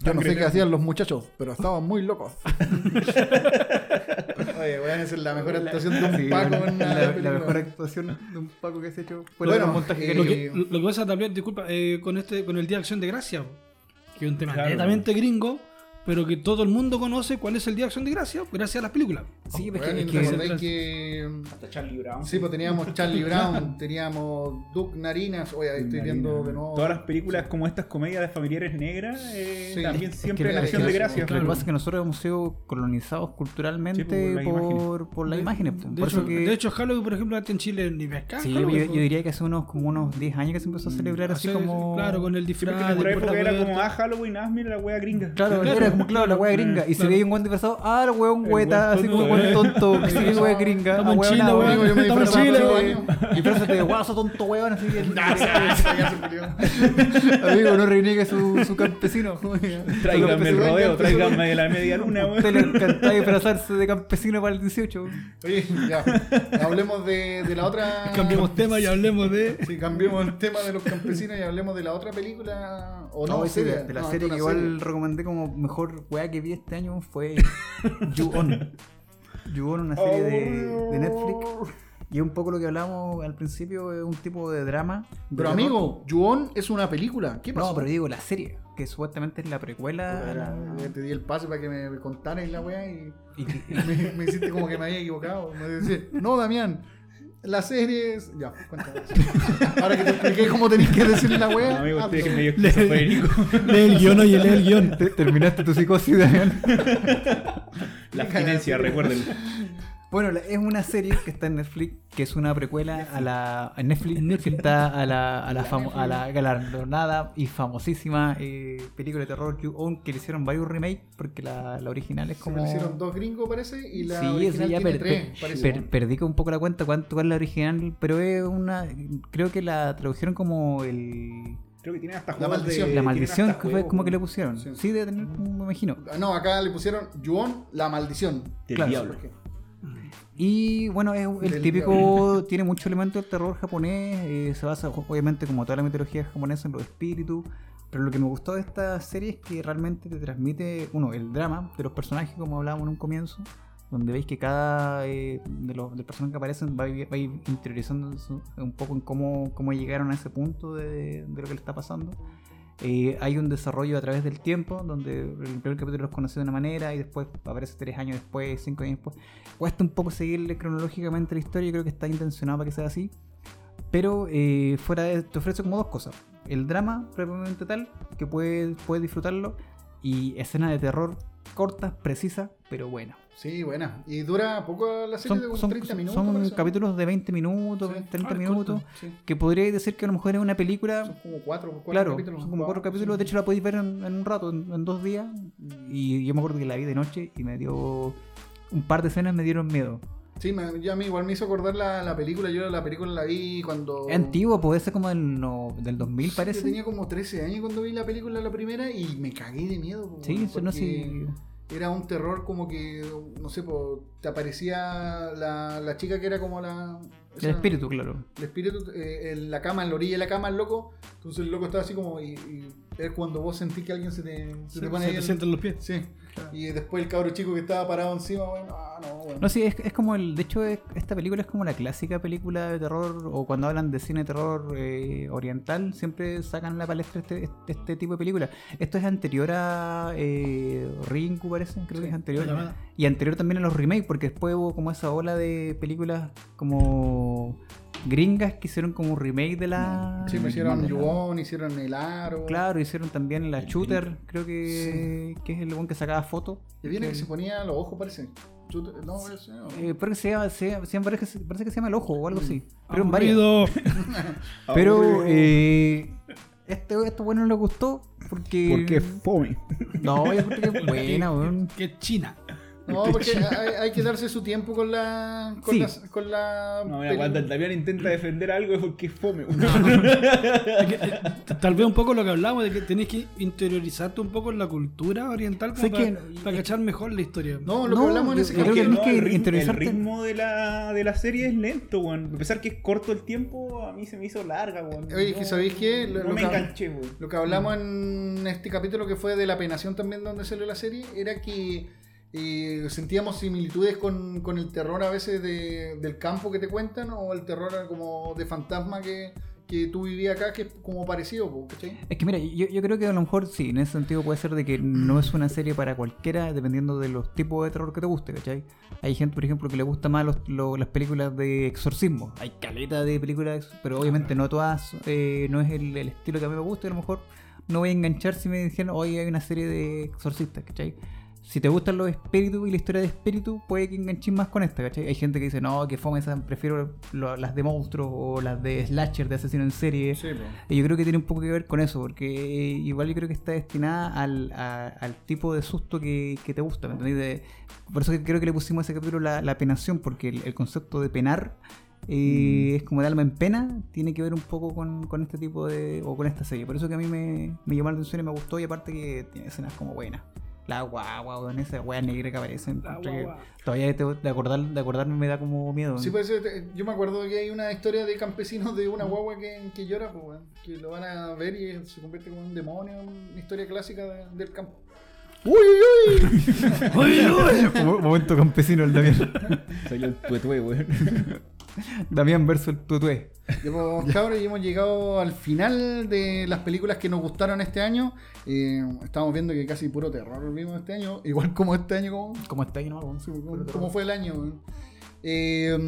A: Yo no sé
D: Sangre
A: qué
D: eterna.
A: hacían los muchachos, pero estaban muy locos. Oye, weón, esa es la mejor actuación de un
B: Sí,
A: Paco
B: weón,
A: en una
B: la, la
A: película.
B: mejor actuación de un Paco que has hecho.
A: Bueno,
B: Fuera de los montajes que
A: eh,
B: hay.
C: Lo que, lo que pasa también, disculpa, eh, con este con el Día de Acción de Gracia, que es un tema
D: Claro.
C: netamente gringo, pero que todo el mundo conoce cuál es el Día de Acción de Gracia gracias a las películas.
B: Sí, pues
A: Weón,
B: que-
A: ¿y
B: que-
A: te acordáis que...
D: Hasta Charlie Brown.
A: Sí, pues teníamos Charlie Brown, teníamos Duke Narinas. Oye, ahí estoy viendo de nuevo.
D: Todas las películas como estas comedias de familiares negras, eh,
A: Sí.
D: también
A: Es
B: es
D: siempre
B: que-
D: en
B: es
D: acción
B: que-
D: de
A: no-
D: gracia.
B: Lo que pasa es que nosotros hemos sido colonizados
D: Sí, pues,
B: culturalmente
D: por las
B: por, por las
C: De-
B: imágenes.
C: De,
B: pues. Por
C: hecho,
B: eso que.
C: de hecho, Halloween, por ejemplo, antes en Chile ni pescaba.
B: Sí, yo,
C: Halloween,
B: yo
C: pues.
B: diría que hace unos como unos 10 años que se empezó a celebrar así
C: Mm, Hace-
B: como.
C: Claro, con el
D: Sí, porque
C: disfraz.
D: en otra
C: el
D: época era
C: portacuerdas.
D: como, ah, Halloween, ah, mira la wea gringa.
B: Claro, era como claro, la wea gringa. Y si
C: claro.
B: veía un weón disfrazado, ah, el weón
D: El
B: hueta,
D: weón
B: así como un weón
D: tonto, eh.
B: tonto, que sí, wea gringa.
C: Estamos en
B: ah,
C: Chile,
B: weón,
C: weón.
A: Amigo, yo me
C: Estamos
A: disfrazaba
C: en Chile,
A: todo el
C: weón.
A: año.
B: Disfrazate de guaso tonto, weón, así que.
A: Amigo,
B: Amigo, no reniegue su, su campesino.
D: Tráiganme el
A: Lo que empezó
D: rodeo,
A: en
D: tráiganme la media luna,
B: Usted le
D: weón.
B: encanta disfrazarse de campesino para el 18.
A: Oye, ya. Hablemos de, de la otra.
C: Cambiemos tema y hablemos de.
A: Sí, cambiemos el tema de los campesinos y hablemos de la otra película. O no,
B: No, sí,
A: serie.
B: de, de la
A: No,
B: serie
A: una
B: que igual recomendé como mejor weá que vi este año fue You-On. You-On, una serie de, de Netflix. Y es un poco lo que hablábamos al principio, es un tipo de drama. de
A: Pero
B: terror.
A: amigo, Yuon es una película. ¿Qué pasó?
B: No, pero digo la serie, que supuestamente es la precuela. a
A: Era-
B: la-
A: Eh, Te di el pase para que me contaras la weá y
B: y que-
A: me, me hiciste como que me había equivocado. Me decía, no, Damián, la serie es. Ya, cuéntame. Ahora que te expliqué cómo tenías que decir la Ah, wea.
D: Amigo, usted que
A: hazlo.
D: medio esquizofrénico.
C: Lee el guión, oye, lee el guión.
B: Te- Terminaste tu psicosis, Damián.
D: La abstinencia, recuerden.
B: Bueno, la- es una serie que está en Netflix, que es una precuela a la a Netflix, que está a la, a la, famo- a la galardonada y famosísima eh, película de terror You Own, que le hicieron varios remakes, porque la, la original es
A: Se me
B: como...
A: hicieron dos gringos, parece, y la
B: sí,
A: original
B: eso ya
A: tiene
B: per- per-
A: tres, parece.
B: per- perdí como un poco la cuenta cuánto cuál es la original, pero es una... Creo que la tradujeron como el...
D: Creo que tienen hasta
A: La
D: juegos de-
A: maldición.
D: tienen
B: La
D: Eh, hasta
B: maldición, que fue
D: juegos,
B: como que le
D: weón.
B: pusieron.
A: Sí.
B: Sí, debe tener, me imagino.
A: Ah, No, acá le pusieron Yuon, la maldición.
D: Del
B: Claro.
D: diablo.
B: Y bueno, es el
A: Del
B: típico, tiene mucho elemento del terror japonés, eh, se basa jo- obviamente como toda la mitología japonesa en los espíritus, pero lo que me gustó de esta serie es que realmente te transmite, uno, el drama de los personajes, como hablábamos en un comienzo, donde veis que cada eh, de los del personaje que aparecen va, vi- va ir interiorizándose un poco en cómo, cómo llegaron a ese punto de, de lo que le está pasando. Eh, hay un desarrollo a través del tiempo, donde el primer capítulo los conoce de una manera y después aparece tres años después, cinco años después. Cuesta un poco seguirle cronológicamente la historia, yo creo que está intencionado para que sea así. Pero eh, fuera de te ofrece como dos cosas. El drama propiamente tal, que puedes, puedes disfrutarlo, y escenas de terror cortas, precisas, pero buenas.
A: Sí, buena. Y dura poco la serie,
B: Son,
A: de
B: son-
A: 30 minutos.
B: son
A: parece.
B: capítulos de 20 minutos,
A: Sí.
B: 30
C: Ah, es
B: minutos,
A: Sí,
B: que podría decir que a lo mejor es una película
A: son como cuatro, cuatro
B: claro,
A: capítulos.
B: son como cuatro capítulos. De hecho, la podéis ver en, en un rato, en, en dos días. Y yo me acuerdo que la vi de noche y me dio. Un par de escenas me dieron miedo.
A: Sí, me, yo a mí igual me hizo acordar la, la película. Yo la película la vi cuando.
B: Es antigua, puede ser como del, no- del 2000, parece.
A: Yo tenía como 13 años cuando vi la película la primera y me cagué de miedo. po,
B: Sí,
A: weón,
B: eso no
A: porque
B: sí.
A: Era un terror como que, no sé, po, te aparecía la, la chica que era como la, Eso
B: El
A: no-
B: espíritu, claro.
A: El espíritu, eh, en la cama, en la orilla de la cama, el loco. Entonces el loco estaba así como. Y, y es cuando vos sentís que alguien se te, se
C: Se,
A: te pone
C: se
A: ahí
C: te
A: en-
C: sientan los pies.
A: Sí. Y después el cabro chico que estaba parado encima, bueno, ah, no, bueno.
B: No, sí, es, es como el. De hecho, es- esta película es como la clásica película de terror, o cuando hablan de cine de terror eh, oriental, siempre sacan a la palestra este, este, este tipo de películas. Esto es anterior a eh, Ringu, parece, creo que es anterior.
C: La llamada.
B: Y anterior también a los remakes, porque después hubo como esa ola de películas como gringas que hicieron como un remake de la.
A: Sí, me hicieron Yuon, hicieron el aro.
B: Claro, hicieron también la Shooter, creo que, que es el buen que sacaba fotos.
A: Y viene que se ponía los ojos, parece. Chut- No, ese no.
B: Eh, creo que se llama, se llama- se llama- parece, que se, parece que se llama El Ojo o algo así. Pero en varias.
C: Mm. Aburrido.
B: Pero
D: Ah,
B: eh, este, esto bueno no le gustó porque.
D: Porque fome.
B: No, yo creo que es buena, weón.
C: Que es China.
A: No, porque hay, hay que darse su tiempo con la. Con
B: Sí.
A: las- con la
D: No, mira,
A: peli-
D: cuando el Damián intenta defender algo es porque es fome.
C: Tal vez un poco lo que hablamos de que tenés que interiorizarte un poco en la cultura oriental como
B: Sé
C: para,
B: que-
C: para cachar mejor la historia.
A: no, lo que
B: No,
A: hablamos en
B: yo-
A: ese
B: yo creo
A: capítulo.
B: que tenés
D: no,
B: que
D: el, ritmo, el
B: interiorizarte.
D: ritmo de la, de la serie es lento, weón. A pesar que es corto el tiempo, a mí se me hizo larga, weón.
A: Oye, que
D: No-
A: ¿sabéis qué? Lo-
D: No
A: lo
D: me
A: que-
D: enganché, weón.
A: Lo que hablamos en este capítulo que fue de la penación también donde salió la serie era que eh, sentíamos similitudes con, con el terror a veces de- del campo que te cuentan o el terror como de fantasma que, que tú vivías acá que es como parecido, po, ¿cachai?
B: Es que mira, yo, yo creo que a lo mejor sí, en ese sentido puede ser de que no es una serie para cualquiera, dependiendo de los tipos de terror que te guste, ¿cachai? Hay gente, por ejemplo, que le gusta más los- lo- las películas de exorcismo. Hay caleta de películas, de ex- pero obviamente no todas, eh, no es el, el estilo que a mí me gusta y a lo mejor no voy a enganchar si me dijeron, hoy hay una serie de exorcistas, ¿cachai? Si te gustan los espíritus y la historia de espíritus, puede que enganches más con esta, ¿cachai? Hay gente que dice, no, que fome esas, prefiero lo- las de monstruos o las de slasher, de asesino en serie. Y yo creo que tiene un poco que ver con eso, porque eh, igual yo creo que está destinada al, a- al tipo de susto que, que te gusta, ¿me entendés? De- por eso que creo que le pusimos a ese capítulo la, la penación, porque el, el concepto de penar eh, es como de alma en pena, tiene que ver un poco con, con este tipo de. o con esta serie. Por eso que a mí me, me llamó la atención y me gustó, y aparte que tiene escenas como buenas. La guagua, con esa wea negra que aparece.
D: Ah,
B: encuentro que
C: guagua.
B: Todavía te- de, acordar, de acordarme me da como miedo.
A: Sí, parece- te- yo me acuerdo que hay una historia de campesinos de una guagua que, que llora, po, weón, que lo van a ver y se convierte como en un demonio, una historia clásica de- del campo. ¡Uy, uy, uy!
B: Momento campesino el Damián.
D: Salió el tuetue, weón.
B: Damián versus el tutué.
A: Ya, pues, vamos, cabros, y hemos llegado al final de las películas que nos gustaron este año. Eh, estamos viendo que casi puro terror vimos este año, igual como este año, como,
B: ¿Cómo está ahí? No, ¿Cómo se-
A: como- como fue el año. weón. Eh,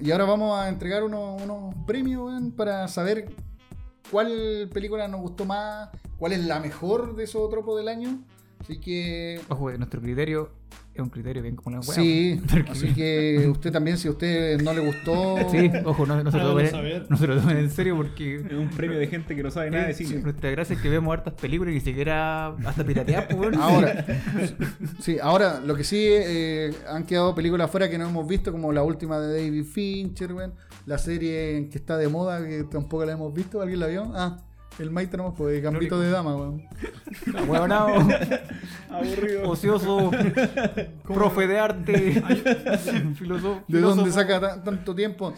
A: y ahora vamos a entregar unos, unos premios weón, para saber cuál película nos gustó más, cuál es la mejor de esos tropos del año. Así que
B: Ojo, eh, nuestro criterio es un criterio bien como la hueá.
A: sí, así que usted también, si a usted no le gustó,
B: Sí, ojo, no, Ah, no se lo
C: Háganlo
B: tomen,
C: saber.
B: no se lo tomen en serio porque
D: Es un premio de gente que no sabe nada de
B: sí,
D: cine.
B: nuestra gracia es que vemos hartas películas y ni siquiera hasta piratear, pues, weón.
A: Ahora, sí, ahora lo que sí eh, han quedado películas afuera que no hemos visto, como la última de David Fincher, weón, la serie que está de moda que tampoco la hemos visto, ¿alguien la vio? Ah, el Maite nomás, pues Gambito de Dama, weón.
B: Huevonao,
D: Aburrido.
B: ocioso, profe de arte, filósofo.
A: ¿De dónde saca ta- tanto tiempo?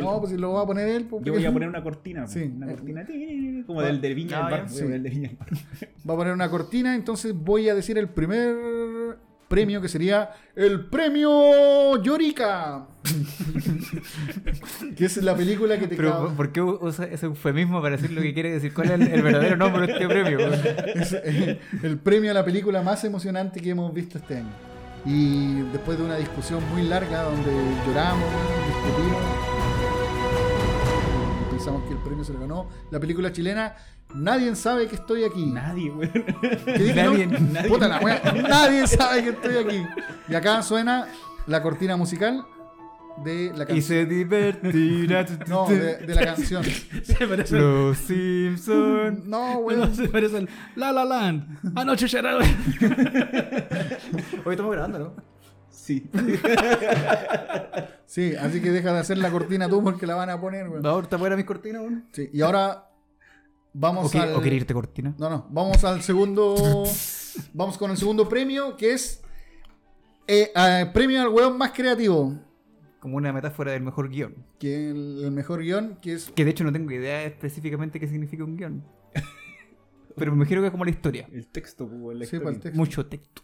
A: No, pues si lo va a poner él, pues,
D: Yo voy a poner una cortina,
A: Sí.
D: una cortina tiri, como del, del Viña
B: Ah,
D: del
B: ya,
D: Mar,
A: sí.
D: weón, del de Viña del Mar.
A: va a poner una cortina, entonces voy a decir el primer premio que sería el premio Yorica. que es la película que te
B: Pero,
A: cau-
B: ¿por qué usa ese eufemismo para decir lo que quiere decir? ¿Cuál es el, el verdadero nombre de este premio? weón?
A: Es eh, el premio a la película más emocionante que hemos visto este año. Y después de una discusión muy larga donde lloramos, discutimos, y pensamos que el premio se lo ganó la película chilena Nadie sabe que estoy aquí.
D: Nadie, weón.
A: ¿Qué dije,
B: Nadie-
A: no?
D: nadie-
A: Puta la wea, nadie sabe que estoy aquí. Y acá suena la cortina musical de la
B: Y
A: canción.
B: se divertirá.
A: No, de, de la canción.
C: Se parece al-
B: Los Simpsons.
A: No,
C: bueno,
A: weón.
C: se parece al La La Land. Anoche Gerard.
B: Hoy estamos grabando, ¿no?
D: Sí.
A: Sí, así que deja de hacer la cortina tú porque la van a poner, weón.
B: No, ahorita fuera mis cortinas, weón.
A: Sí, y ahora vamos
B: O, que-
A: al.
B: o querer irte cortina.
A: No, no. Vamos al segundo. vamos con el segundo premio, que es. eh, eh, premio al weón más creativo.
B: como una metáfora del mejor guión.
A: Que el, el mejor guión, que es. pues,
B: Que de hecho no tengo idea específicamente qué significa un guión. Pero me imagino que es como la historia.
D: El texto, como la
A: Sí,
D: historia.
A: para el texto.
B: Mucho texto.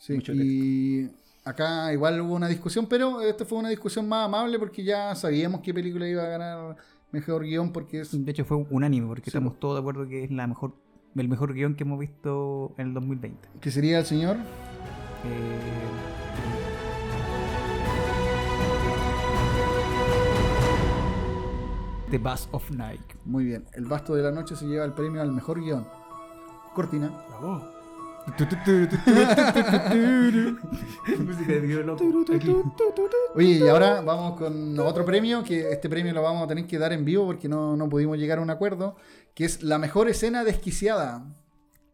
A: Sí,
D: Mucho
A: y acá igual hubo una discusión, pero esta fue una discusión más amable porque ya sabíamos qué película iba a ganar mejor guión porque es
B: De hecho fue unánime porque
A: Sí,
B: estamos todos de acuerdo que es la mejor, el mejor guión que hemos visto en el 2020.
A: que sería el señor.
B: Eh, The Buzz of Nike.
A: Muy bien, el Basto de la Noche se lleva el premio al mejor guión. Cortina.
C: Bravo.
B: Música de video loco. Aquí.
A: Oye, y ahora vamos con otro premio, que este premio lo vamos a tener que dar en vivo porque no, no pudimos llegar a un acuerdo, que es la mejor escena desquiciada.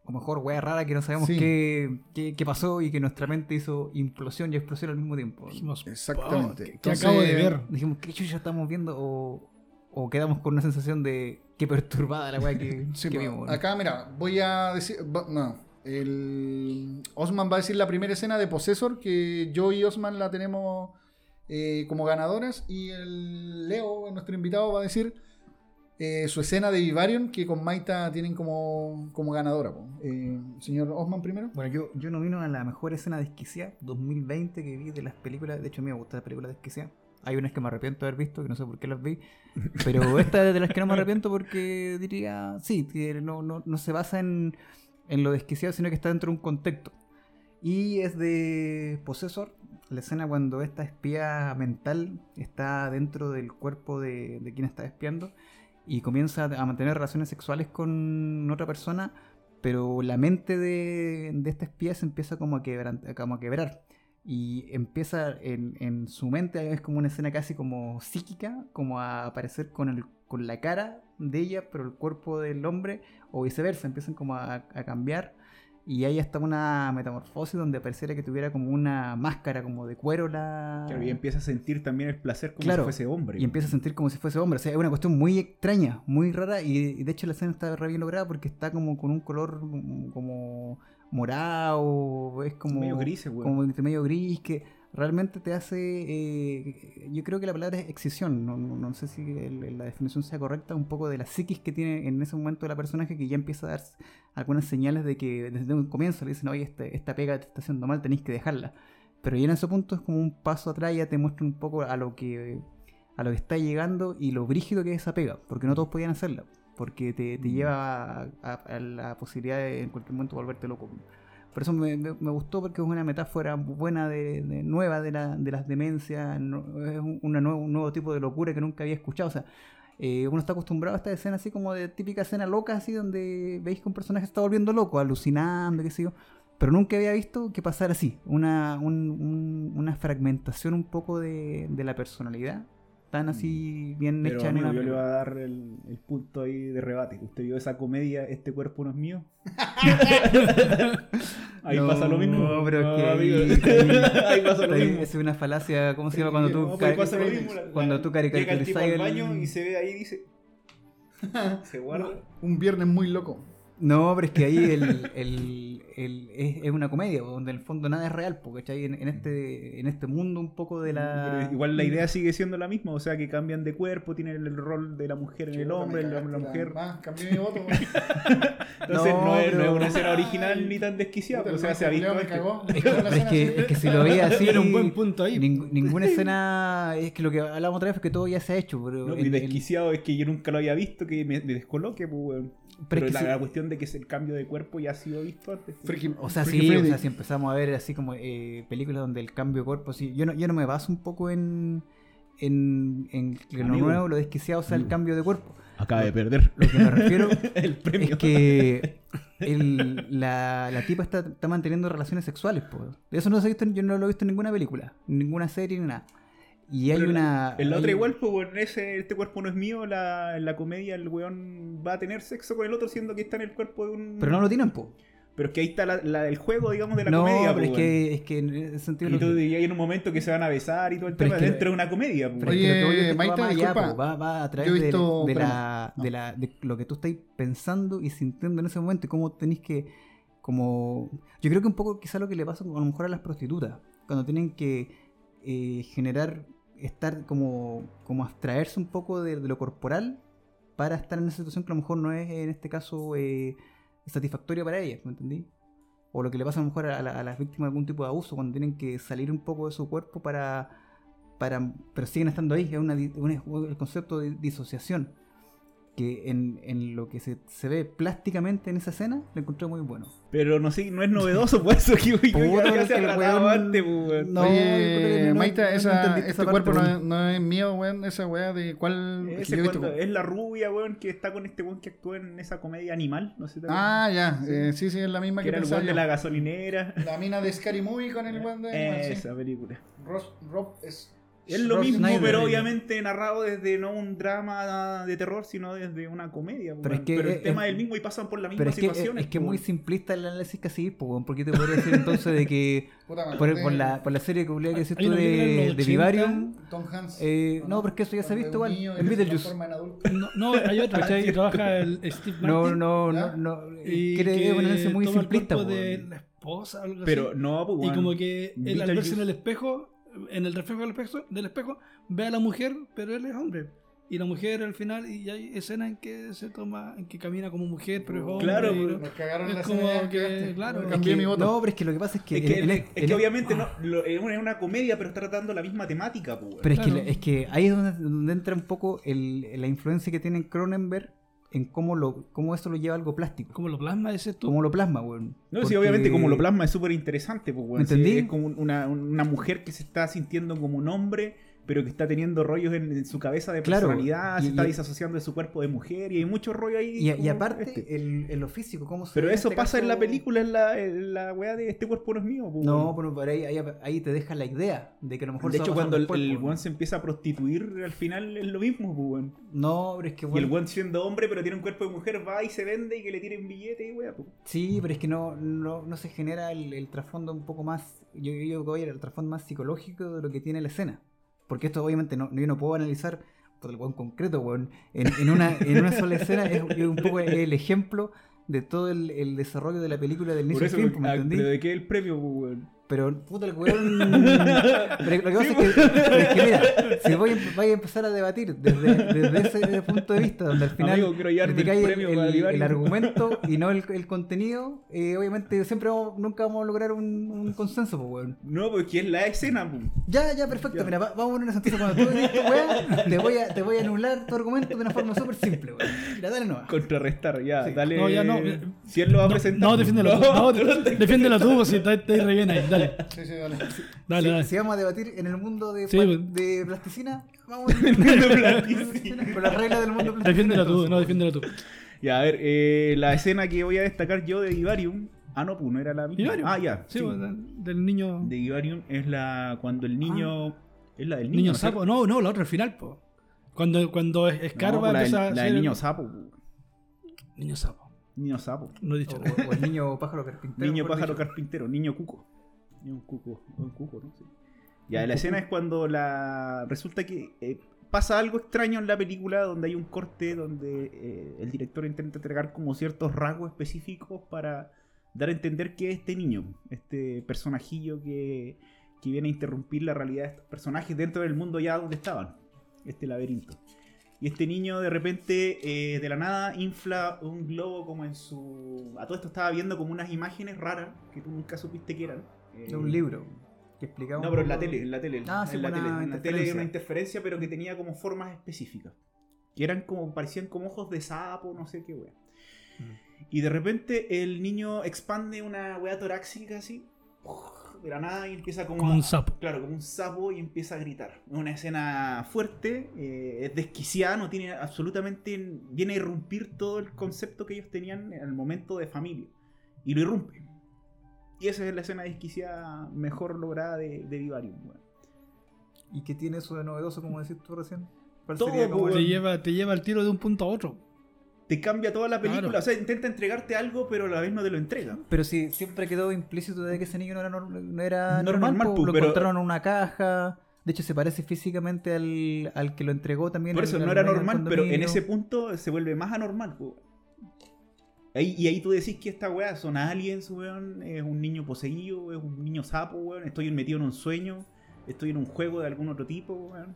B: O mejor, wea rara que no sabemos
A: Sí.
B: qué, qué, qué pasó y que nuestra mente hizo implosión y explosión al mismo tiempo.
C: Dijimos,
A: Exactamente.
C: "Wow, ¿qué- qué
A: Entonces-
C: acabo de ver.
B: Dijimos, ¿qué chucha estamos viendo? O, o quedamos con una sensación de qué perturbada la weá que,
A: Sí,
B: que
A: pues,
B: vimos.
A: acá, mira, voy a decir. va- No. El, Osman va a decir la primera escena de Possessor, que yo y Osman la tenemos eh, como ganadoras. Y el Leo, nuestro invitado, va a decir eh, su escena de Vivarium, que con Maita tienen como, como ganadora. po. Eh, señor Osman primero.
B: Bueno, yo, yo nomino a la mejor escena de Esquicia 2020 que vi de las películas. De hecho, a mí me gustan las películas de Esquicia. Hay unas que me arrepiento de haber visto, que no sé por qué las vi. Pero esta es de las que no me arrepiento porque diría, sí, que no, no, no se basa en, en lo desquiciado, sino que está dentro de un contexto. Y es de Possessor, la escena cuando esta espía mental está dentro del cuerpo de, de quien está espiando y comienza a mantener relaciones sexuales con otra persona, pero la mente de, de esta espía se empieza como a, quebran- como a quebrar. Y empieza en, en su mente, es como una escena casi como psíquica, como a aparecer con, el, con la cara de ella, pero el cuerpo del hombre, o viceversa, empiezan como a, a cambiar. Y hay hasta una metamorfosis donde pareciera que tuviera como una máscara como de cuero la...
D: Claro, y empieza a sentir también el placer como
B: Claro.
D: si fuese hombre.
B: Y empieza a sentir como si fuese hombre. O sea, es una cuestión muy extraña, muy rara. Y y de hecho la escena está re bien lograda porque está como con un color mm, como morado. Es como.
D: Medio grises, weón.
B: Como entre medio gris que realmente te hace. eh, yo creo que la palabra es excisión. No, no- no sé si el- la definición sea correcta. Un poco de la psiquis que tiene en ese momento la personaje que ya empieza a dar algunas señales de que desde un comienzo le dicen, oye, este- esta pega te está haciendo mal, tenéis que dejarla. Pero ya en ese punto es como un paso atrás, ya te muestra un poco a lo que a lo que está llegando y lo brígido que es esa pega, porque no todos podían hacerla, porque te,
D: Mm.
B: te lleva a, a- a la posibilidad de en cualquier momento volverte loco. Por eso me, me- me gustó porque es una metáfora buena, de, de- nueva de, la- de las demencias, no- es un, una nue- un nuevo tipo de locura que nunca había escuchado. O sea, eh, uno está acostumbrado a esta escena así como de típica escena loca, así donde veis que un personaje está volviendo loco, alucinando, qué sé yo. Pero nunca había visto que pasara así, una, un- un- una fragmentación un poco de, de la personalidad, tan así bien
D: Mm. Pero
B: hecha en
D: amigo,
B: una
D: yo le voy a
B: película.
D: dar el, el punto ahí de rebate. ¿Usted vio esa comedia, Este cuerpo no es mío? ahí
B: No,
D: pasa lo mismo. Ah,
B: pero es que
D: amigo.
B: ahí-
D: ahí pasa lo
B: Ahí
D: mismo.
B: Es una falacia, ¿cómo se llama cuando tú...
D: No,
B: ca-
D: pues pasa lo mismo.
B: cuando tú
D: Llega el tipo
B: caricaturizas
D: al
B: el-
D: baño y se ve ahí y dice... Se guarda.
A: Un viernes muy loco.
B: No, pero es que ahí el, el- el- es, es una comedia, donde en el fondo nada es real, porque en, en este, en este mundo un poco de la...
D: Mm,
B: Mm.
D: Pero Igual la idea sigue siendo la misma, o sea que cambian de cuerpo, tienen el rol de la mujer en el hombre, el hombre en la mujer.
A: Ah, cambié mi voto. weón.
D: Entonces
B: No,
D: no, es, no es
B: pero-
D: una escena original ni tan desquiciada,
A: Puta,
D: pues, o sea,
A: el
D: se ha visto
A: Leo me
D: antes.
A: cagó.
B: Es que, es que- es que si lo veía así...
C: Tiene un buen punto ahí.
B: ning- ninguna escena... Es que lo que hablábamos otra vez es que todo ya se ha hecho, pero...
D: No,
B: en-
D: mi
B: en-
D: desquiciado es que yo nunca lo había visto, que me, me descoloque, pues, weón. Pero,
B: es que
D: la,
B: sí.
D: la cuestión de que es el cambio de cuerpo ya ha sido visto antes. pues.
A: Freaky-
B: O sea,
A: Freaky
B: sí, o
A: Friday.
B: sea, si empezamos a ver así como eh, películas donde el cambio de cuerpo, sí, yo no, yo no me baso un poco en, en, en que lo
D: Amigo.
B: nuevo, lo desquiciado sea el
D: Amigo.
B: cambio de cuerpo.
D: Acaba de perder
B: Lo que me refiero
D: el premio.
B: es que el- la, la tipa está, está manteniendo relaciones sexuales, po. De eso no se ha visto, yo no lo he visto en ninguna película, en ninguna serie, ni nada. Y hay
D: Pero
B: una.
D: En la
B: hay-
D: otra igual, pues, weón, ese, este cuerpo no es mío, la, en la comedia el weón va a tener sexo con el otro siendo que está en el cuerpo de un...
B: Pero no lo tienen, po.
D: Pero es que ahí está la, la- el juego, digamos, de la
B: no,
D: comedia,
B: pero es
D: pues, weón.
B: que, es que en ese sentido.
D: Y
B: lo-
D: tú dirías en un momento que se van a besar y todo el
B: Pero
D: tema
B: es que-
D: dentro de una comedia, pues,
B: Pero
D: weón.
B: es que lo que voy es que
A: Oye,
B: esto va
A: Maita,
B: más allá,
A: disculpa.
B: po, va, va a través
A: Yo he
B: del-
A: visto-
B: de,
A: espérame.
B: la, de, la, de lo que tú estáis pensando y sintiendo en ese momento y cómo tenéis que. como Yo creo que un poco quizá lo que le pasa a lo mejor a las prostitutas, cuando tienen que eh, generar estar como, como abstraerse un poco de, de lo corporal para estar en una situación que a lo mejor no es, en este caso, eh, satisfactoria para ellas, ¿me entendí? O lo que le pasa a lo mejor a, la- a las víctimas de algún tipo de abuso, cuando tienen que salir un poco de su cuerpo para... para pero siguen estando ahí, es una di- un- el concepto de disociación, que en, en lo que se, se ve plásticamente en esa escena, lo encontré muy bueno.
D: Pero no sé, no es novedoso, por eso que yo, yo
B: Puta,
D: ya
B: es
D: se
B: que
D: ha
B: el
D: tratado
B: weón-
D: antes, po, weón.
B: No,
A: Oye,
B: no, no,
A: Maita,
B: no
A: esa-
B: entendiste esa
A: este
B: parte,
A: cuerpo no,
B: weón.
A: es- no es mío, weón. Esa weá de cuál. que
D: Ese
A: yo he visto
D: cuando-
A: como-
D: es la rubia, weón, que está con este weón que actúa en esa comedia animal, no sé.
A: Ah, ya. eh, Sí, sí, es la misma
D: que
A: que,
D: era el
A: pensaba
D: weón de
A: yo.
D: la
A: la...
D: gasolinera.
A: mina de Scary Movie con el weón de. Animal, sí.
D: Esa película.
A: Ross- Rob es.
D: Es lo
B: Rob
D: mismo,
B: Schneider,
D: pero
B: ella.
D: obviamente narrado desde no un drama de terror, sino desde una comedia. weón. Pero,
B: Pero es que
D: el
B: es-
D: tema es
B: es-
D: el mismo y pasan por las
B: Pero
D: mismas
B: es que, es,
D: situaciones.
B: es que es
D: po,
B: muy
D: pues, weón.
B: simplista el análisis que así, po, weón, porque yo te podría decir entonces de que
A: Puta madre,
B: por,
A: de-
B: por la, por la serie que volví a decir
C: Hay
B: tú
C: una película en
B: de,
C: los
B: de
C: 80.
B: Vivarium,
A: Tom Hanks.
B: eh,
A: ¿o
B: no, pero es que eso ya se ha
A: Cuando
B: visto
A: un
B: igual,
A: niño
B: en
A: que se
B: Beetlejuice.
A: transforma en adulto.
C: No, no, hay otro, ¿cachai? Que trabaja el Steve Martin.
B: No, no,
A: ¿Ya?
B: no, no.
C: Y
B: quiere
C: que
B: un análisis muy
C: toma el
B: simplista,
C: cuerpo
B: po,
C: de
B: weón.
C: la esposa, algo
D: Pero
C: así.
D: no, pues,
C: y como que él al verse
D: Beetlejuice.
C: en el espejo, en el reflejo del espejo, del espejo, ve a la mujer, pero él es hombre. Y la mujer al final, y hay escenas en que se toma, en que camina como mujer, pero es hombre.
D: Claro,
C: y-
D: pero-
A: Nos cagaron
C: Es
A: la
C: como
A: escena,
C: que,
A: cagaste.
C: claro,
A: Bueno,
C: es
A: Cambié
B: Es que-
A: mi voto.
B: No, pero es que lo que pasa es que.
D: Es que,
B: él-
D: es que
B: él-
D: obviamente no, lo- es, una, es una comedia, pero está tratando la misma temática, pues.
B: Pero es,
C: Claro.
B: que, es que ahí es donde, donde entra un poco el- la influencia que tiene Cronenberg en cómo, lo, cómo eso lo lleva a algo plástico.
C: Como lo plasma ese tú.
B: Cómo lo plasma, weón.
D: No, sí,
B: Porque-
D: obviamente como lo plasma es súper interesante, pues, weón.
B: ¿Me entendí?
D: Sí, es como un- una, una mujer que se está sintiendo como un hombre, pero que está teniendo rollos en, en su cabeza de
B: Claro.
D: personalidad, se
B: Y-
D: está
B: y-
D: disasociando de su cuerpo de mujer y hay mucho rollo ahí.
B: Y, y
D: como
B: aparte,
D: este.
B: el, en lo físico, cómo se
D: Pero
B: ve
D: eso
B: este
D: pasa en
B: caso-
D: la película, en la, en la weá de este cuerpo no es mío, pues,
B: No,
D: weón.
B: pero por ahí, ahí, ahí te deja la idea de que a lo mejor
D: De
B: se va
D: hecho,
B: a pasar
D: cuando el,
B: después,
D: el
B: weón.
D: weón se empieza a prostituir, al final es lo mismo, pues, weón.
B: No, pero es que
D: Y el
B: weón,
D: weón siendo hombre, pero tiene un cuerpo de mujer, va y se vende y que le tiren billete y weá, pues.
B: Sí, pero es que no, no, no se genera el, el trasfondo un poco más. Yo yo digo que voy al trasfondo más psicológico de lo que tiene la escena. Porque esto, obviamente, no, yo no puedo analizar por el weón concreto, weón. En, en una, en una sola escena es, es un poco el ejemplo de todo el, el desarrollo de la película del
D: Por
B: inicio al
D: eso,
B: fin, pues, ¿me
D: ah,
B: entendí?
D: pero de qué el premio, pues, weón.
B: Pero, puta, el weón. Pero lo que pasa es que, es que, mira, si voy, a- vais a empezar a debatir desde, desde ese punto de vista, donde al final.
D: Amigo, quiero llevarme el
B: criticáis el,
D: premio para
B: el-
D: Olivares.
B: el argumento y no el, el contenido, eh, obviamente siempre vamos- nunca vamos a lograr un, un consenso, pues, weón.
D: No, porque es la escena, pues.
B: Ya, ya, perfecto.
D: Ya.
B: Mira, va- vamos a ponernos entonces cuando tú digas tu weá, te voy, a, te voy a anular tu argumento de una forma súper simple, weón. Mira, dale no.
D: Contrarrestar, ya,
B: Sí.
D: dale.
C: No, ya no.
D: Si él lo va a
C: No,
D: presentar. pues.
C: no, defiéndelo tú. No,
D: no,
C: defiéndela tú, si estás estás re bien ahí. Dale,
A: Sí, sí, dale.
C: dale, dale.
B: Si vamos a debatir en el mundo de,
C: Sí,
B: pla-
D: pues.
C: weón.
B: de plasticina, vamos a
D: no, plasticina.
B: con las reglas del mundo de plasticina.
C: Defiéndela tú,
B: entonces,
C: no,
B: weón.
C: defiéndela tú.
D: Ya, a ver, eh, la escena que voy a destacar yo de Ivarium. Ah, no, pues no era la misma.
C: Vivarium.
D: Ah, ya.
C: Sí, pues,
D: sí.
C: bueno, del niño.
D: De Ivarium es la. Cuando el niño. Es la del niño.
C: Niño
D: ¿no?
C: sapo. No, no, la otra al final, po. Cuando, cuando es-
D: No, pues,
C: escarba
D: la, del-
C: empieza a
D: la
C: hacer
D: del
C: el-
D: niño sapo. pu.
C: Niño sapo.
D: Niño sapo.
C: No he dicho.
B: O, o el niño pájaro carpintero.
D: Niño
B: mejor
D: pájaro
B: dicho.
D: carpintero, niño cuco. Niño cuco, un cuco, ¿no? Sí. Ya, la escena es cuando la resulta que eh, pasa algo extraño en la película donde hay un corte donde eh, el director intenta entregar como ciertos rasgos específicos para dar a entender que este niño, este personajillo que, que viene a interrumpir la realidad de estos personajes dentro del mundo ya donde estaban, este laberinto. Y este niño de repente, eh, de la nada, infla un globo como en su... A todo esto estaba viendo como unas imágenes raras que tú nunca supiste que eran.
B: Es
D: Eh,
B: un libro que explicaba.
D: no,
B: un
D: pero en la
B: poco-
D: tele, en la tele.
B: Ah, sí,
D: en la
B: una
D: tele. En la tele era
B: interferencia.
D: una interferencia, pero que tenía como formas específicas. Que eran como, parecían como ojos de sapo, no sé qué wea. Y de repente el niño expande una wea torácica así, de la nada, y empieza como.
C: Como
D: a-
C: un sapo.
D: Claro, como un sapo y empieza a gritar. Es una escena fuerte, eh, es desquiciada, no tiene absolutamente. viene a irrumpir todo el concepto que ellos tenían en el momento de familia. Y lo irrumpe. Y esa es la escena desquiciada mejor lograda de, de Vivarium, weón.
B: ¿Y qué tiene eso de novedoso, como decís tú recién? ¿Cuál
D: Todo,
B: sería como
D: pues,
C: Te
B: el-
C: lleva, te lleva el tiro de un punto a otro.
D: Te cambia toda la película,
C: Claro.
D: o sea, intenta entregarte algo, pero a la vez no te lo entrega.
B: Pero si siempre quedó implícito de que ese niño no era, nor- no era
D: No
B: normal,
D: era normal,
B: po,
D: pu,
B: lo
D: pero-
B: encontraron en una caja. De hecho, se parece físicamente al, al que lo entregó también.
D: Por
B: al-
D: eso
B: al
D: no era
B: dueño del
D: normal, pero en
B: condominio.
D: ese punto se vuelve más anormal, po. Ahí, y ahí tú decís que esta weá son aliens, weón, es un niño poseído, es un niño sapo, weón, estoy metido en un sueño. estoy en un juego de algún otro tipo, weón.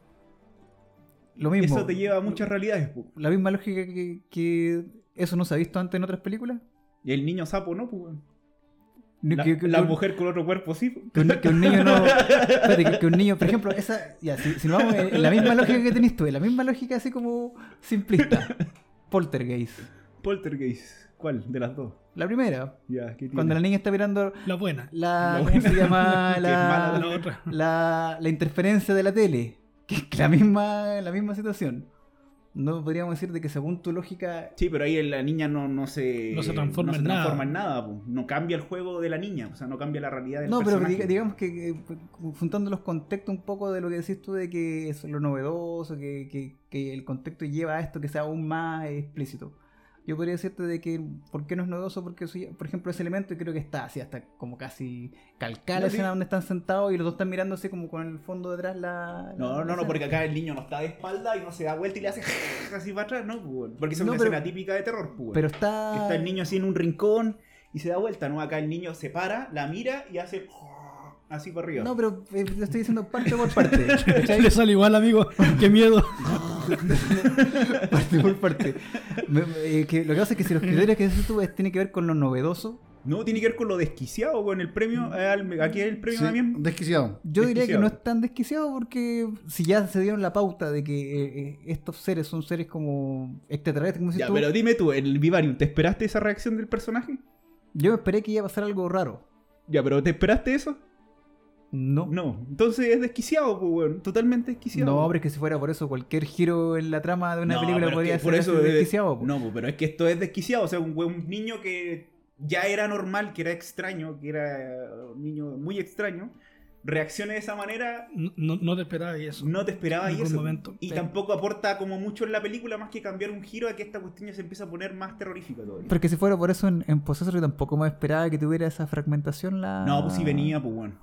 B: Lo mismo.
D: Eso te lleva a muchas realidades, po.
B: La misma lógica que, que eso no se ha visto antes en otras películas.
D: Y el niño sapo, ¿no? po, weón?
B: No,
D: La,
B: que- que-
D: la
B: que-
D: mujer con otro cuerpo, sí. po.
B: Que un, que un niño no. espérate, que, que un niño, por ejemplo, esa. Ya, si, si nos vamos en, en la misma lógica que tenés tú, en la misma lógica así como simplista. Poltergeist.
D: Poltergeist. ¿Cuál? De las dos.
B: La primera,
D: Ya, ¿qué tiene?
B: cuando la niña está mirando
C: La buena.
B: la.
D: La
B: ¿Cómo
D: buena.
B: se llama?
D: Qué
B: La,
D: mala
C: La otra.
B: la, la interferencia de la tele. Que es la misma, la misma situación. No podríamos decir de que según tu lógica.
D: Sí, pero ahí la niña no, no se...
C: No se transforma
D: no
C: en
D: se transforma
C: nada.
D: en nada, po. No cambia el juego de la niña, o sea, no cambia la realidad del
B: No, pero
D: personaje.
B: diga- digamos que eh, juntando los contextos un poco de lo que decís tú de que es lo novedoso, que, que- que el contexto lleva a esto que sea aún más explícito. Yo podría decirte de que por qué no es novedoso, porque soy- por ejemplo ese elemento creo que está así, hasta como casi calcada
D: No,
B: la escena
D: sí.
B: donde están sentados y los dos están mirándose como con el fondo detrás la... la- la
D: No, no, no,
B: escena.
D: porque acá el niño no está de espalda y no se da vuelta y le hace así para atrás, ¿no? pues, Porque eso es
B: No,
D: una
B: pero-
D: escena típica de terror, pues.
B: Pero
D: Que
B: está...
D: está el niño así en un rincón y se da vuelta, ¿no? Acá el niño se para, la mira y hace así para arriba.
B: No, pero eh, lo estoy diciendo parte por parte. ¿cachai?
C: Le sale igual, amigo. Qué miedo.
B: parte por parte. Me- me- eh, que lo que pasa es que si los criterios que decís tú es- tiene que ver con lo novedoso,
D: No, tiene que ver con lo desquiciado, con el
B: Mm.
D: premio. eh, al- Aquí el premio
A: Sí,
D: también.
A: Desquiciado.
B: Yo diría que
D: Desquiciado.
B: no es tan desquiciado porque si ya se dieron la pauta de que eh, eh, estos seres son seres como extraterrestres, como dices
D: Ya,
B: tú,
D: pero dime tú, en el Vivarium, ¿te esperaste esa reacción del personaje?
B: yo me esperé que iba a pasar algo raro.
D: Ya, pero ¿te esperaste eso?
B: No. No,
D: No. Entonces es desquiciado, pues, weón. Totalmente desquiciado.
B: hombre, es que si fuera por eso, cualquier giro en la trama de una
D: No,
B: película
D: pero es
B: podría
D: que
B: ser
D: por eso
B: así
D: es-
B: desquiciado. pues. po.
D: No, po, pero es que esto es desquiciado. O sea, un, weón- un niño que ya era normal, que era extraño, que era eh, un niño muy extraño, reacciona de esa manera.
C: No, no- no te esperaba eso.
D: No te esperaba
C: En
D: y
C: algún
D: eso.
C: momento.
D: Y
B: Sí.
D: tampoco aporta como mucho en la película más que cambiar un giro a que esta cuestión ya se empieza a poner más terrorífica todavía.
B: Porque si fuera por eso en, en Possessor yo tampoco me esperaba que tuviera esa fragmentación la...
D: No, pues si venía, pues bueno.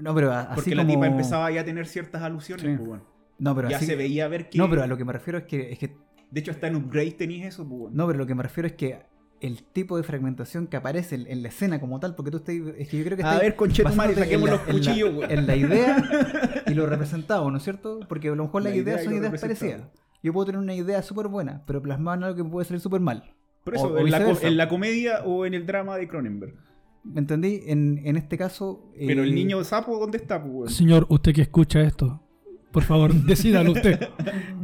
B: No, pero a- Ah, así
D: Porque la
B: como-
D: tipa empezaba ya a tener ciertas alusiones,
A: Sí.
D: pues bueno.
B: No, pero
D: Ya
B: así-
D: se veía ver que.
B: No, pero a lo que me refiero es que, es que...
D: De hecho, hasta en Upgrade tenías eso, pues bueno.
B: No, pero lo que me refiero es que el tipo de fragmentación que aparece en, en la escena como tal, porque tú estás... Es que yo creo que
D: a
B: estáis-
D: ver, conchetumare,
B: basándote en
D: saquemos
B: la- en
D: los
B: la-
D: cuchillos, weón.
B: en la idea y lo representado, ¿no es cierto? Porque a lo mejor las
D: La idea
B: ideas
D: y
B: son
D: lo
B: ideas
D: representado.
B: parecidas. Yo puedo tener una idea súper buena, pero plasmada en algo que puede salir súper mal.
D: Por eso,
B: O- o
D: en, la, co-
B: viceversa.
D: en la comedia o en el drama de Cronenberg.
B: ¿Me entendí? En, en este caso... eh,
D: Pero el niño sapo, ¿dónde está, pues, weón?
C: Señor, usted que escucha esto, por favor, decídalo usted.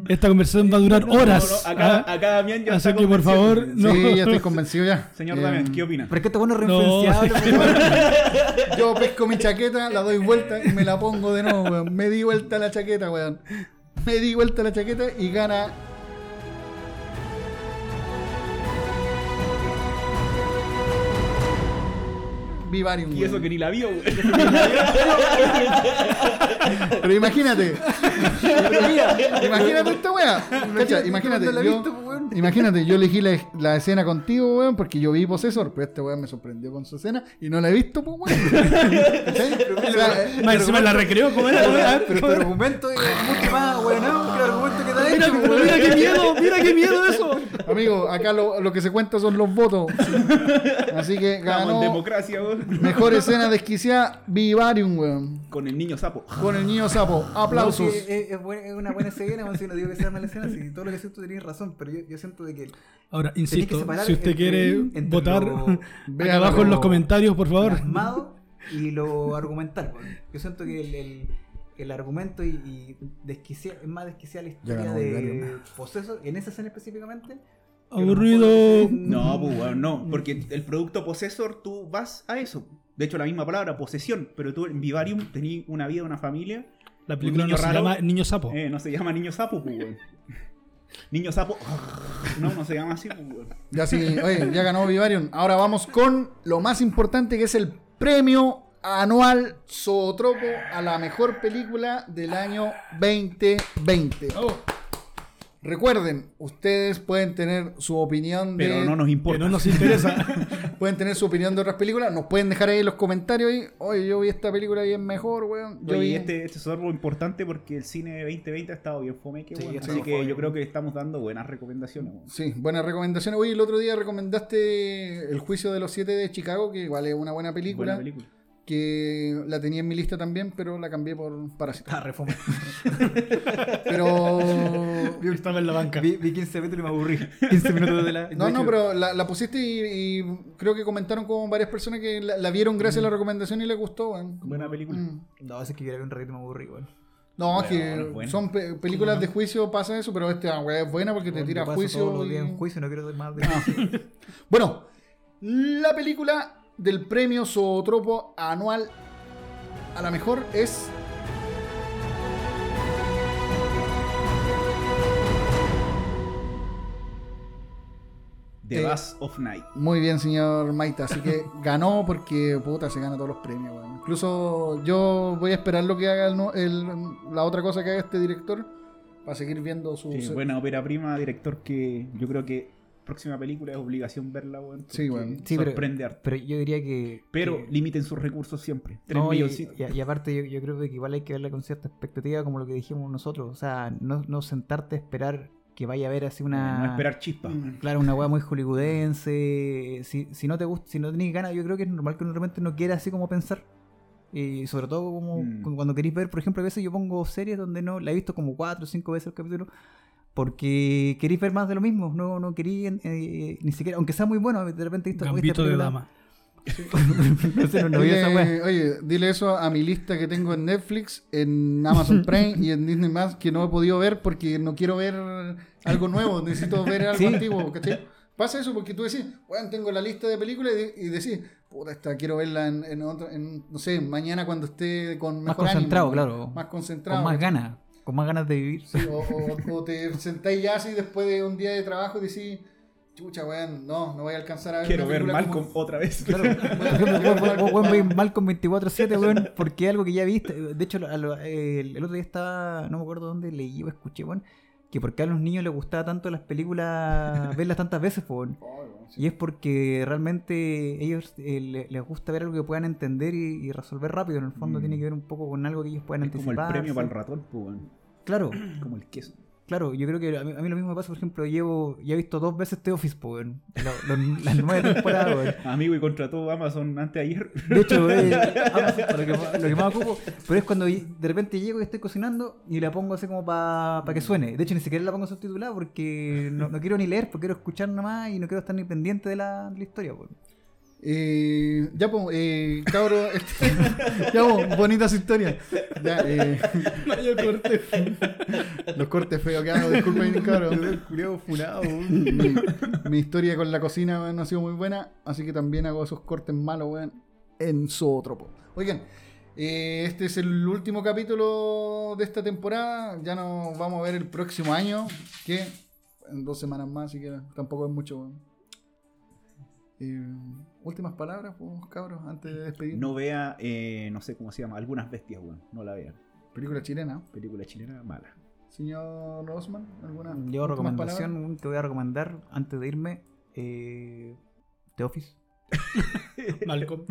C: Esta conversación va a durar horas.
D: No, no, acá,
C: ¿ah?
D: acá Damián ya
C: Así
D: está
C: que, por
D: convencido.
C: favor, no.
A: Sí, ya estoy convencido ya.
D: Señor
A: Eh,
D: Damián, ¿qué opina?
B: Pero es que este bueno es
C: No,
B: reinfluenciable,
C: sí.
B: weón.
A: Yo pesco mi chaqueta, la doy vuelta y me la pongo de nuevo, weón. Me di vuelta la chaqueta, weón. Me di vuelta la chaqueta y gana. Vivarium.
D: Y eso
A: weón.
D: que ni la vio, weón.
A: Pero imagínate. Pero mira, imagínate esta weá. Cacha, imagínate.
B: no la he
A: yo,
B: visto, weón.
A: imagínate, yo elegí la, la escena contigo, weón, porque yo vi Possessor, pero este weón me sorprendió con su escena y no la he visto, pues weón. ¿Cachai? O sea,
C: Más encima la recreo, ¿cómo era? ¿Cómo era?
B: Pero tu argumento es mucho más weonado que el argumento que te ha
C: Mira,
B: hecho,
C: pero mira qué miedo, mira qué miedo eso.
A: Amigo, acá lo, lo que se cuenta son los votos. Así que
D: Estamos en
A: ganó
D: democracia, weón.
A: mejor escena desquiciada Vivarium, weón.
D: Con el niño sapo.
A: Con el niño sapo. Aplausos.
B: No, sí, es, es buena- es una buena escena, bueno, si no digo que sea mala escena, si todo lo que siento tenéis razón, pero yo, yo siento de que
C: Ahora,
B: que
C: insisto,
B: separar
C: si usted
B: entre-
C: quiere
B: entre
C: votar,
B: lo-
A: Ve
C: acá abajo en los
B: lo-
C: comentarios, por
B: lo
C: favor.
B: plasmado y lo argumental. weón. Yo siento que el, el- el argumento y, y desquicia- es más desquiciada la historia
A: ganó
B: de
A: Bulgaria.
B: Poseso, en esa escena específicamente.
C: Aburrido.
D: No, pues, weón, no. Porque el producto posesor, tú vas a eso. De hecho, la misma palabra, posesión. Pero tú en Vivarium tenías una vida, una familia.
C: La película
D: Un
C: no
D: niño
C: se
D: raro.
C: llama Niño Sapo.
D: Eh, no se llama niño sapo, pues, weón. Niño sapo. No, no se llama así, pues, weón.
A: Ya sí, oye, ya ganó Vivarium. Ahora vamos con lo más importante que es el premio anual Zootropo a la mejor película del año 2020.
D: Oh.
A: Recuerden, ustedes pueden tener su opinión
D: Pero
A: de
D: no nos
C: Que
D: importa.
C: no nos interesa.
A: pueden tener su opinión de otras películas, nos pueden dejar ahí en los comentarios y, oye, yo vi esta película y es mejor, weón. Yo
D: Oye,
A: vi
D: este, este es algo importante porque el cine 2020 ha estado bien fome, que
B: Sí,
D: bueno.
B: ha
D: Así
B: estado
D: que
B: fome.
D: yo creo que estamos dando buenas recomendaciones. bueno.
A: Sí, buenas recomendaciones. Oye, el otro día recomendaste El juicio de los siete de Chicago, que igual es una buena película.
D: Buena película.
A: que la tenía en mi lista también, pero la cambié por Parásito.
C: Ah,
B: Está reforma.
A: Pero.
C: Estaba en la banca.
B: vi, vi 15 minutos y me aburrí. 15 minutos de la.
A: No,
B: de
A: no,
B: hecho,
A: pero la, la pusiste y, y creo que comentaron con varias personas que la, la vieron gracias
D: Mm.
A: a la recomendación y les gustó. weón.
D: Buena película.
A: Mm.
B: No, es que yo era un ratito y me aburrí, weón.
A: No,
D: Bueno,
A: que
D: bueno.
A: son pe- películas de juicio, pasa eso, pero esta weá es buena porque te
B: Weón,
A: tira
B: yo
A: a
B: paso
A: juicio.
B: Todos los
A: y-
B: días en juicio, no quiero más de
A: Ah. bueno, la película del premio Zootropo anual a la mejor es.
D: The
A: Eh,
D: Bass of Night.
A: Muy bien, señor Maita. Así que ganó porque puta se gana todos los premios, weón. Incluso yo voy a esperar lo que haga el nu- el- la otra cosa que haga este director para seguir viendo su.
D: Sí,
A: su-
D: buena ópera prima, director que yo creo que próxima película es obligación verla, weón.
A: Sí,
D: porque
A: weón.
B: Sí, pero-
D: sorprende harto.
B: Pero yo diría que.
D: Pero
B: que-
D: limiten sus recursos siempre. Tres
B: No, y,
D: milloncitos.
B: y- y aparte yo, yo creo que igual hay que verla con cierta expectativa como lo que dijimos nosotros. O sea, no, no sentarte a esperar que vaya a haber así una...
D: No esperar chispas.
A: Mm.
B: Claro, una weá muy hollywoodense. eh, Si, si no te gusta, si no tenés ganas, yo creo que es normal que uno realmente no quiera así como pensar. Y sobre todo como
D: Mm.
B: cu- cuando queréis ver, por ejemplo, a veces yo pongo series donde no, la he visto como cuatro o cinco veces el capítulo, porque queréis ver más de lo mismo, no, no queréis eh, ni siquiera, aunque sea muy bueno, de repente he visto "Oye, esta
C: Gambito de
B: película-
C: dama.
B: no sé, no, no vi esa weá.
A: Dile- oye, dile eso a mi lista que tengo en Netflix, en Amazon Prime y en Disney Más que no he podido ver porque no quiero ver algo nuevo, necesito ver algo
B: Sí.
A: antiguo, ¿cachai? Pasa eso porque tú decís, bueno, tengo la lista de películas y, de- y decís, puta, esta quiero verla en, en otro- en, no sé, mañana cuando esté con
B: Más
A: mejor
B: concentrado,
A: ánimo,
B: claro.
A: Más concentrado.
B: con más
A: ¿cachai?
B: ganas, con más ganas de vivir.
A: Sí, o, o- o te sentáis ya así después de un día de trabajo y decís, chucha, weón, no, no voy a alcanzar a ver
D: Quiero
A: una
D: ver
A: película
D: Malcolm
A: como-
D: otra vez.
B: Claro, por ejemplo, vos- vos- vos- vos veis Malcolm 24-7, weón, porque es algo que ya viste. De hecho, a lo- eh, el, el otro día estaba, no me acuerdo dónde leí o escuché, weón, que porque a los niños les gustaba tanto las películas, verlas tantas veces, po, weón.
A: Oh, weón, sí.
B: Y es porque realmente ellos eh, le- les gusta ver algo que puedan entender y, y resolver rápido. En el fondo
D: Mm.
B: tiene que ver un poco con algo que ellos puedan
D: Es como el
B: anticipar.
D: premio para el ratón, po, weón.
B: Claro,
D: Como el queso.
B: Claro, yo creo que a mí, a mí lo mismo me pasa, por ejemplo, llevo, ya he visto dos veces The Office, po, weón. Lo- lo- las nueve temporadas, weón.
D: Amigo, y contrató Amazon antes de ayer.
B: De hecho, eh, Amazon, para lo, que, más- lo que más ocupo, pero es cuando y- de repente llego y estoy cocinando y la pongo así como para que suene. De hecho, ni siquiera la pongo subtitulada porque no, no quiero ni leer, porque quiero escuchar nomás y no quiero estar ni pendiente de la, de la historia, pues. po.
A: Eh, ya, pues, eh, cabro, este- ya, pues, bonitas historias. Ya, eh, los cortes feos que hago, disculpen, cabro. Mi, mi historia con la cocina weón, no ha sido muy buena, así que también hago esos cortes malos, weón, en Zootropo. Oigan, eh, este es el último capítulo de esta temporada. Ya nos vamos a ver el próximo año, que en dos semanas más, así que tampoco es mucho, weón. Eh, últimas palabras, pues, cabros, antes de despedirnos.
D: No vea, eh, no sé cómo se llama, algunas bestias, weón. No la vean.
A: Película chilena.
D: Película chilena mala.
A: Señor Osman, ¿alguna
B: Yo
A: últimas
B: recomendación un que voy a recomendar antes de irme, eh, The Office.
C: Malcolm.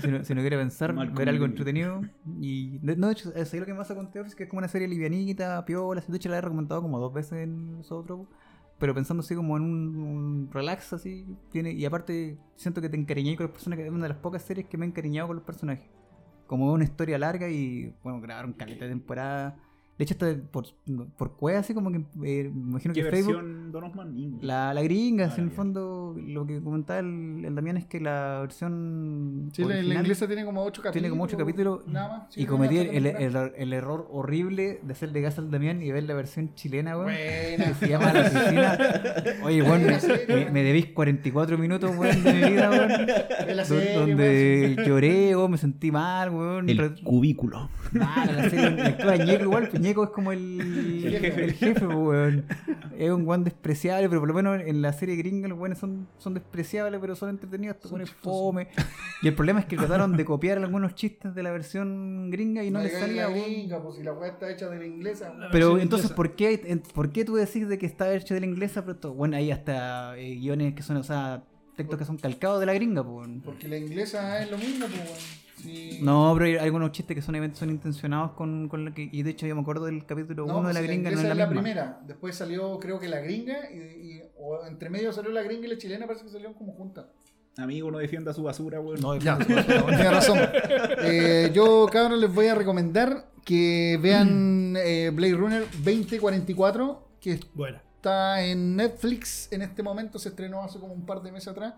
B: Si no, si no quiere pensar,
D: Malcolm
B: ver algo
D: Gladwell.
B: entretenido. Y de, no, de hecho, eh, ¿sabes lo que me pasa con The Office? Que es como una serie livianita, piola. De hecho, la he recomendado como dos veces en los otros. Pero pensando así como en un, un relax, así. tiene Y aparte, siento que te encariñé con los personajes. Es una de las pocas series que me he encariñado con los personajes. Como es una historia larga y, bueno, grabaron caleta de temporada. De hecho, hasta por, por cueva, así como que eh, me imagino
D: ¿Qué
B: que Facebook.
D: versión, Ah, Don Osman? Inglés.
B: La, la gringa, si en el
D: Maravilla.
B: fondo, lo que comentaba el, el Damián es que la versión.
A: Sí, la- la
B: original-
A: inglesa tiene como 8 capítulos.
B: tiene como ocho capítulos
A: Nada más.
B: y cometí el, el- el- el error horrible de hacerle gas al Damián y ver la versión chilena, weón. Que
A: Buena.
B: se llama La Oficina. Oye, weón,
A: Buena serie,
B: me, me,
A: weón.
B: me debís 44 minutos, weón, de mi vida, weón.
A: Ve la
B: Do-
A: serie,
B: donde lloré, weón, me sentí mal, weón. Re-
D: cubículo.
B: Mal, Ah, la serie. me Actúa Ñeco igual, pues Ñeco es como el,
D: El jefe.
B: el jefe, pues, weón. Es un weón despreciable, pero por lo menos en la serie gringa los weones son, son despreciables, pero son entretenidos, estos weones fome. Y el problema es que trataron de copiar algunos chistes de la versión gringa y no, les salía,
A: la
B: weón.
A: gringa, pues si la weá está hecha de la inglesa. weón.
B: Pero
C: versión
B: entonces,
C: inglesa.
B: ¿por qué, en- ¿por qué tú decís de que está hecho de la inglesa? Pero esto- bueno, hay hasta eh, guiones que son, o sea, textos que son calcados de la gringa, pues.
A: Porque la inglesa es lo mismo, pues weón. Sí.
B: No, pero hay algunos chistes que son, eventos- son intencionados con, con la que. Y de hecho, yo me acuerdo del capítulo 1
A: No,
B: de
A: pues,
B: la
A: si
B: gringa, no
A: inglesa
B: es la,
A: es la
B: misma.
A: primera. Después salió, creo que la gringa. Y, y- o entre medio salió la gringa y la chilena. Parece que salieron como juntas.
D: Amigo, no defienda su basura, weón.
B: No,
A: Ya,
B: de-
A: tiene razón. Eh, yo, cabros, les voy a recomendar que vean eh, Blade Runner 2044, que
C: Bueno.
A: está en Netflix en este momento, se estrenó hace como un par de meses atrás.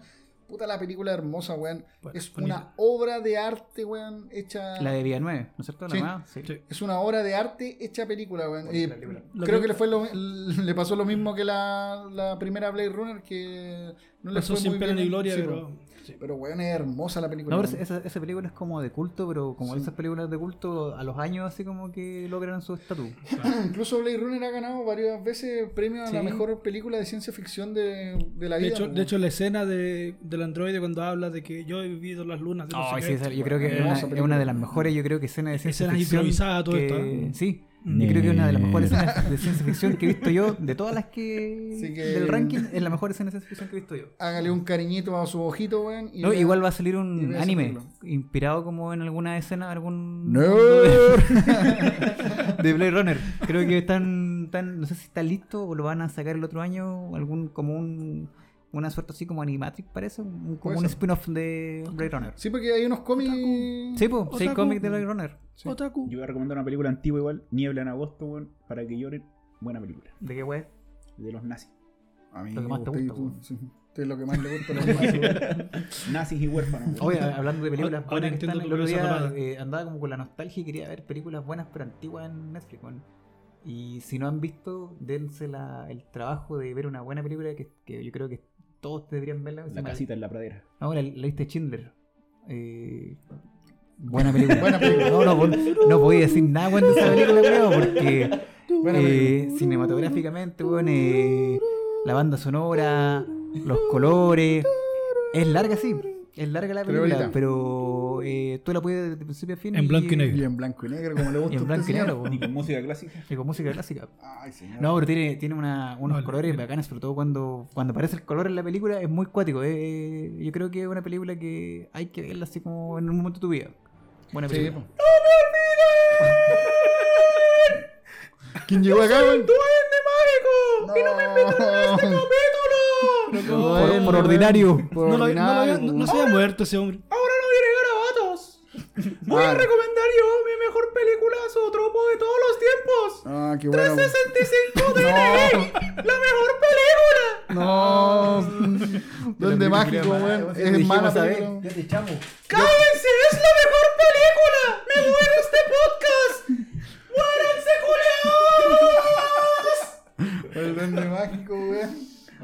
A: Puta la película hermosa, weón.
C: Bueno,
A: es
C: bonita.
A: una obra de arte, weón, hecha...
B: la de Villanueva, ¿no es cierto? La
A: Sí.
B: más, sí.
C: Sí.
A: Es una obra de arte hecha película, weón.
B: Bonita
A: Eh,
B: la película.
A: creo
C: La peli-
A: que le, fue lo- le pasó lo mismo que la, la primera Blade Runner, que no le
C: Pasó
A: fue
C: sin
A: muy
C: pena
A: bien.
C: ni gloria,
A: Sí,
C: pero.
A: weón.
C: sí.
A: Pero, weón, es hermosa la película.
B: No, pero
A: weón.
B: esa, esa película es como de culto, pero como
A: Sí.
B: esas películas de culto, a los años así como que logran su estatus.
A: Incluso Blade Runner ha ganado varias veces premio a la
B: Sí.
A: mejor película de ciencia ficción de, de la
C: De
A: vida.
C: hecho,
A: po.
C: de hecho, la escena de, del androide cuando habla de que yo he vivido las lunas. De no
B: Ay,
C: sé
B: sí,
C: qué.
B: esa- yo creo que es
A: hermosa
B: una,
A: película.
B: es una de las mejores, yo creo que escenas de ciencia
C: Escenas
B: ficción.
C: improvisadas, todo
B: que-
C: esto, ¿eh?
B: Sí, yo
C: Mm.
B: creo que es una de las mejores escenas de ciencia ficción que he visto yo, de todas las que,
A: Así que-
B: del ranking, es la mejor escena de ciencia ficción que he visto yo.
A: Hágale un cariñito a su ojito, weón. y
B: No,
A: vea-
B: igual va a salir
A: y
B: un
A: vea esa
B: anime
A: película.
B: inspirado como en alguna escena, algún
A: Nerd.
B: de Blade Runner. Creo que están, están- no sé si está listo o lo van a sacar el otro año, algún como un una suerte así como animatic parece, un-
A: Puede
B: como un
A: ser.
B: spin-off de Blade Runner.
A: Sí, porque hay unos cómics.
B: Sí, pues, seis
C: Otaku.
B: cómics de Blade Runner.
A: Sí.
C: Otaku.
D: Yo voy a recomendar una película antigua igual, Niebla en agosto, weón, para que lloren. Buena película.
B: ¿De qué web?
D: De los nazis.
A: A mí
B: Lo que más te
A: usted-
B: gusta,
A: tú-
B: weón.
A: sí, usted es lo que más le gusta. lo que más, weón.
D: nazis y huérfanos. weón.
B: Oye, hablando de películas
C: Ahora
B: buenas que
C: entiendo
B: están, el
C: por
B: otro
C: qué esa
B: día
C: tapada.
B: eh, andaba como con la nostalgia y quería ver películas buenas pero antiguas en Netflix. weón. Y si no han visto, dense la- el trabajo de ver una buena película que, que yo creo que todos deberían verla. que se
D: La
B: llama-
D: casita en la pradera.
B: Ahora, la lista de Schindler. Eh, buena película.
A: Buena película.
B: No, no, po- no podía decir nada cuando esa película, creo, porque
A: Buena
B: eh,
A: película.
B: cinematográficamente, weón, eh, la banda sonora, los colores. Es larga, sí. Es larga la
A: Tres
B: película,
A: horitas.
B: pero eh, tú la puedes desde principio a fin.
C: En blanco y negro.
A: Y en blanco y negro, como le gusta.
B: Y
A: a
B: en
A: usted,
B: blanco y
A: señor.
B: negro,
D: Y
B: weón.
D: con música clásica.
B: Y con música clásica.
A: Ay, señor.
B: No, pero tiene, tiene una- unos
C: Vale.
B: colores bacanes, sobre todo cuando, cuando aparece el color en la película, es muy cuático. eh, yo creo que es una película que hay que verla así como en un momento de tu vida. Buena
A: Sí,
B: película.
A: po. ¿Quién llegó acá, weón?
B: mágico!
A: ¡Que no me inventaron este
B: Por,
A: capítulo!
B: por ordinario.
A: Por
C: No, lo- no, lo-
A: ordinario,
C: no-
A: po.
C: no se había muerto ese hombre.
D: Ahora no diré garabatos. Voy
A: Ah.
D: a recomendar yo mi mejor película, su tropo de todos los tiempos.
A: Ah, qué bueno.
D: 65 de
A: No,
D: E, la mejor película.
A: no. Duende mágico, weón. Es mala película.
D: ¡Cállense! ¡Es la mejor película! ¡Me muero este podcast! ¡Muéranse, culiados!
A: El duende mágico, weón.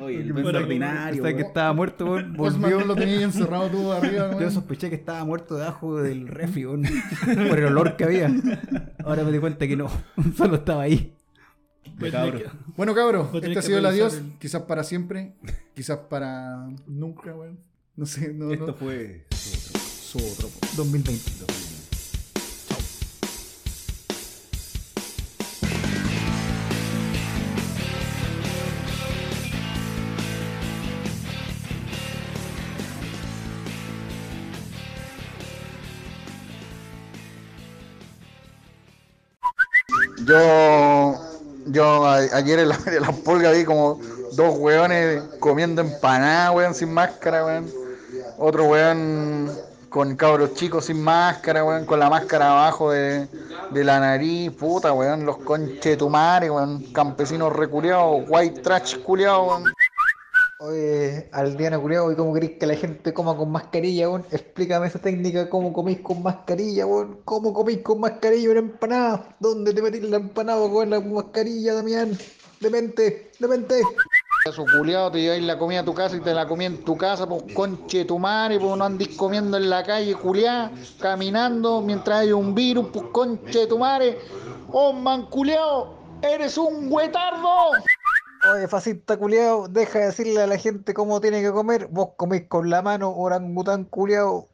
D: Oye, el
C: Bueno,
D: ordinario.
B: Pensaba que estaba muerto, weón,
A: Osman
B: volvió.
A: lo tenía encerrado tú arriba, weón.
B: Yo sospeché que estaba muerto debajo del refri, weón, por el olor que había. Ahora me di cuenta que no, solo estaba ahí.
C: Voy a tener
D: Cabro.
C: que-
A: Bueno, cabros,
C: Voy a
A: este
C: tener
A: ha
C: que
A: sido el
C: revisar
A: adiós.
C: el-
A: Quizás para siempre, quizás para nunca, weón. No sé, no,
D: Esto
A: no.
D: fue.
B: 2020.
E: yo, yo a- ayer en la, en la pulga vi como dos weones comiendo empanada, weón, sin máscara, weón. Otro weón con cabros chicos sin máscara, weón, con la máscara abajo de, de la nariz, puta, weón, los conchetumares, weón, campesinos reculeados, white trash culeados, weón.
F: Oye, aldeano culiao, ¿y cómo querés que la gente coma con mascarilla, weón? Explícame esa técnica, ¿cómo comís con mascarilla, weón? ¿Cómo comís con mascarilla una empanada? ¿Dónde te metís la empanada con la mascarilla, Damián? Demente, demente.
E: Su culiado, te lleváis la comida a tu casa y te la comí en tu casa, pues conche tu madre, pues no andís comiendo en la calle, culiá, caminando mientras hay un virus, pues conche tu madre. Oh, man culiao, eres un huetardo.
F: Oye, fascista culiao, deja de decirle a la gente cómo tiene que comer. Vos comís con la mano, orangután culiao.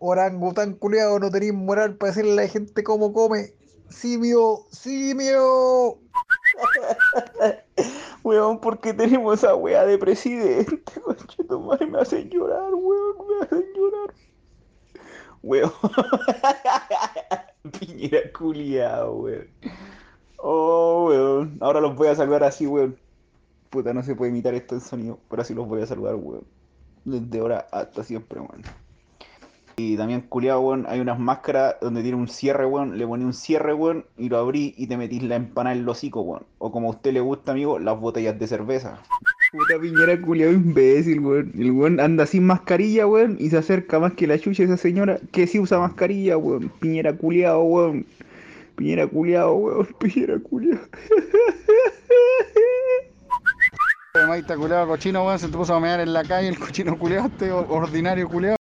F: Orangután culiao, no tenés moral para decirle a la gente cómo come. Simio, simio.
G: Weón, ¿por qué tenemos esa wea de presidente? Conchetumare, me hacen llorar, weón, me hacen llorar. Weón. Piñera culiao, weón. Oh, weón. Ahora los voy a saludar así, weón. Puta, no se puede imitar esto en sonido, pero así los voy a saludar, weón.
D: Desde ahora hasta siempre, weón. Y también, culiado, weón, hay unas máscaras donde tiene un cierre, weón. Le poní un cierre, weón, y lo abrí y te metís la empanada en el hocico, weón. O como a usted le gusta, amigo, las botellas de cerveza. Puta piñera, culiado imbécil, weón. El weón anda sin mascarilla, weón, y se acerca más que la chucha esa señora que sí usa mascarilla, weón. Piñera culiado, weón. Piñera culiado, weón. Piñera culiado.
A: Además, está culeado cochino, weón. Se te puso a mear en la calle el cochino culeado, este ordinario culeado.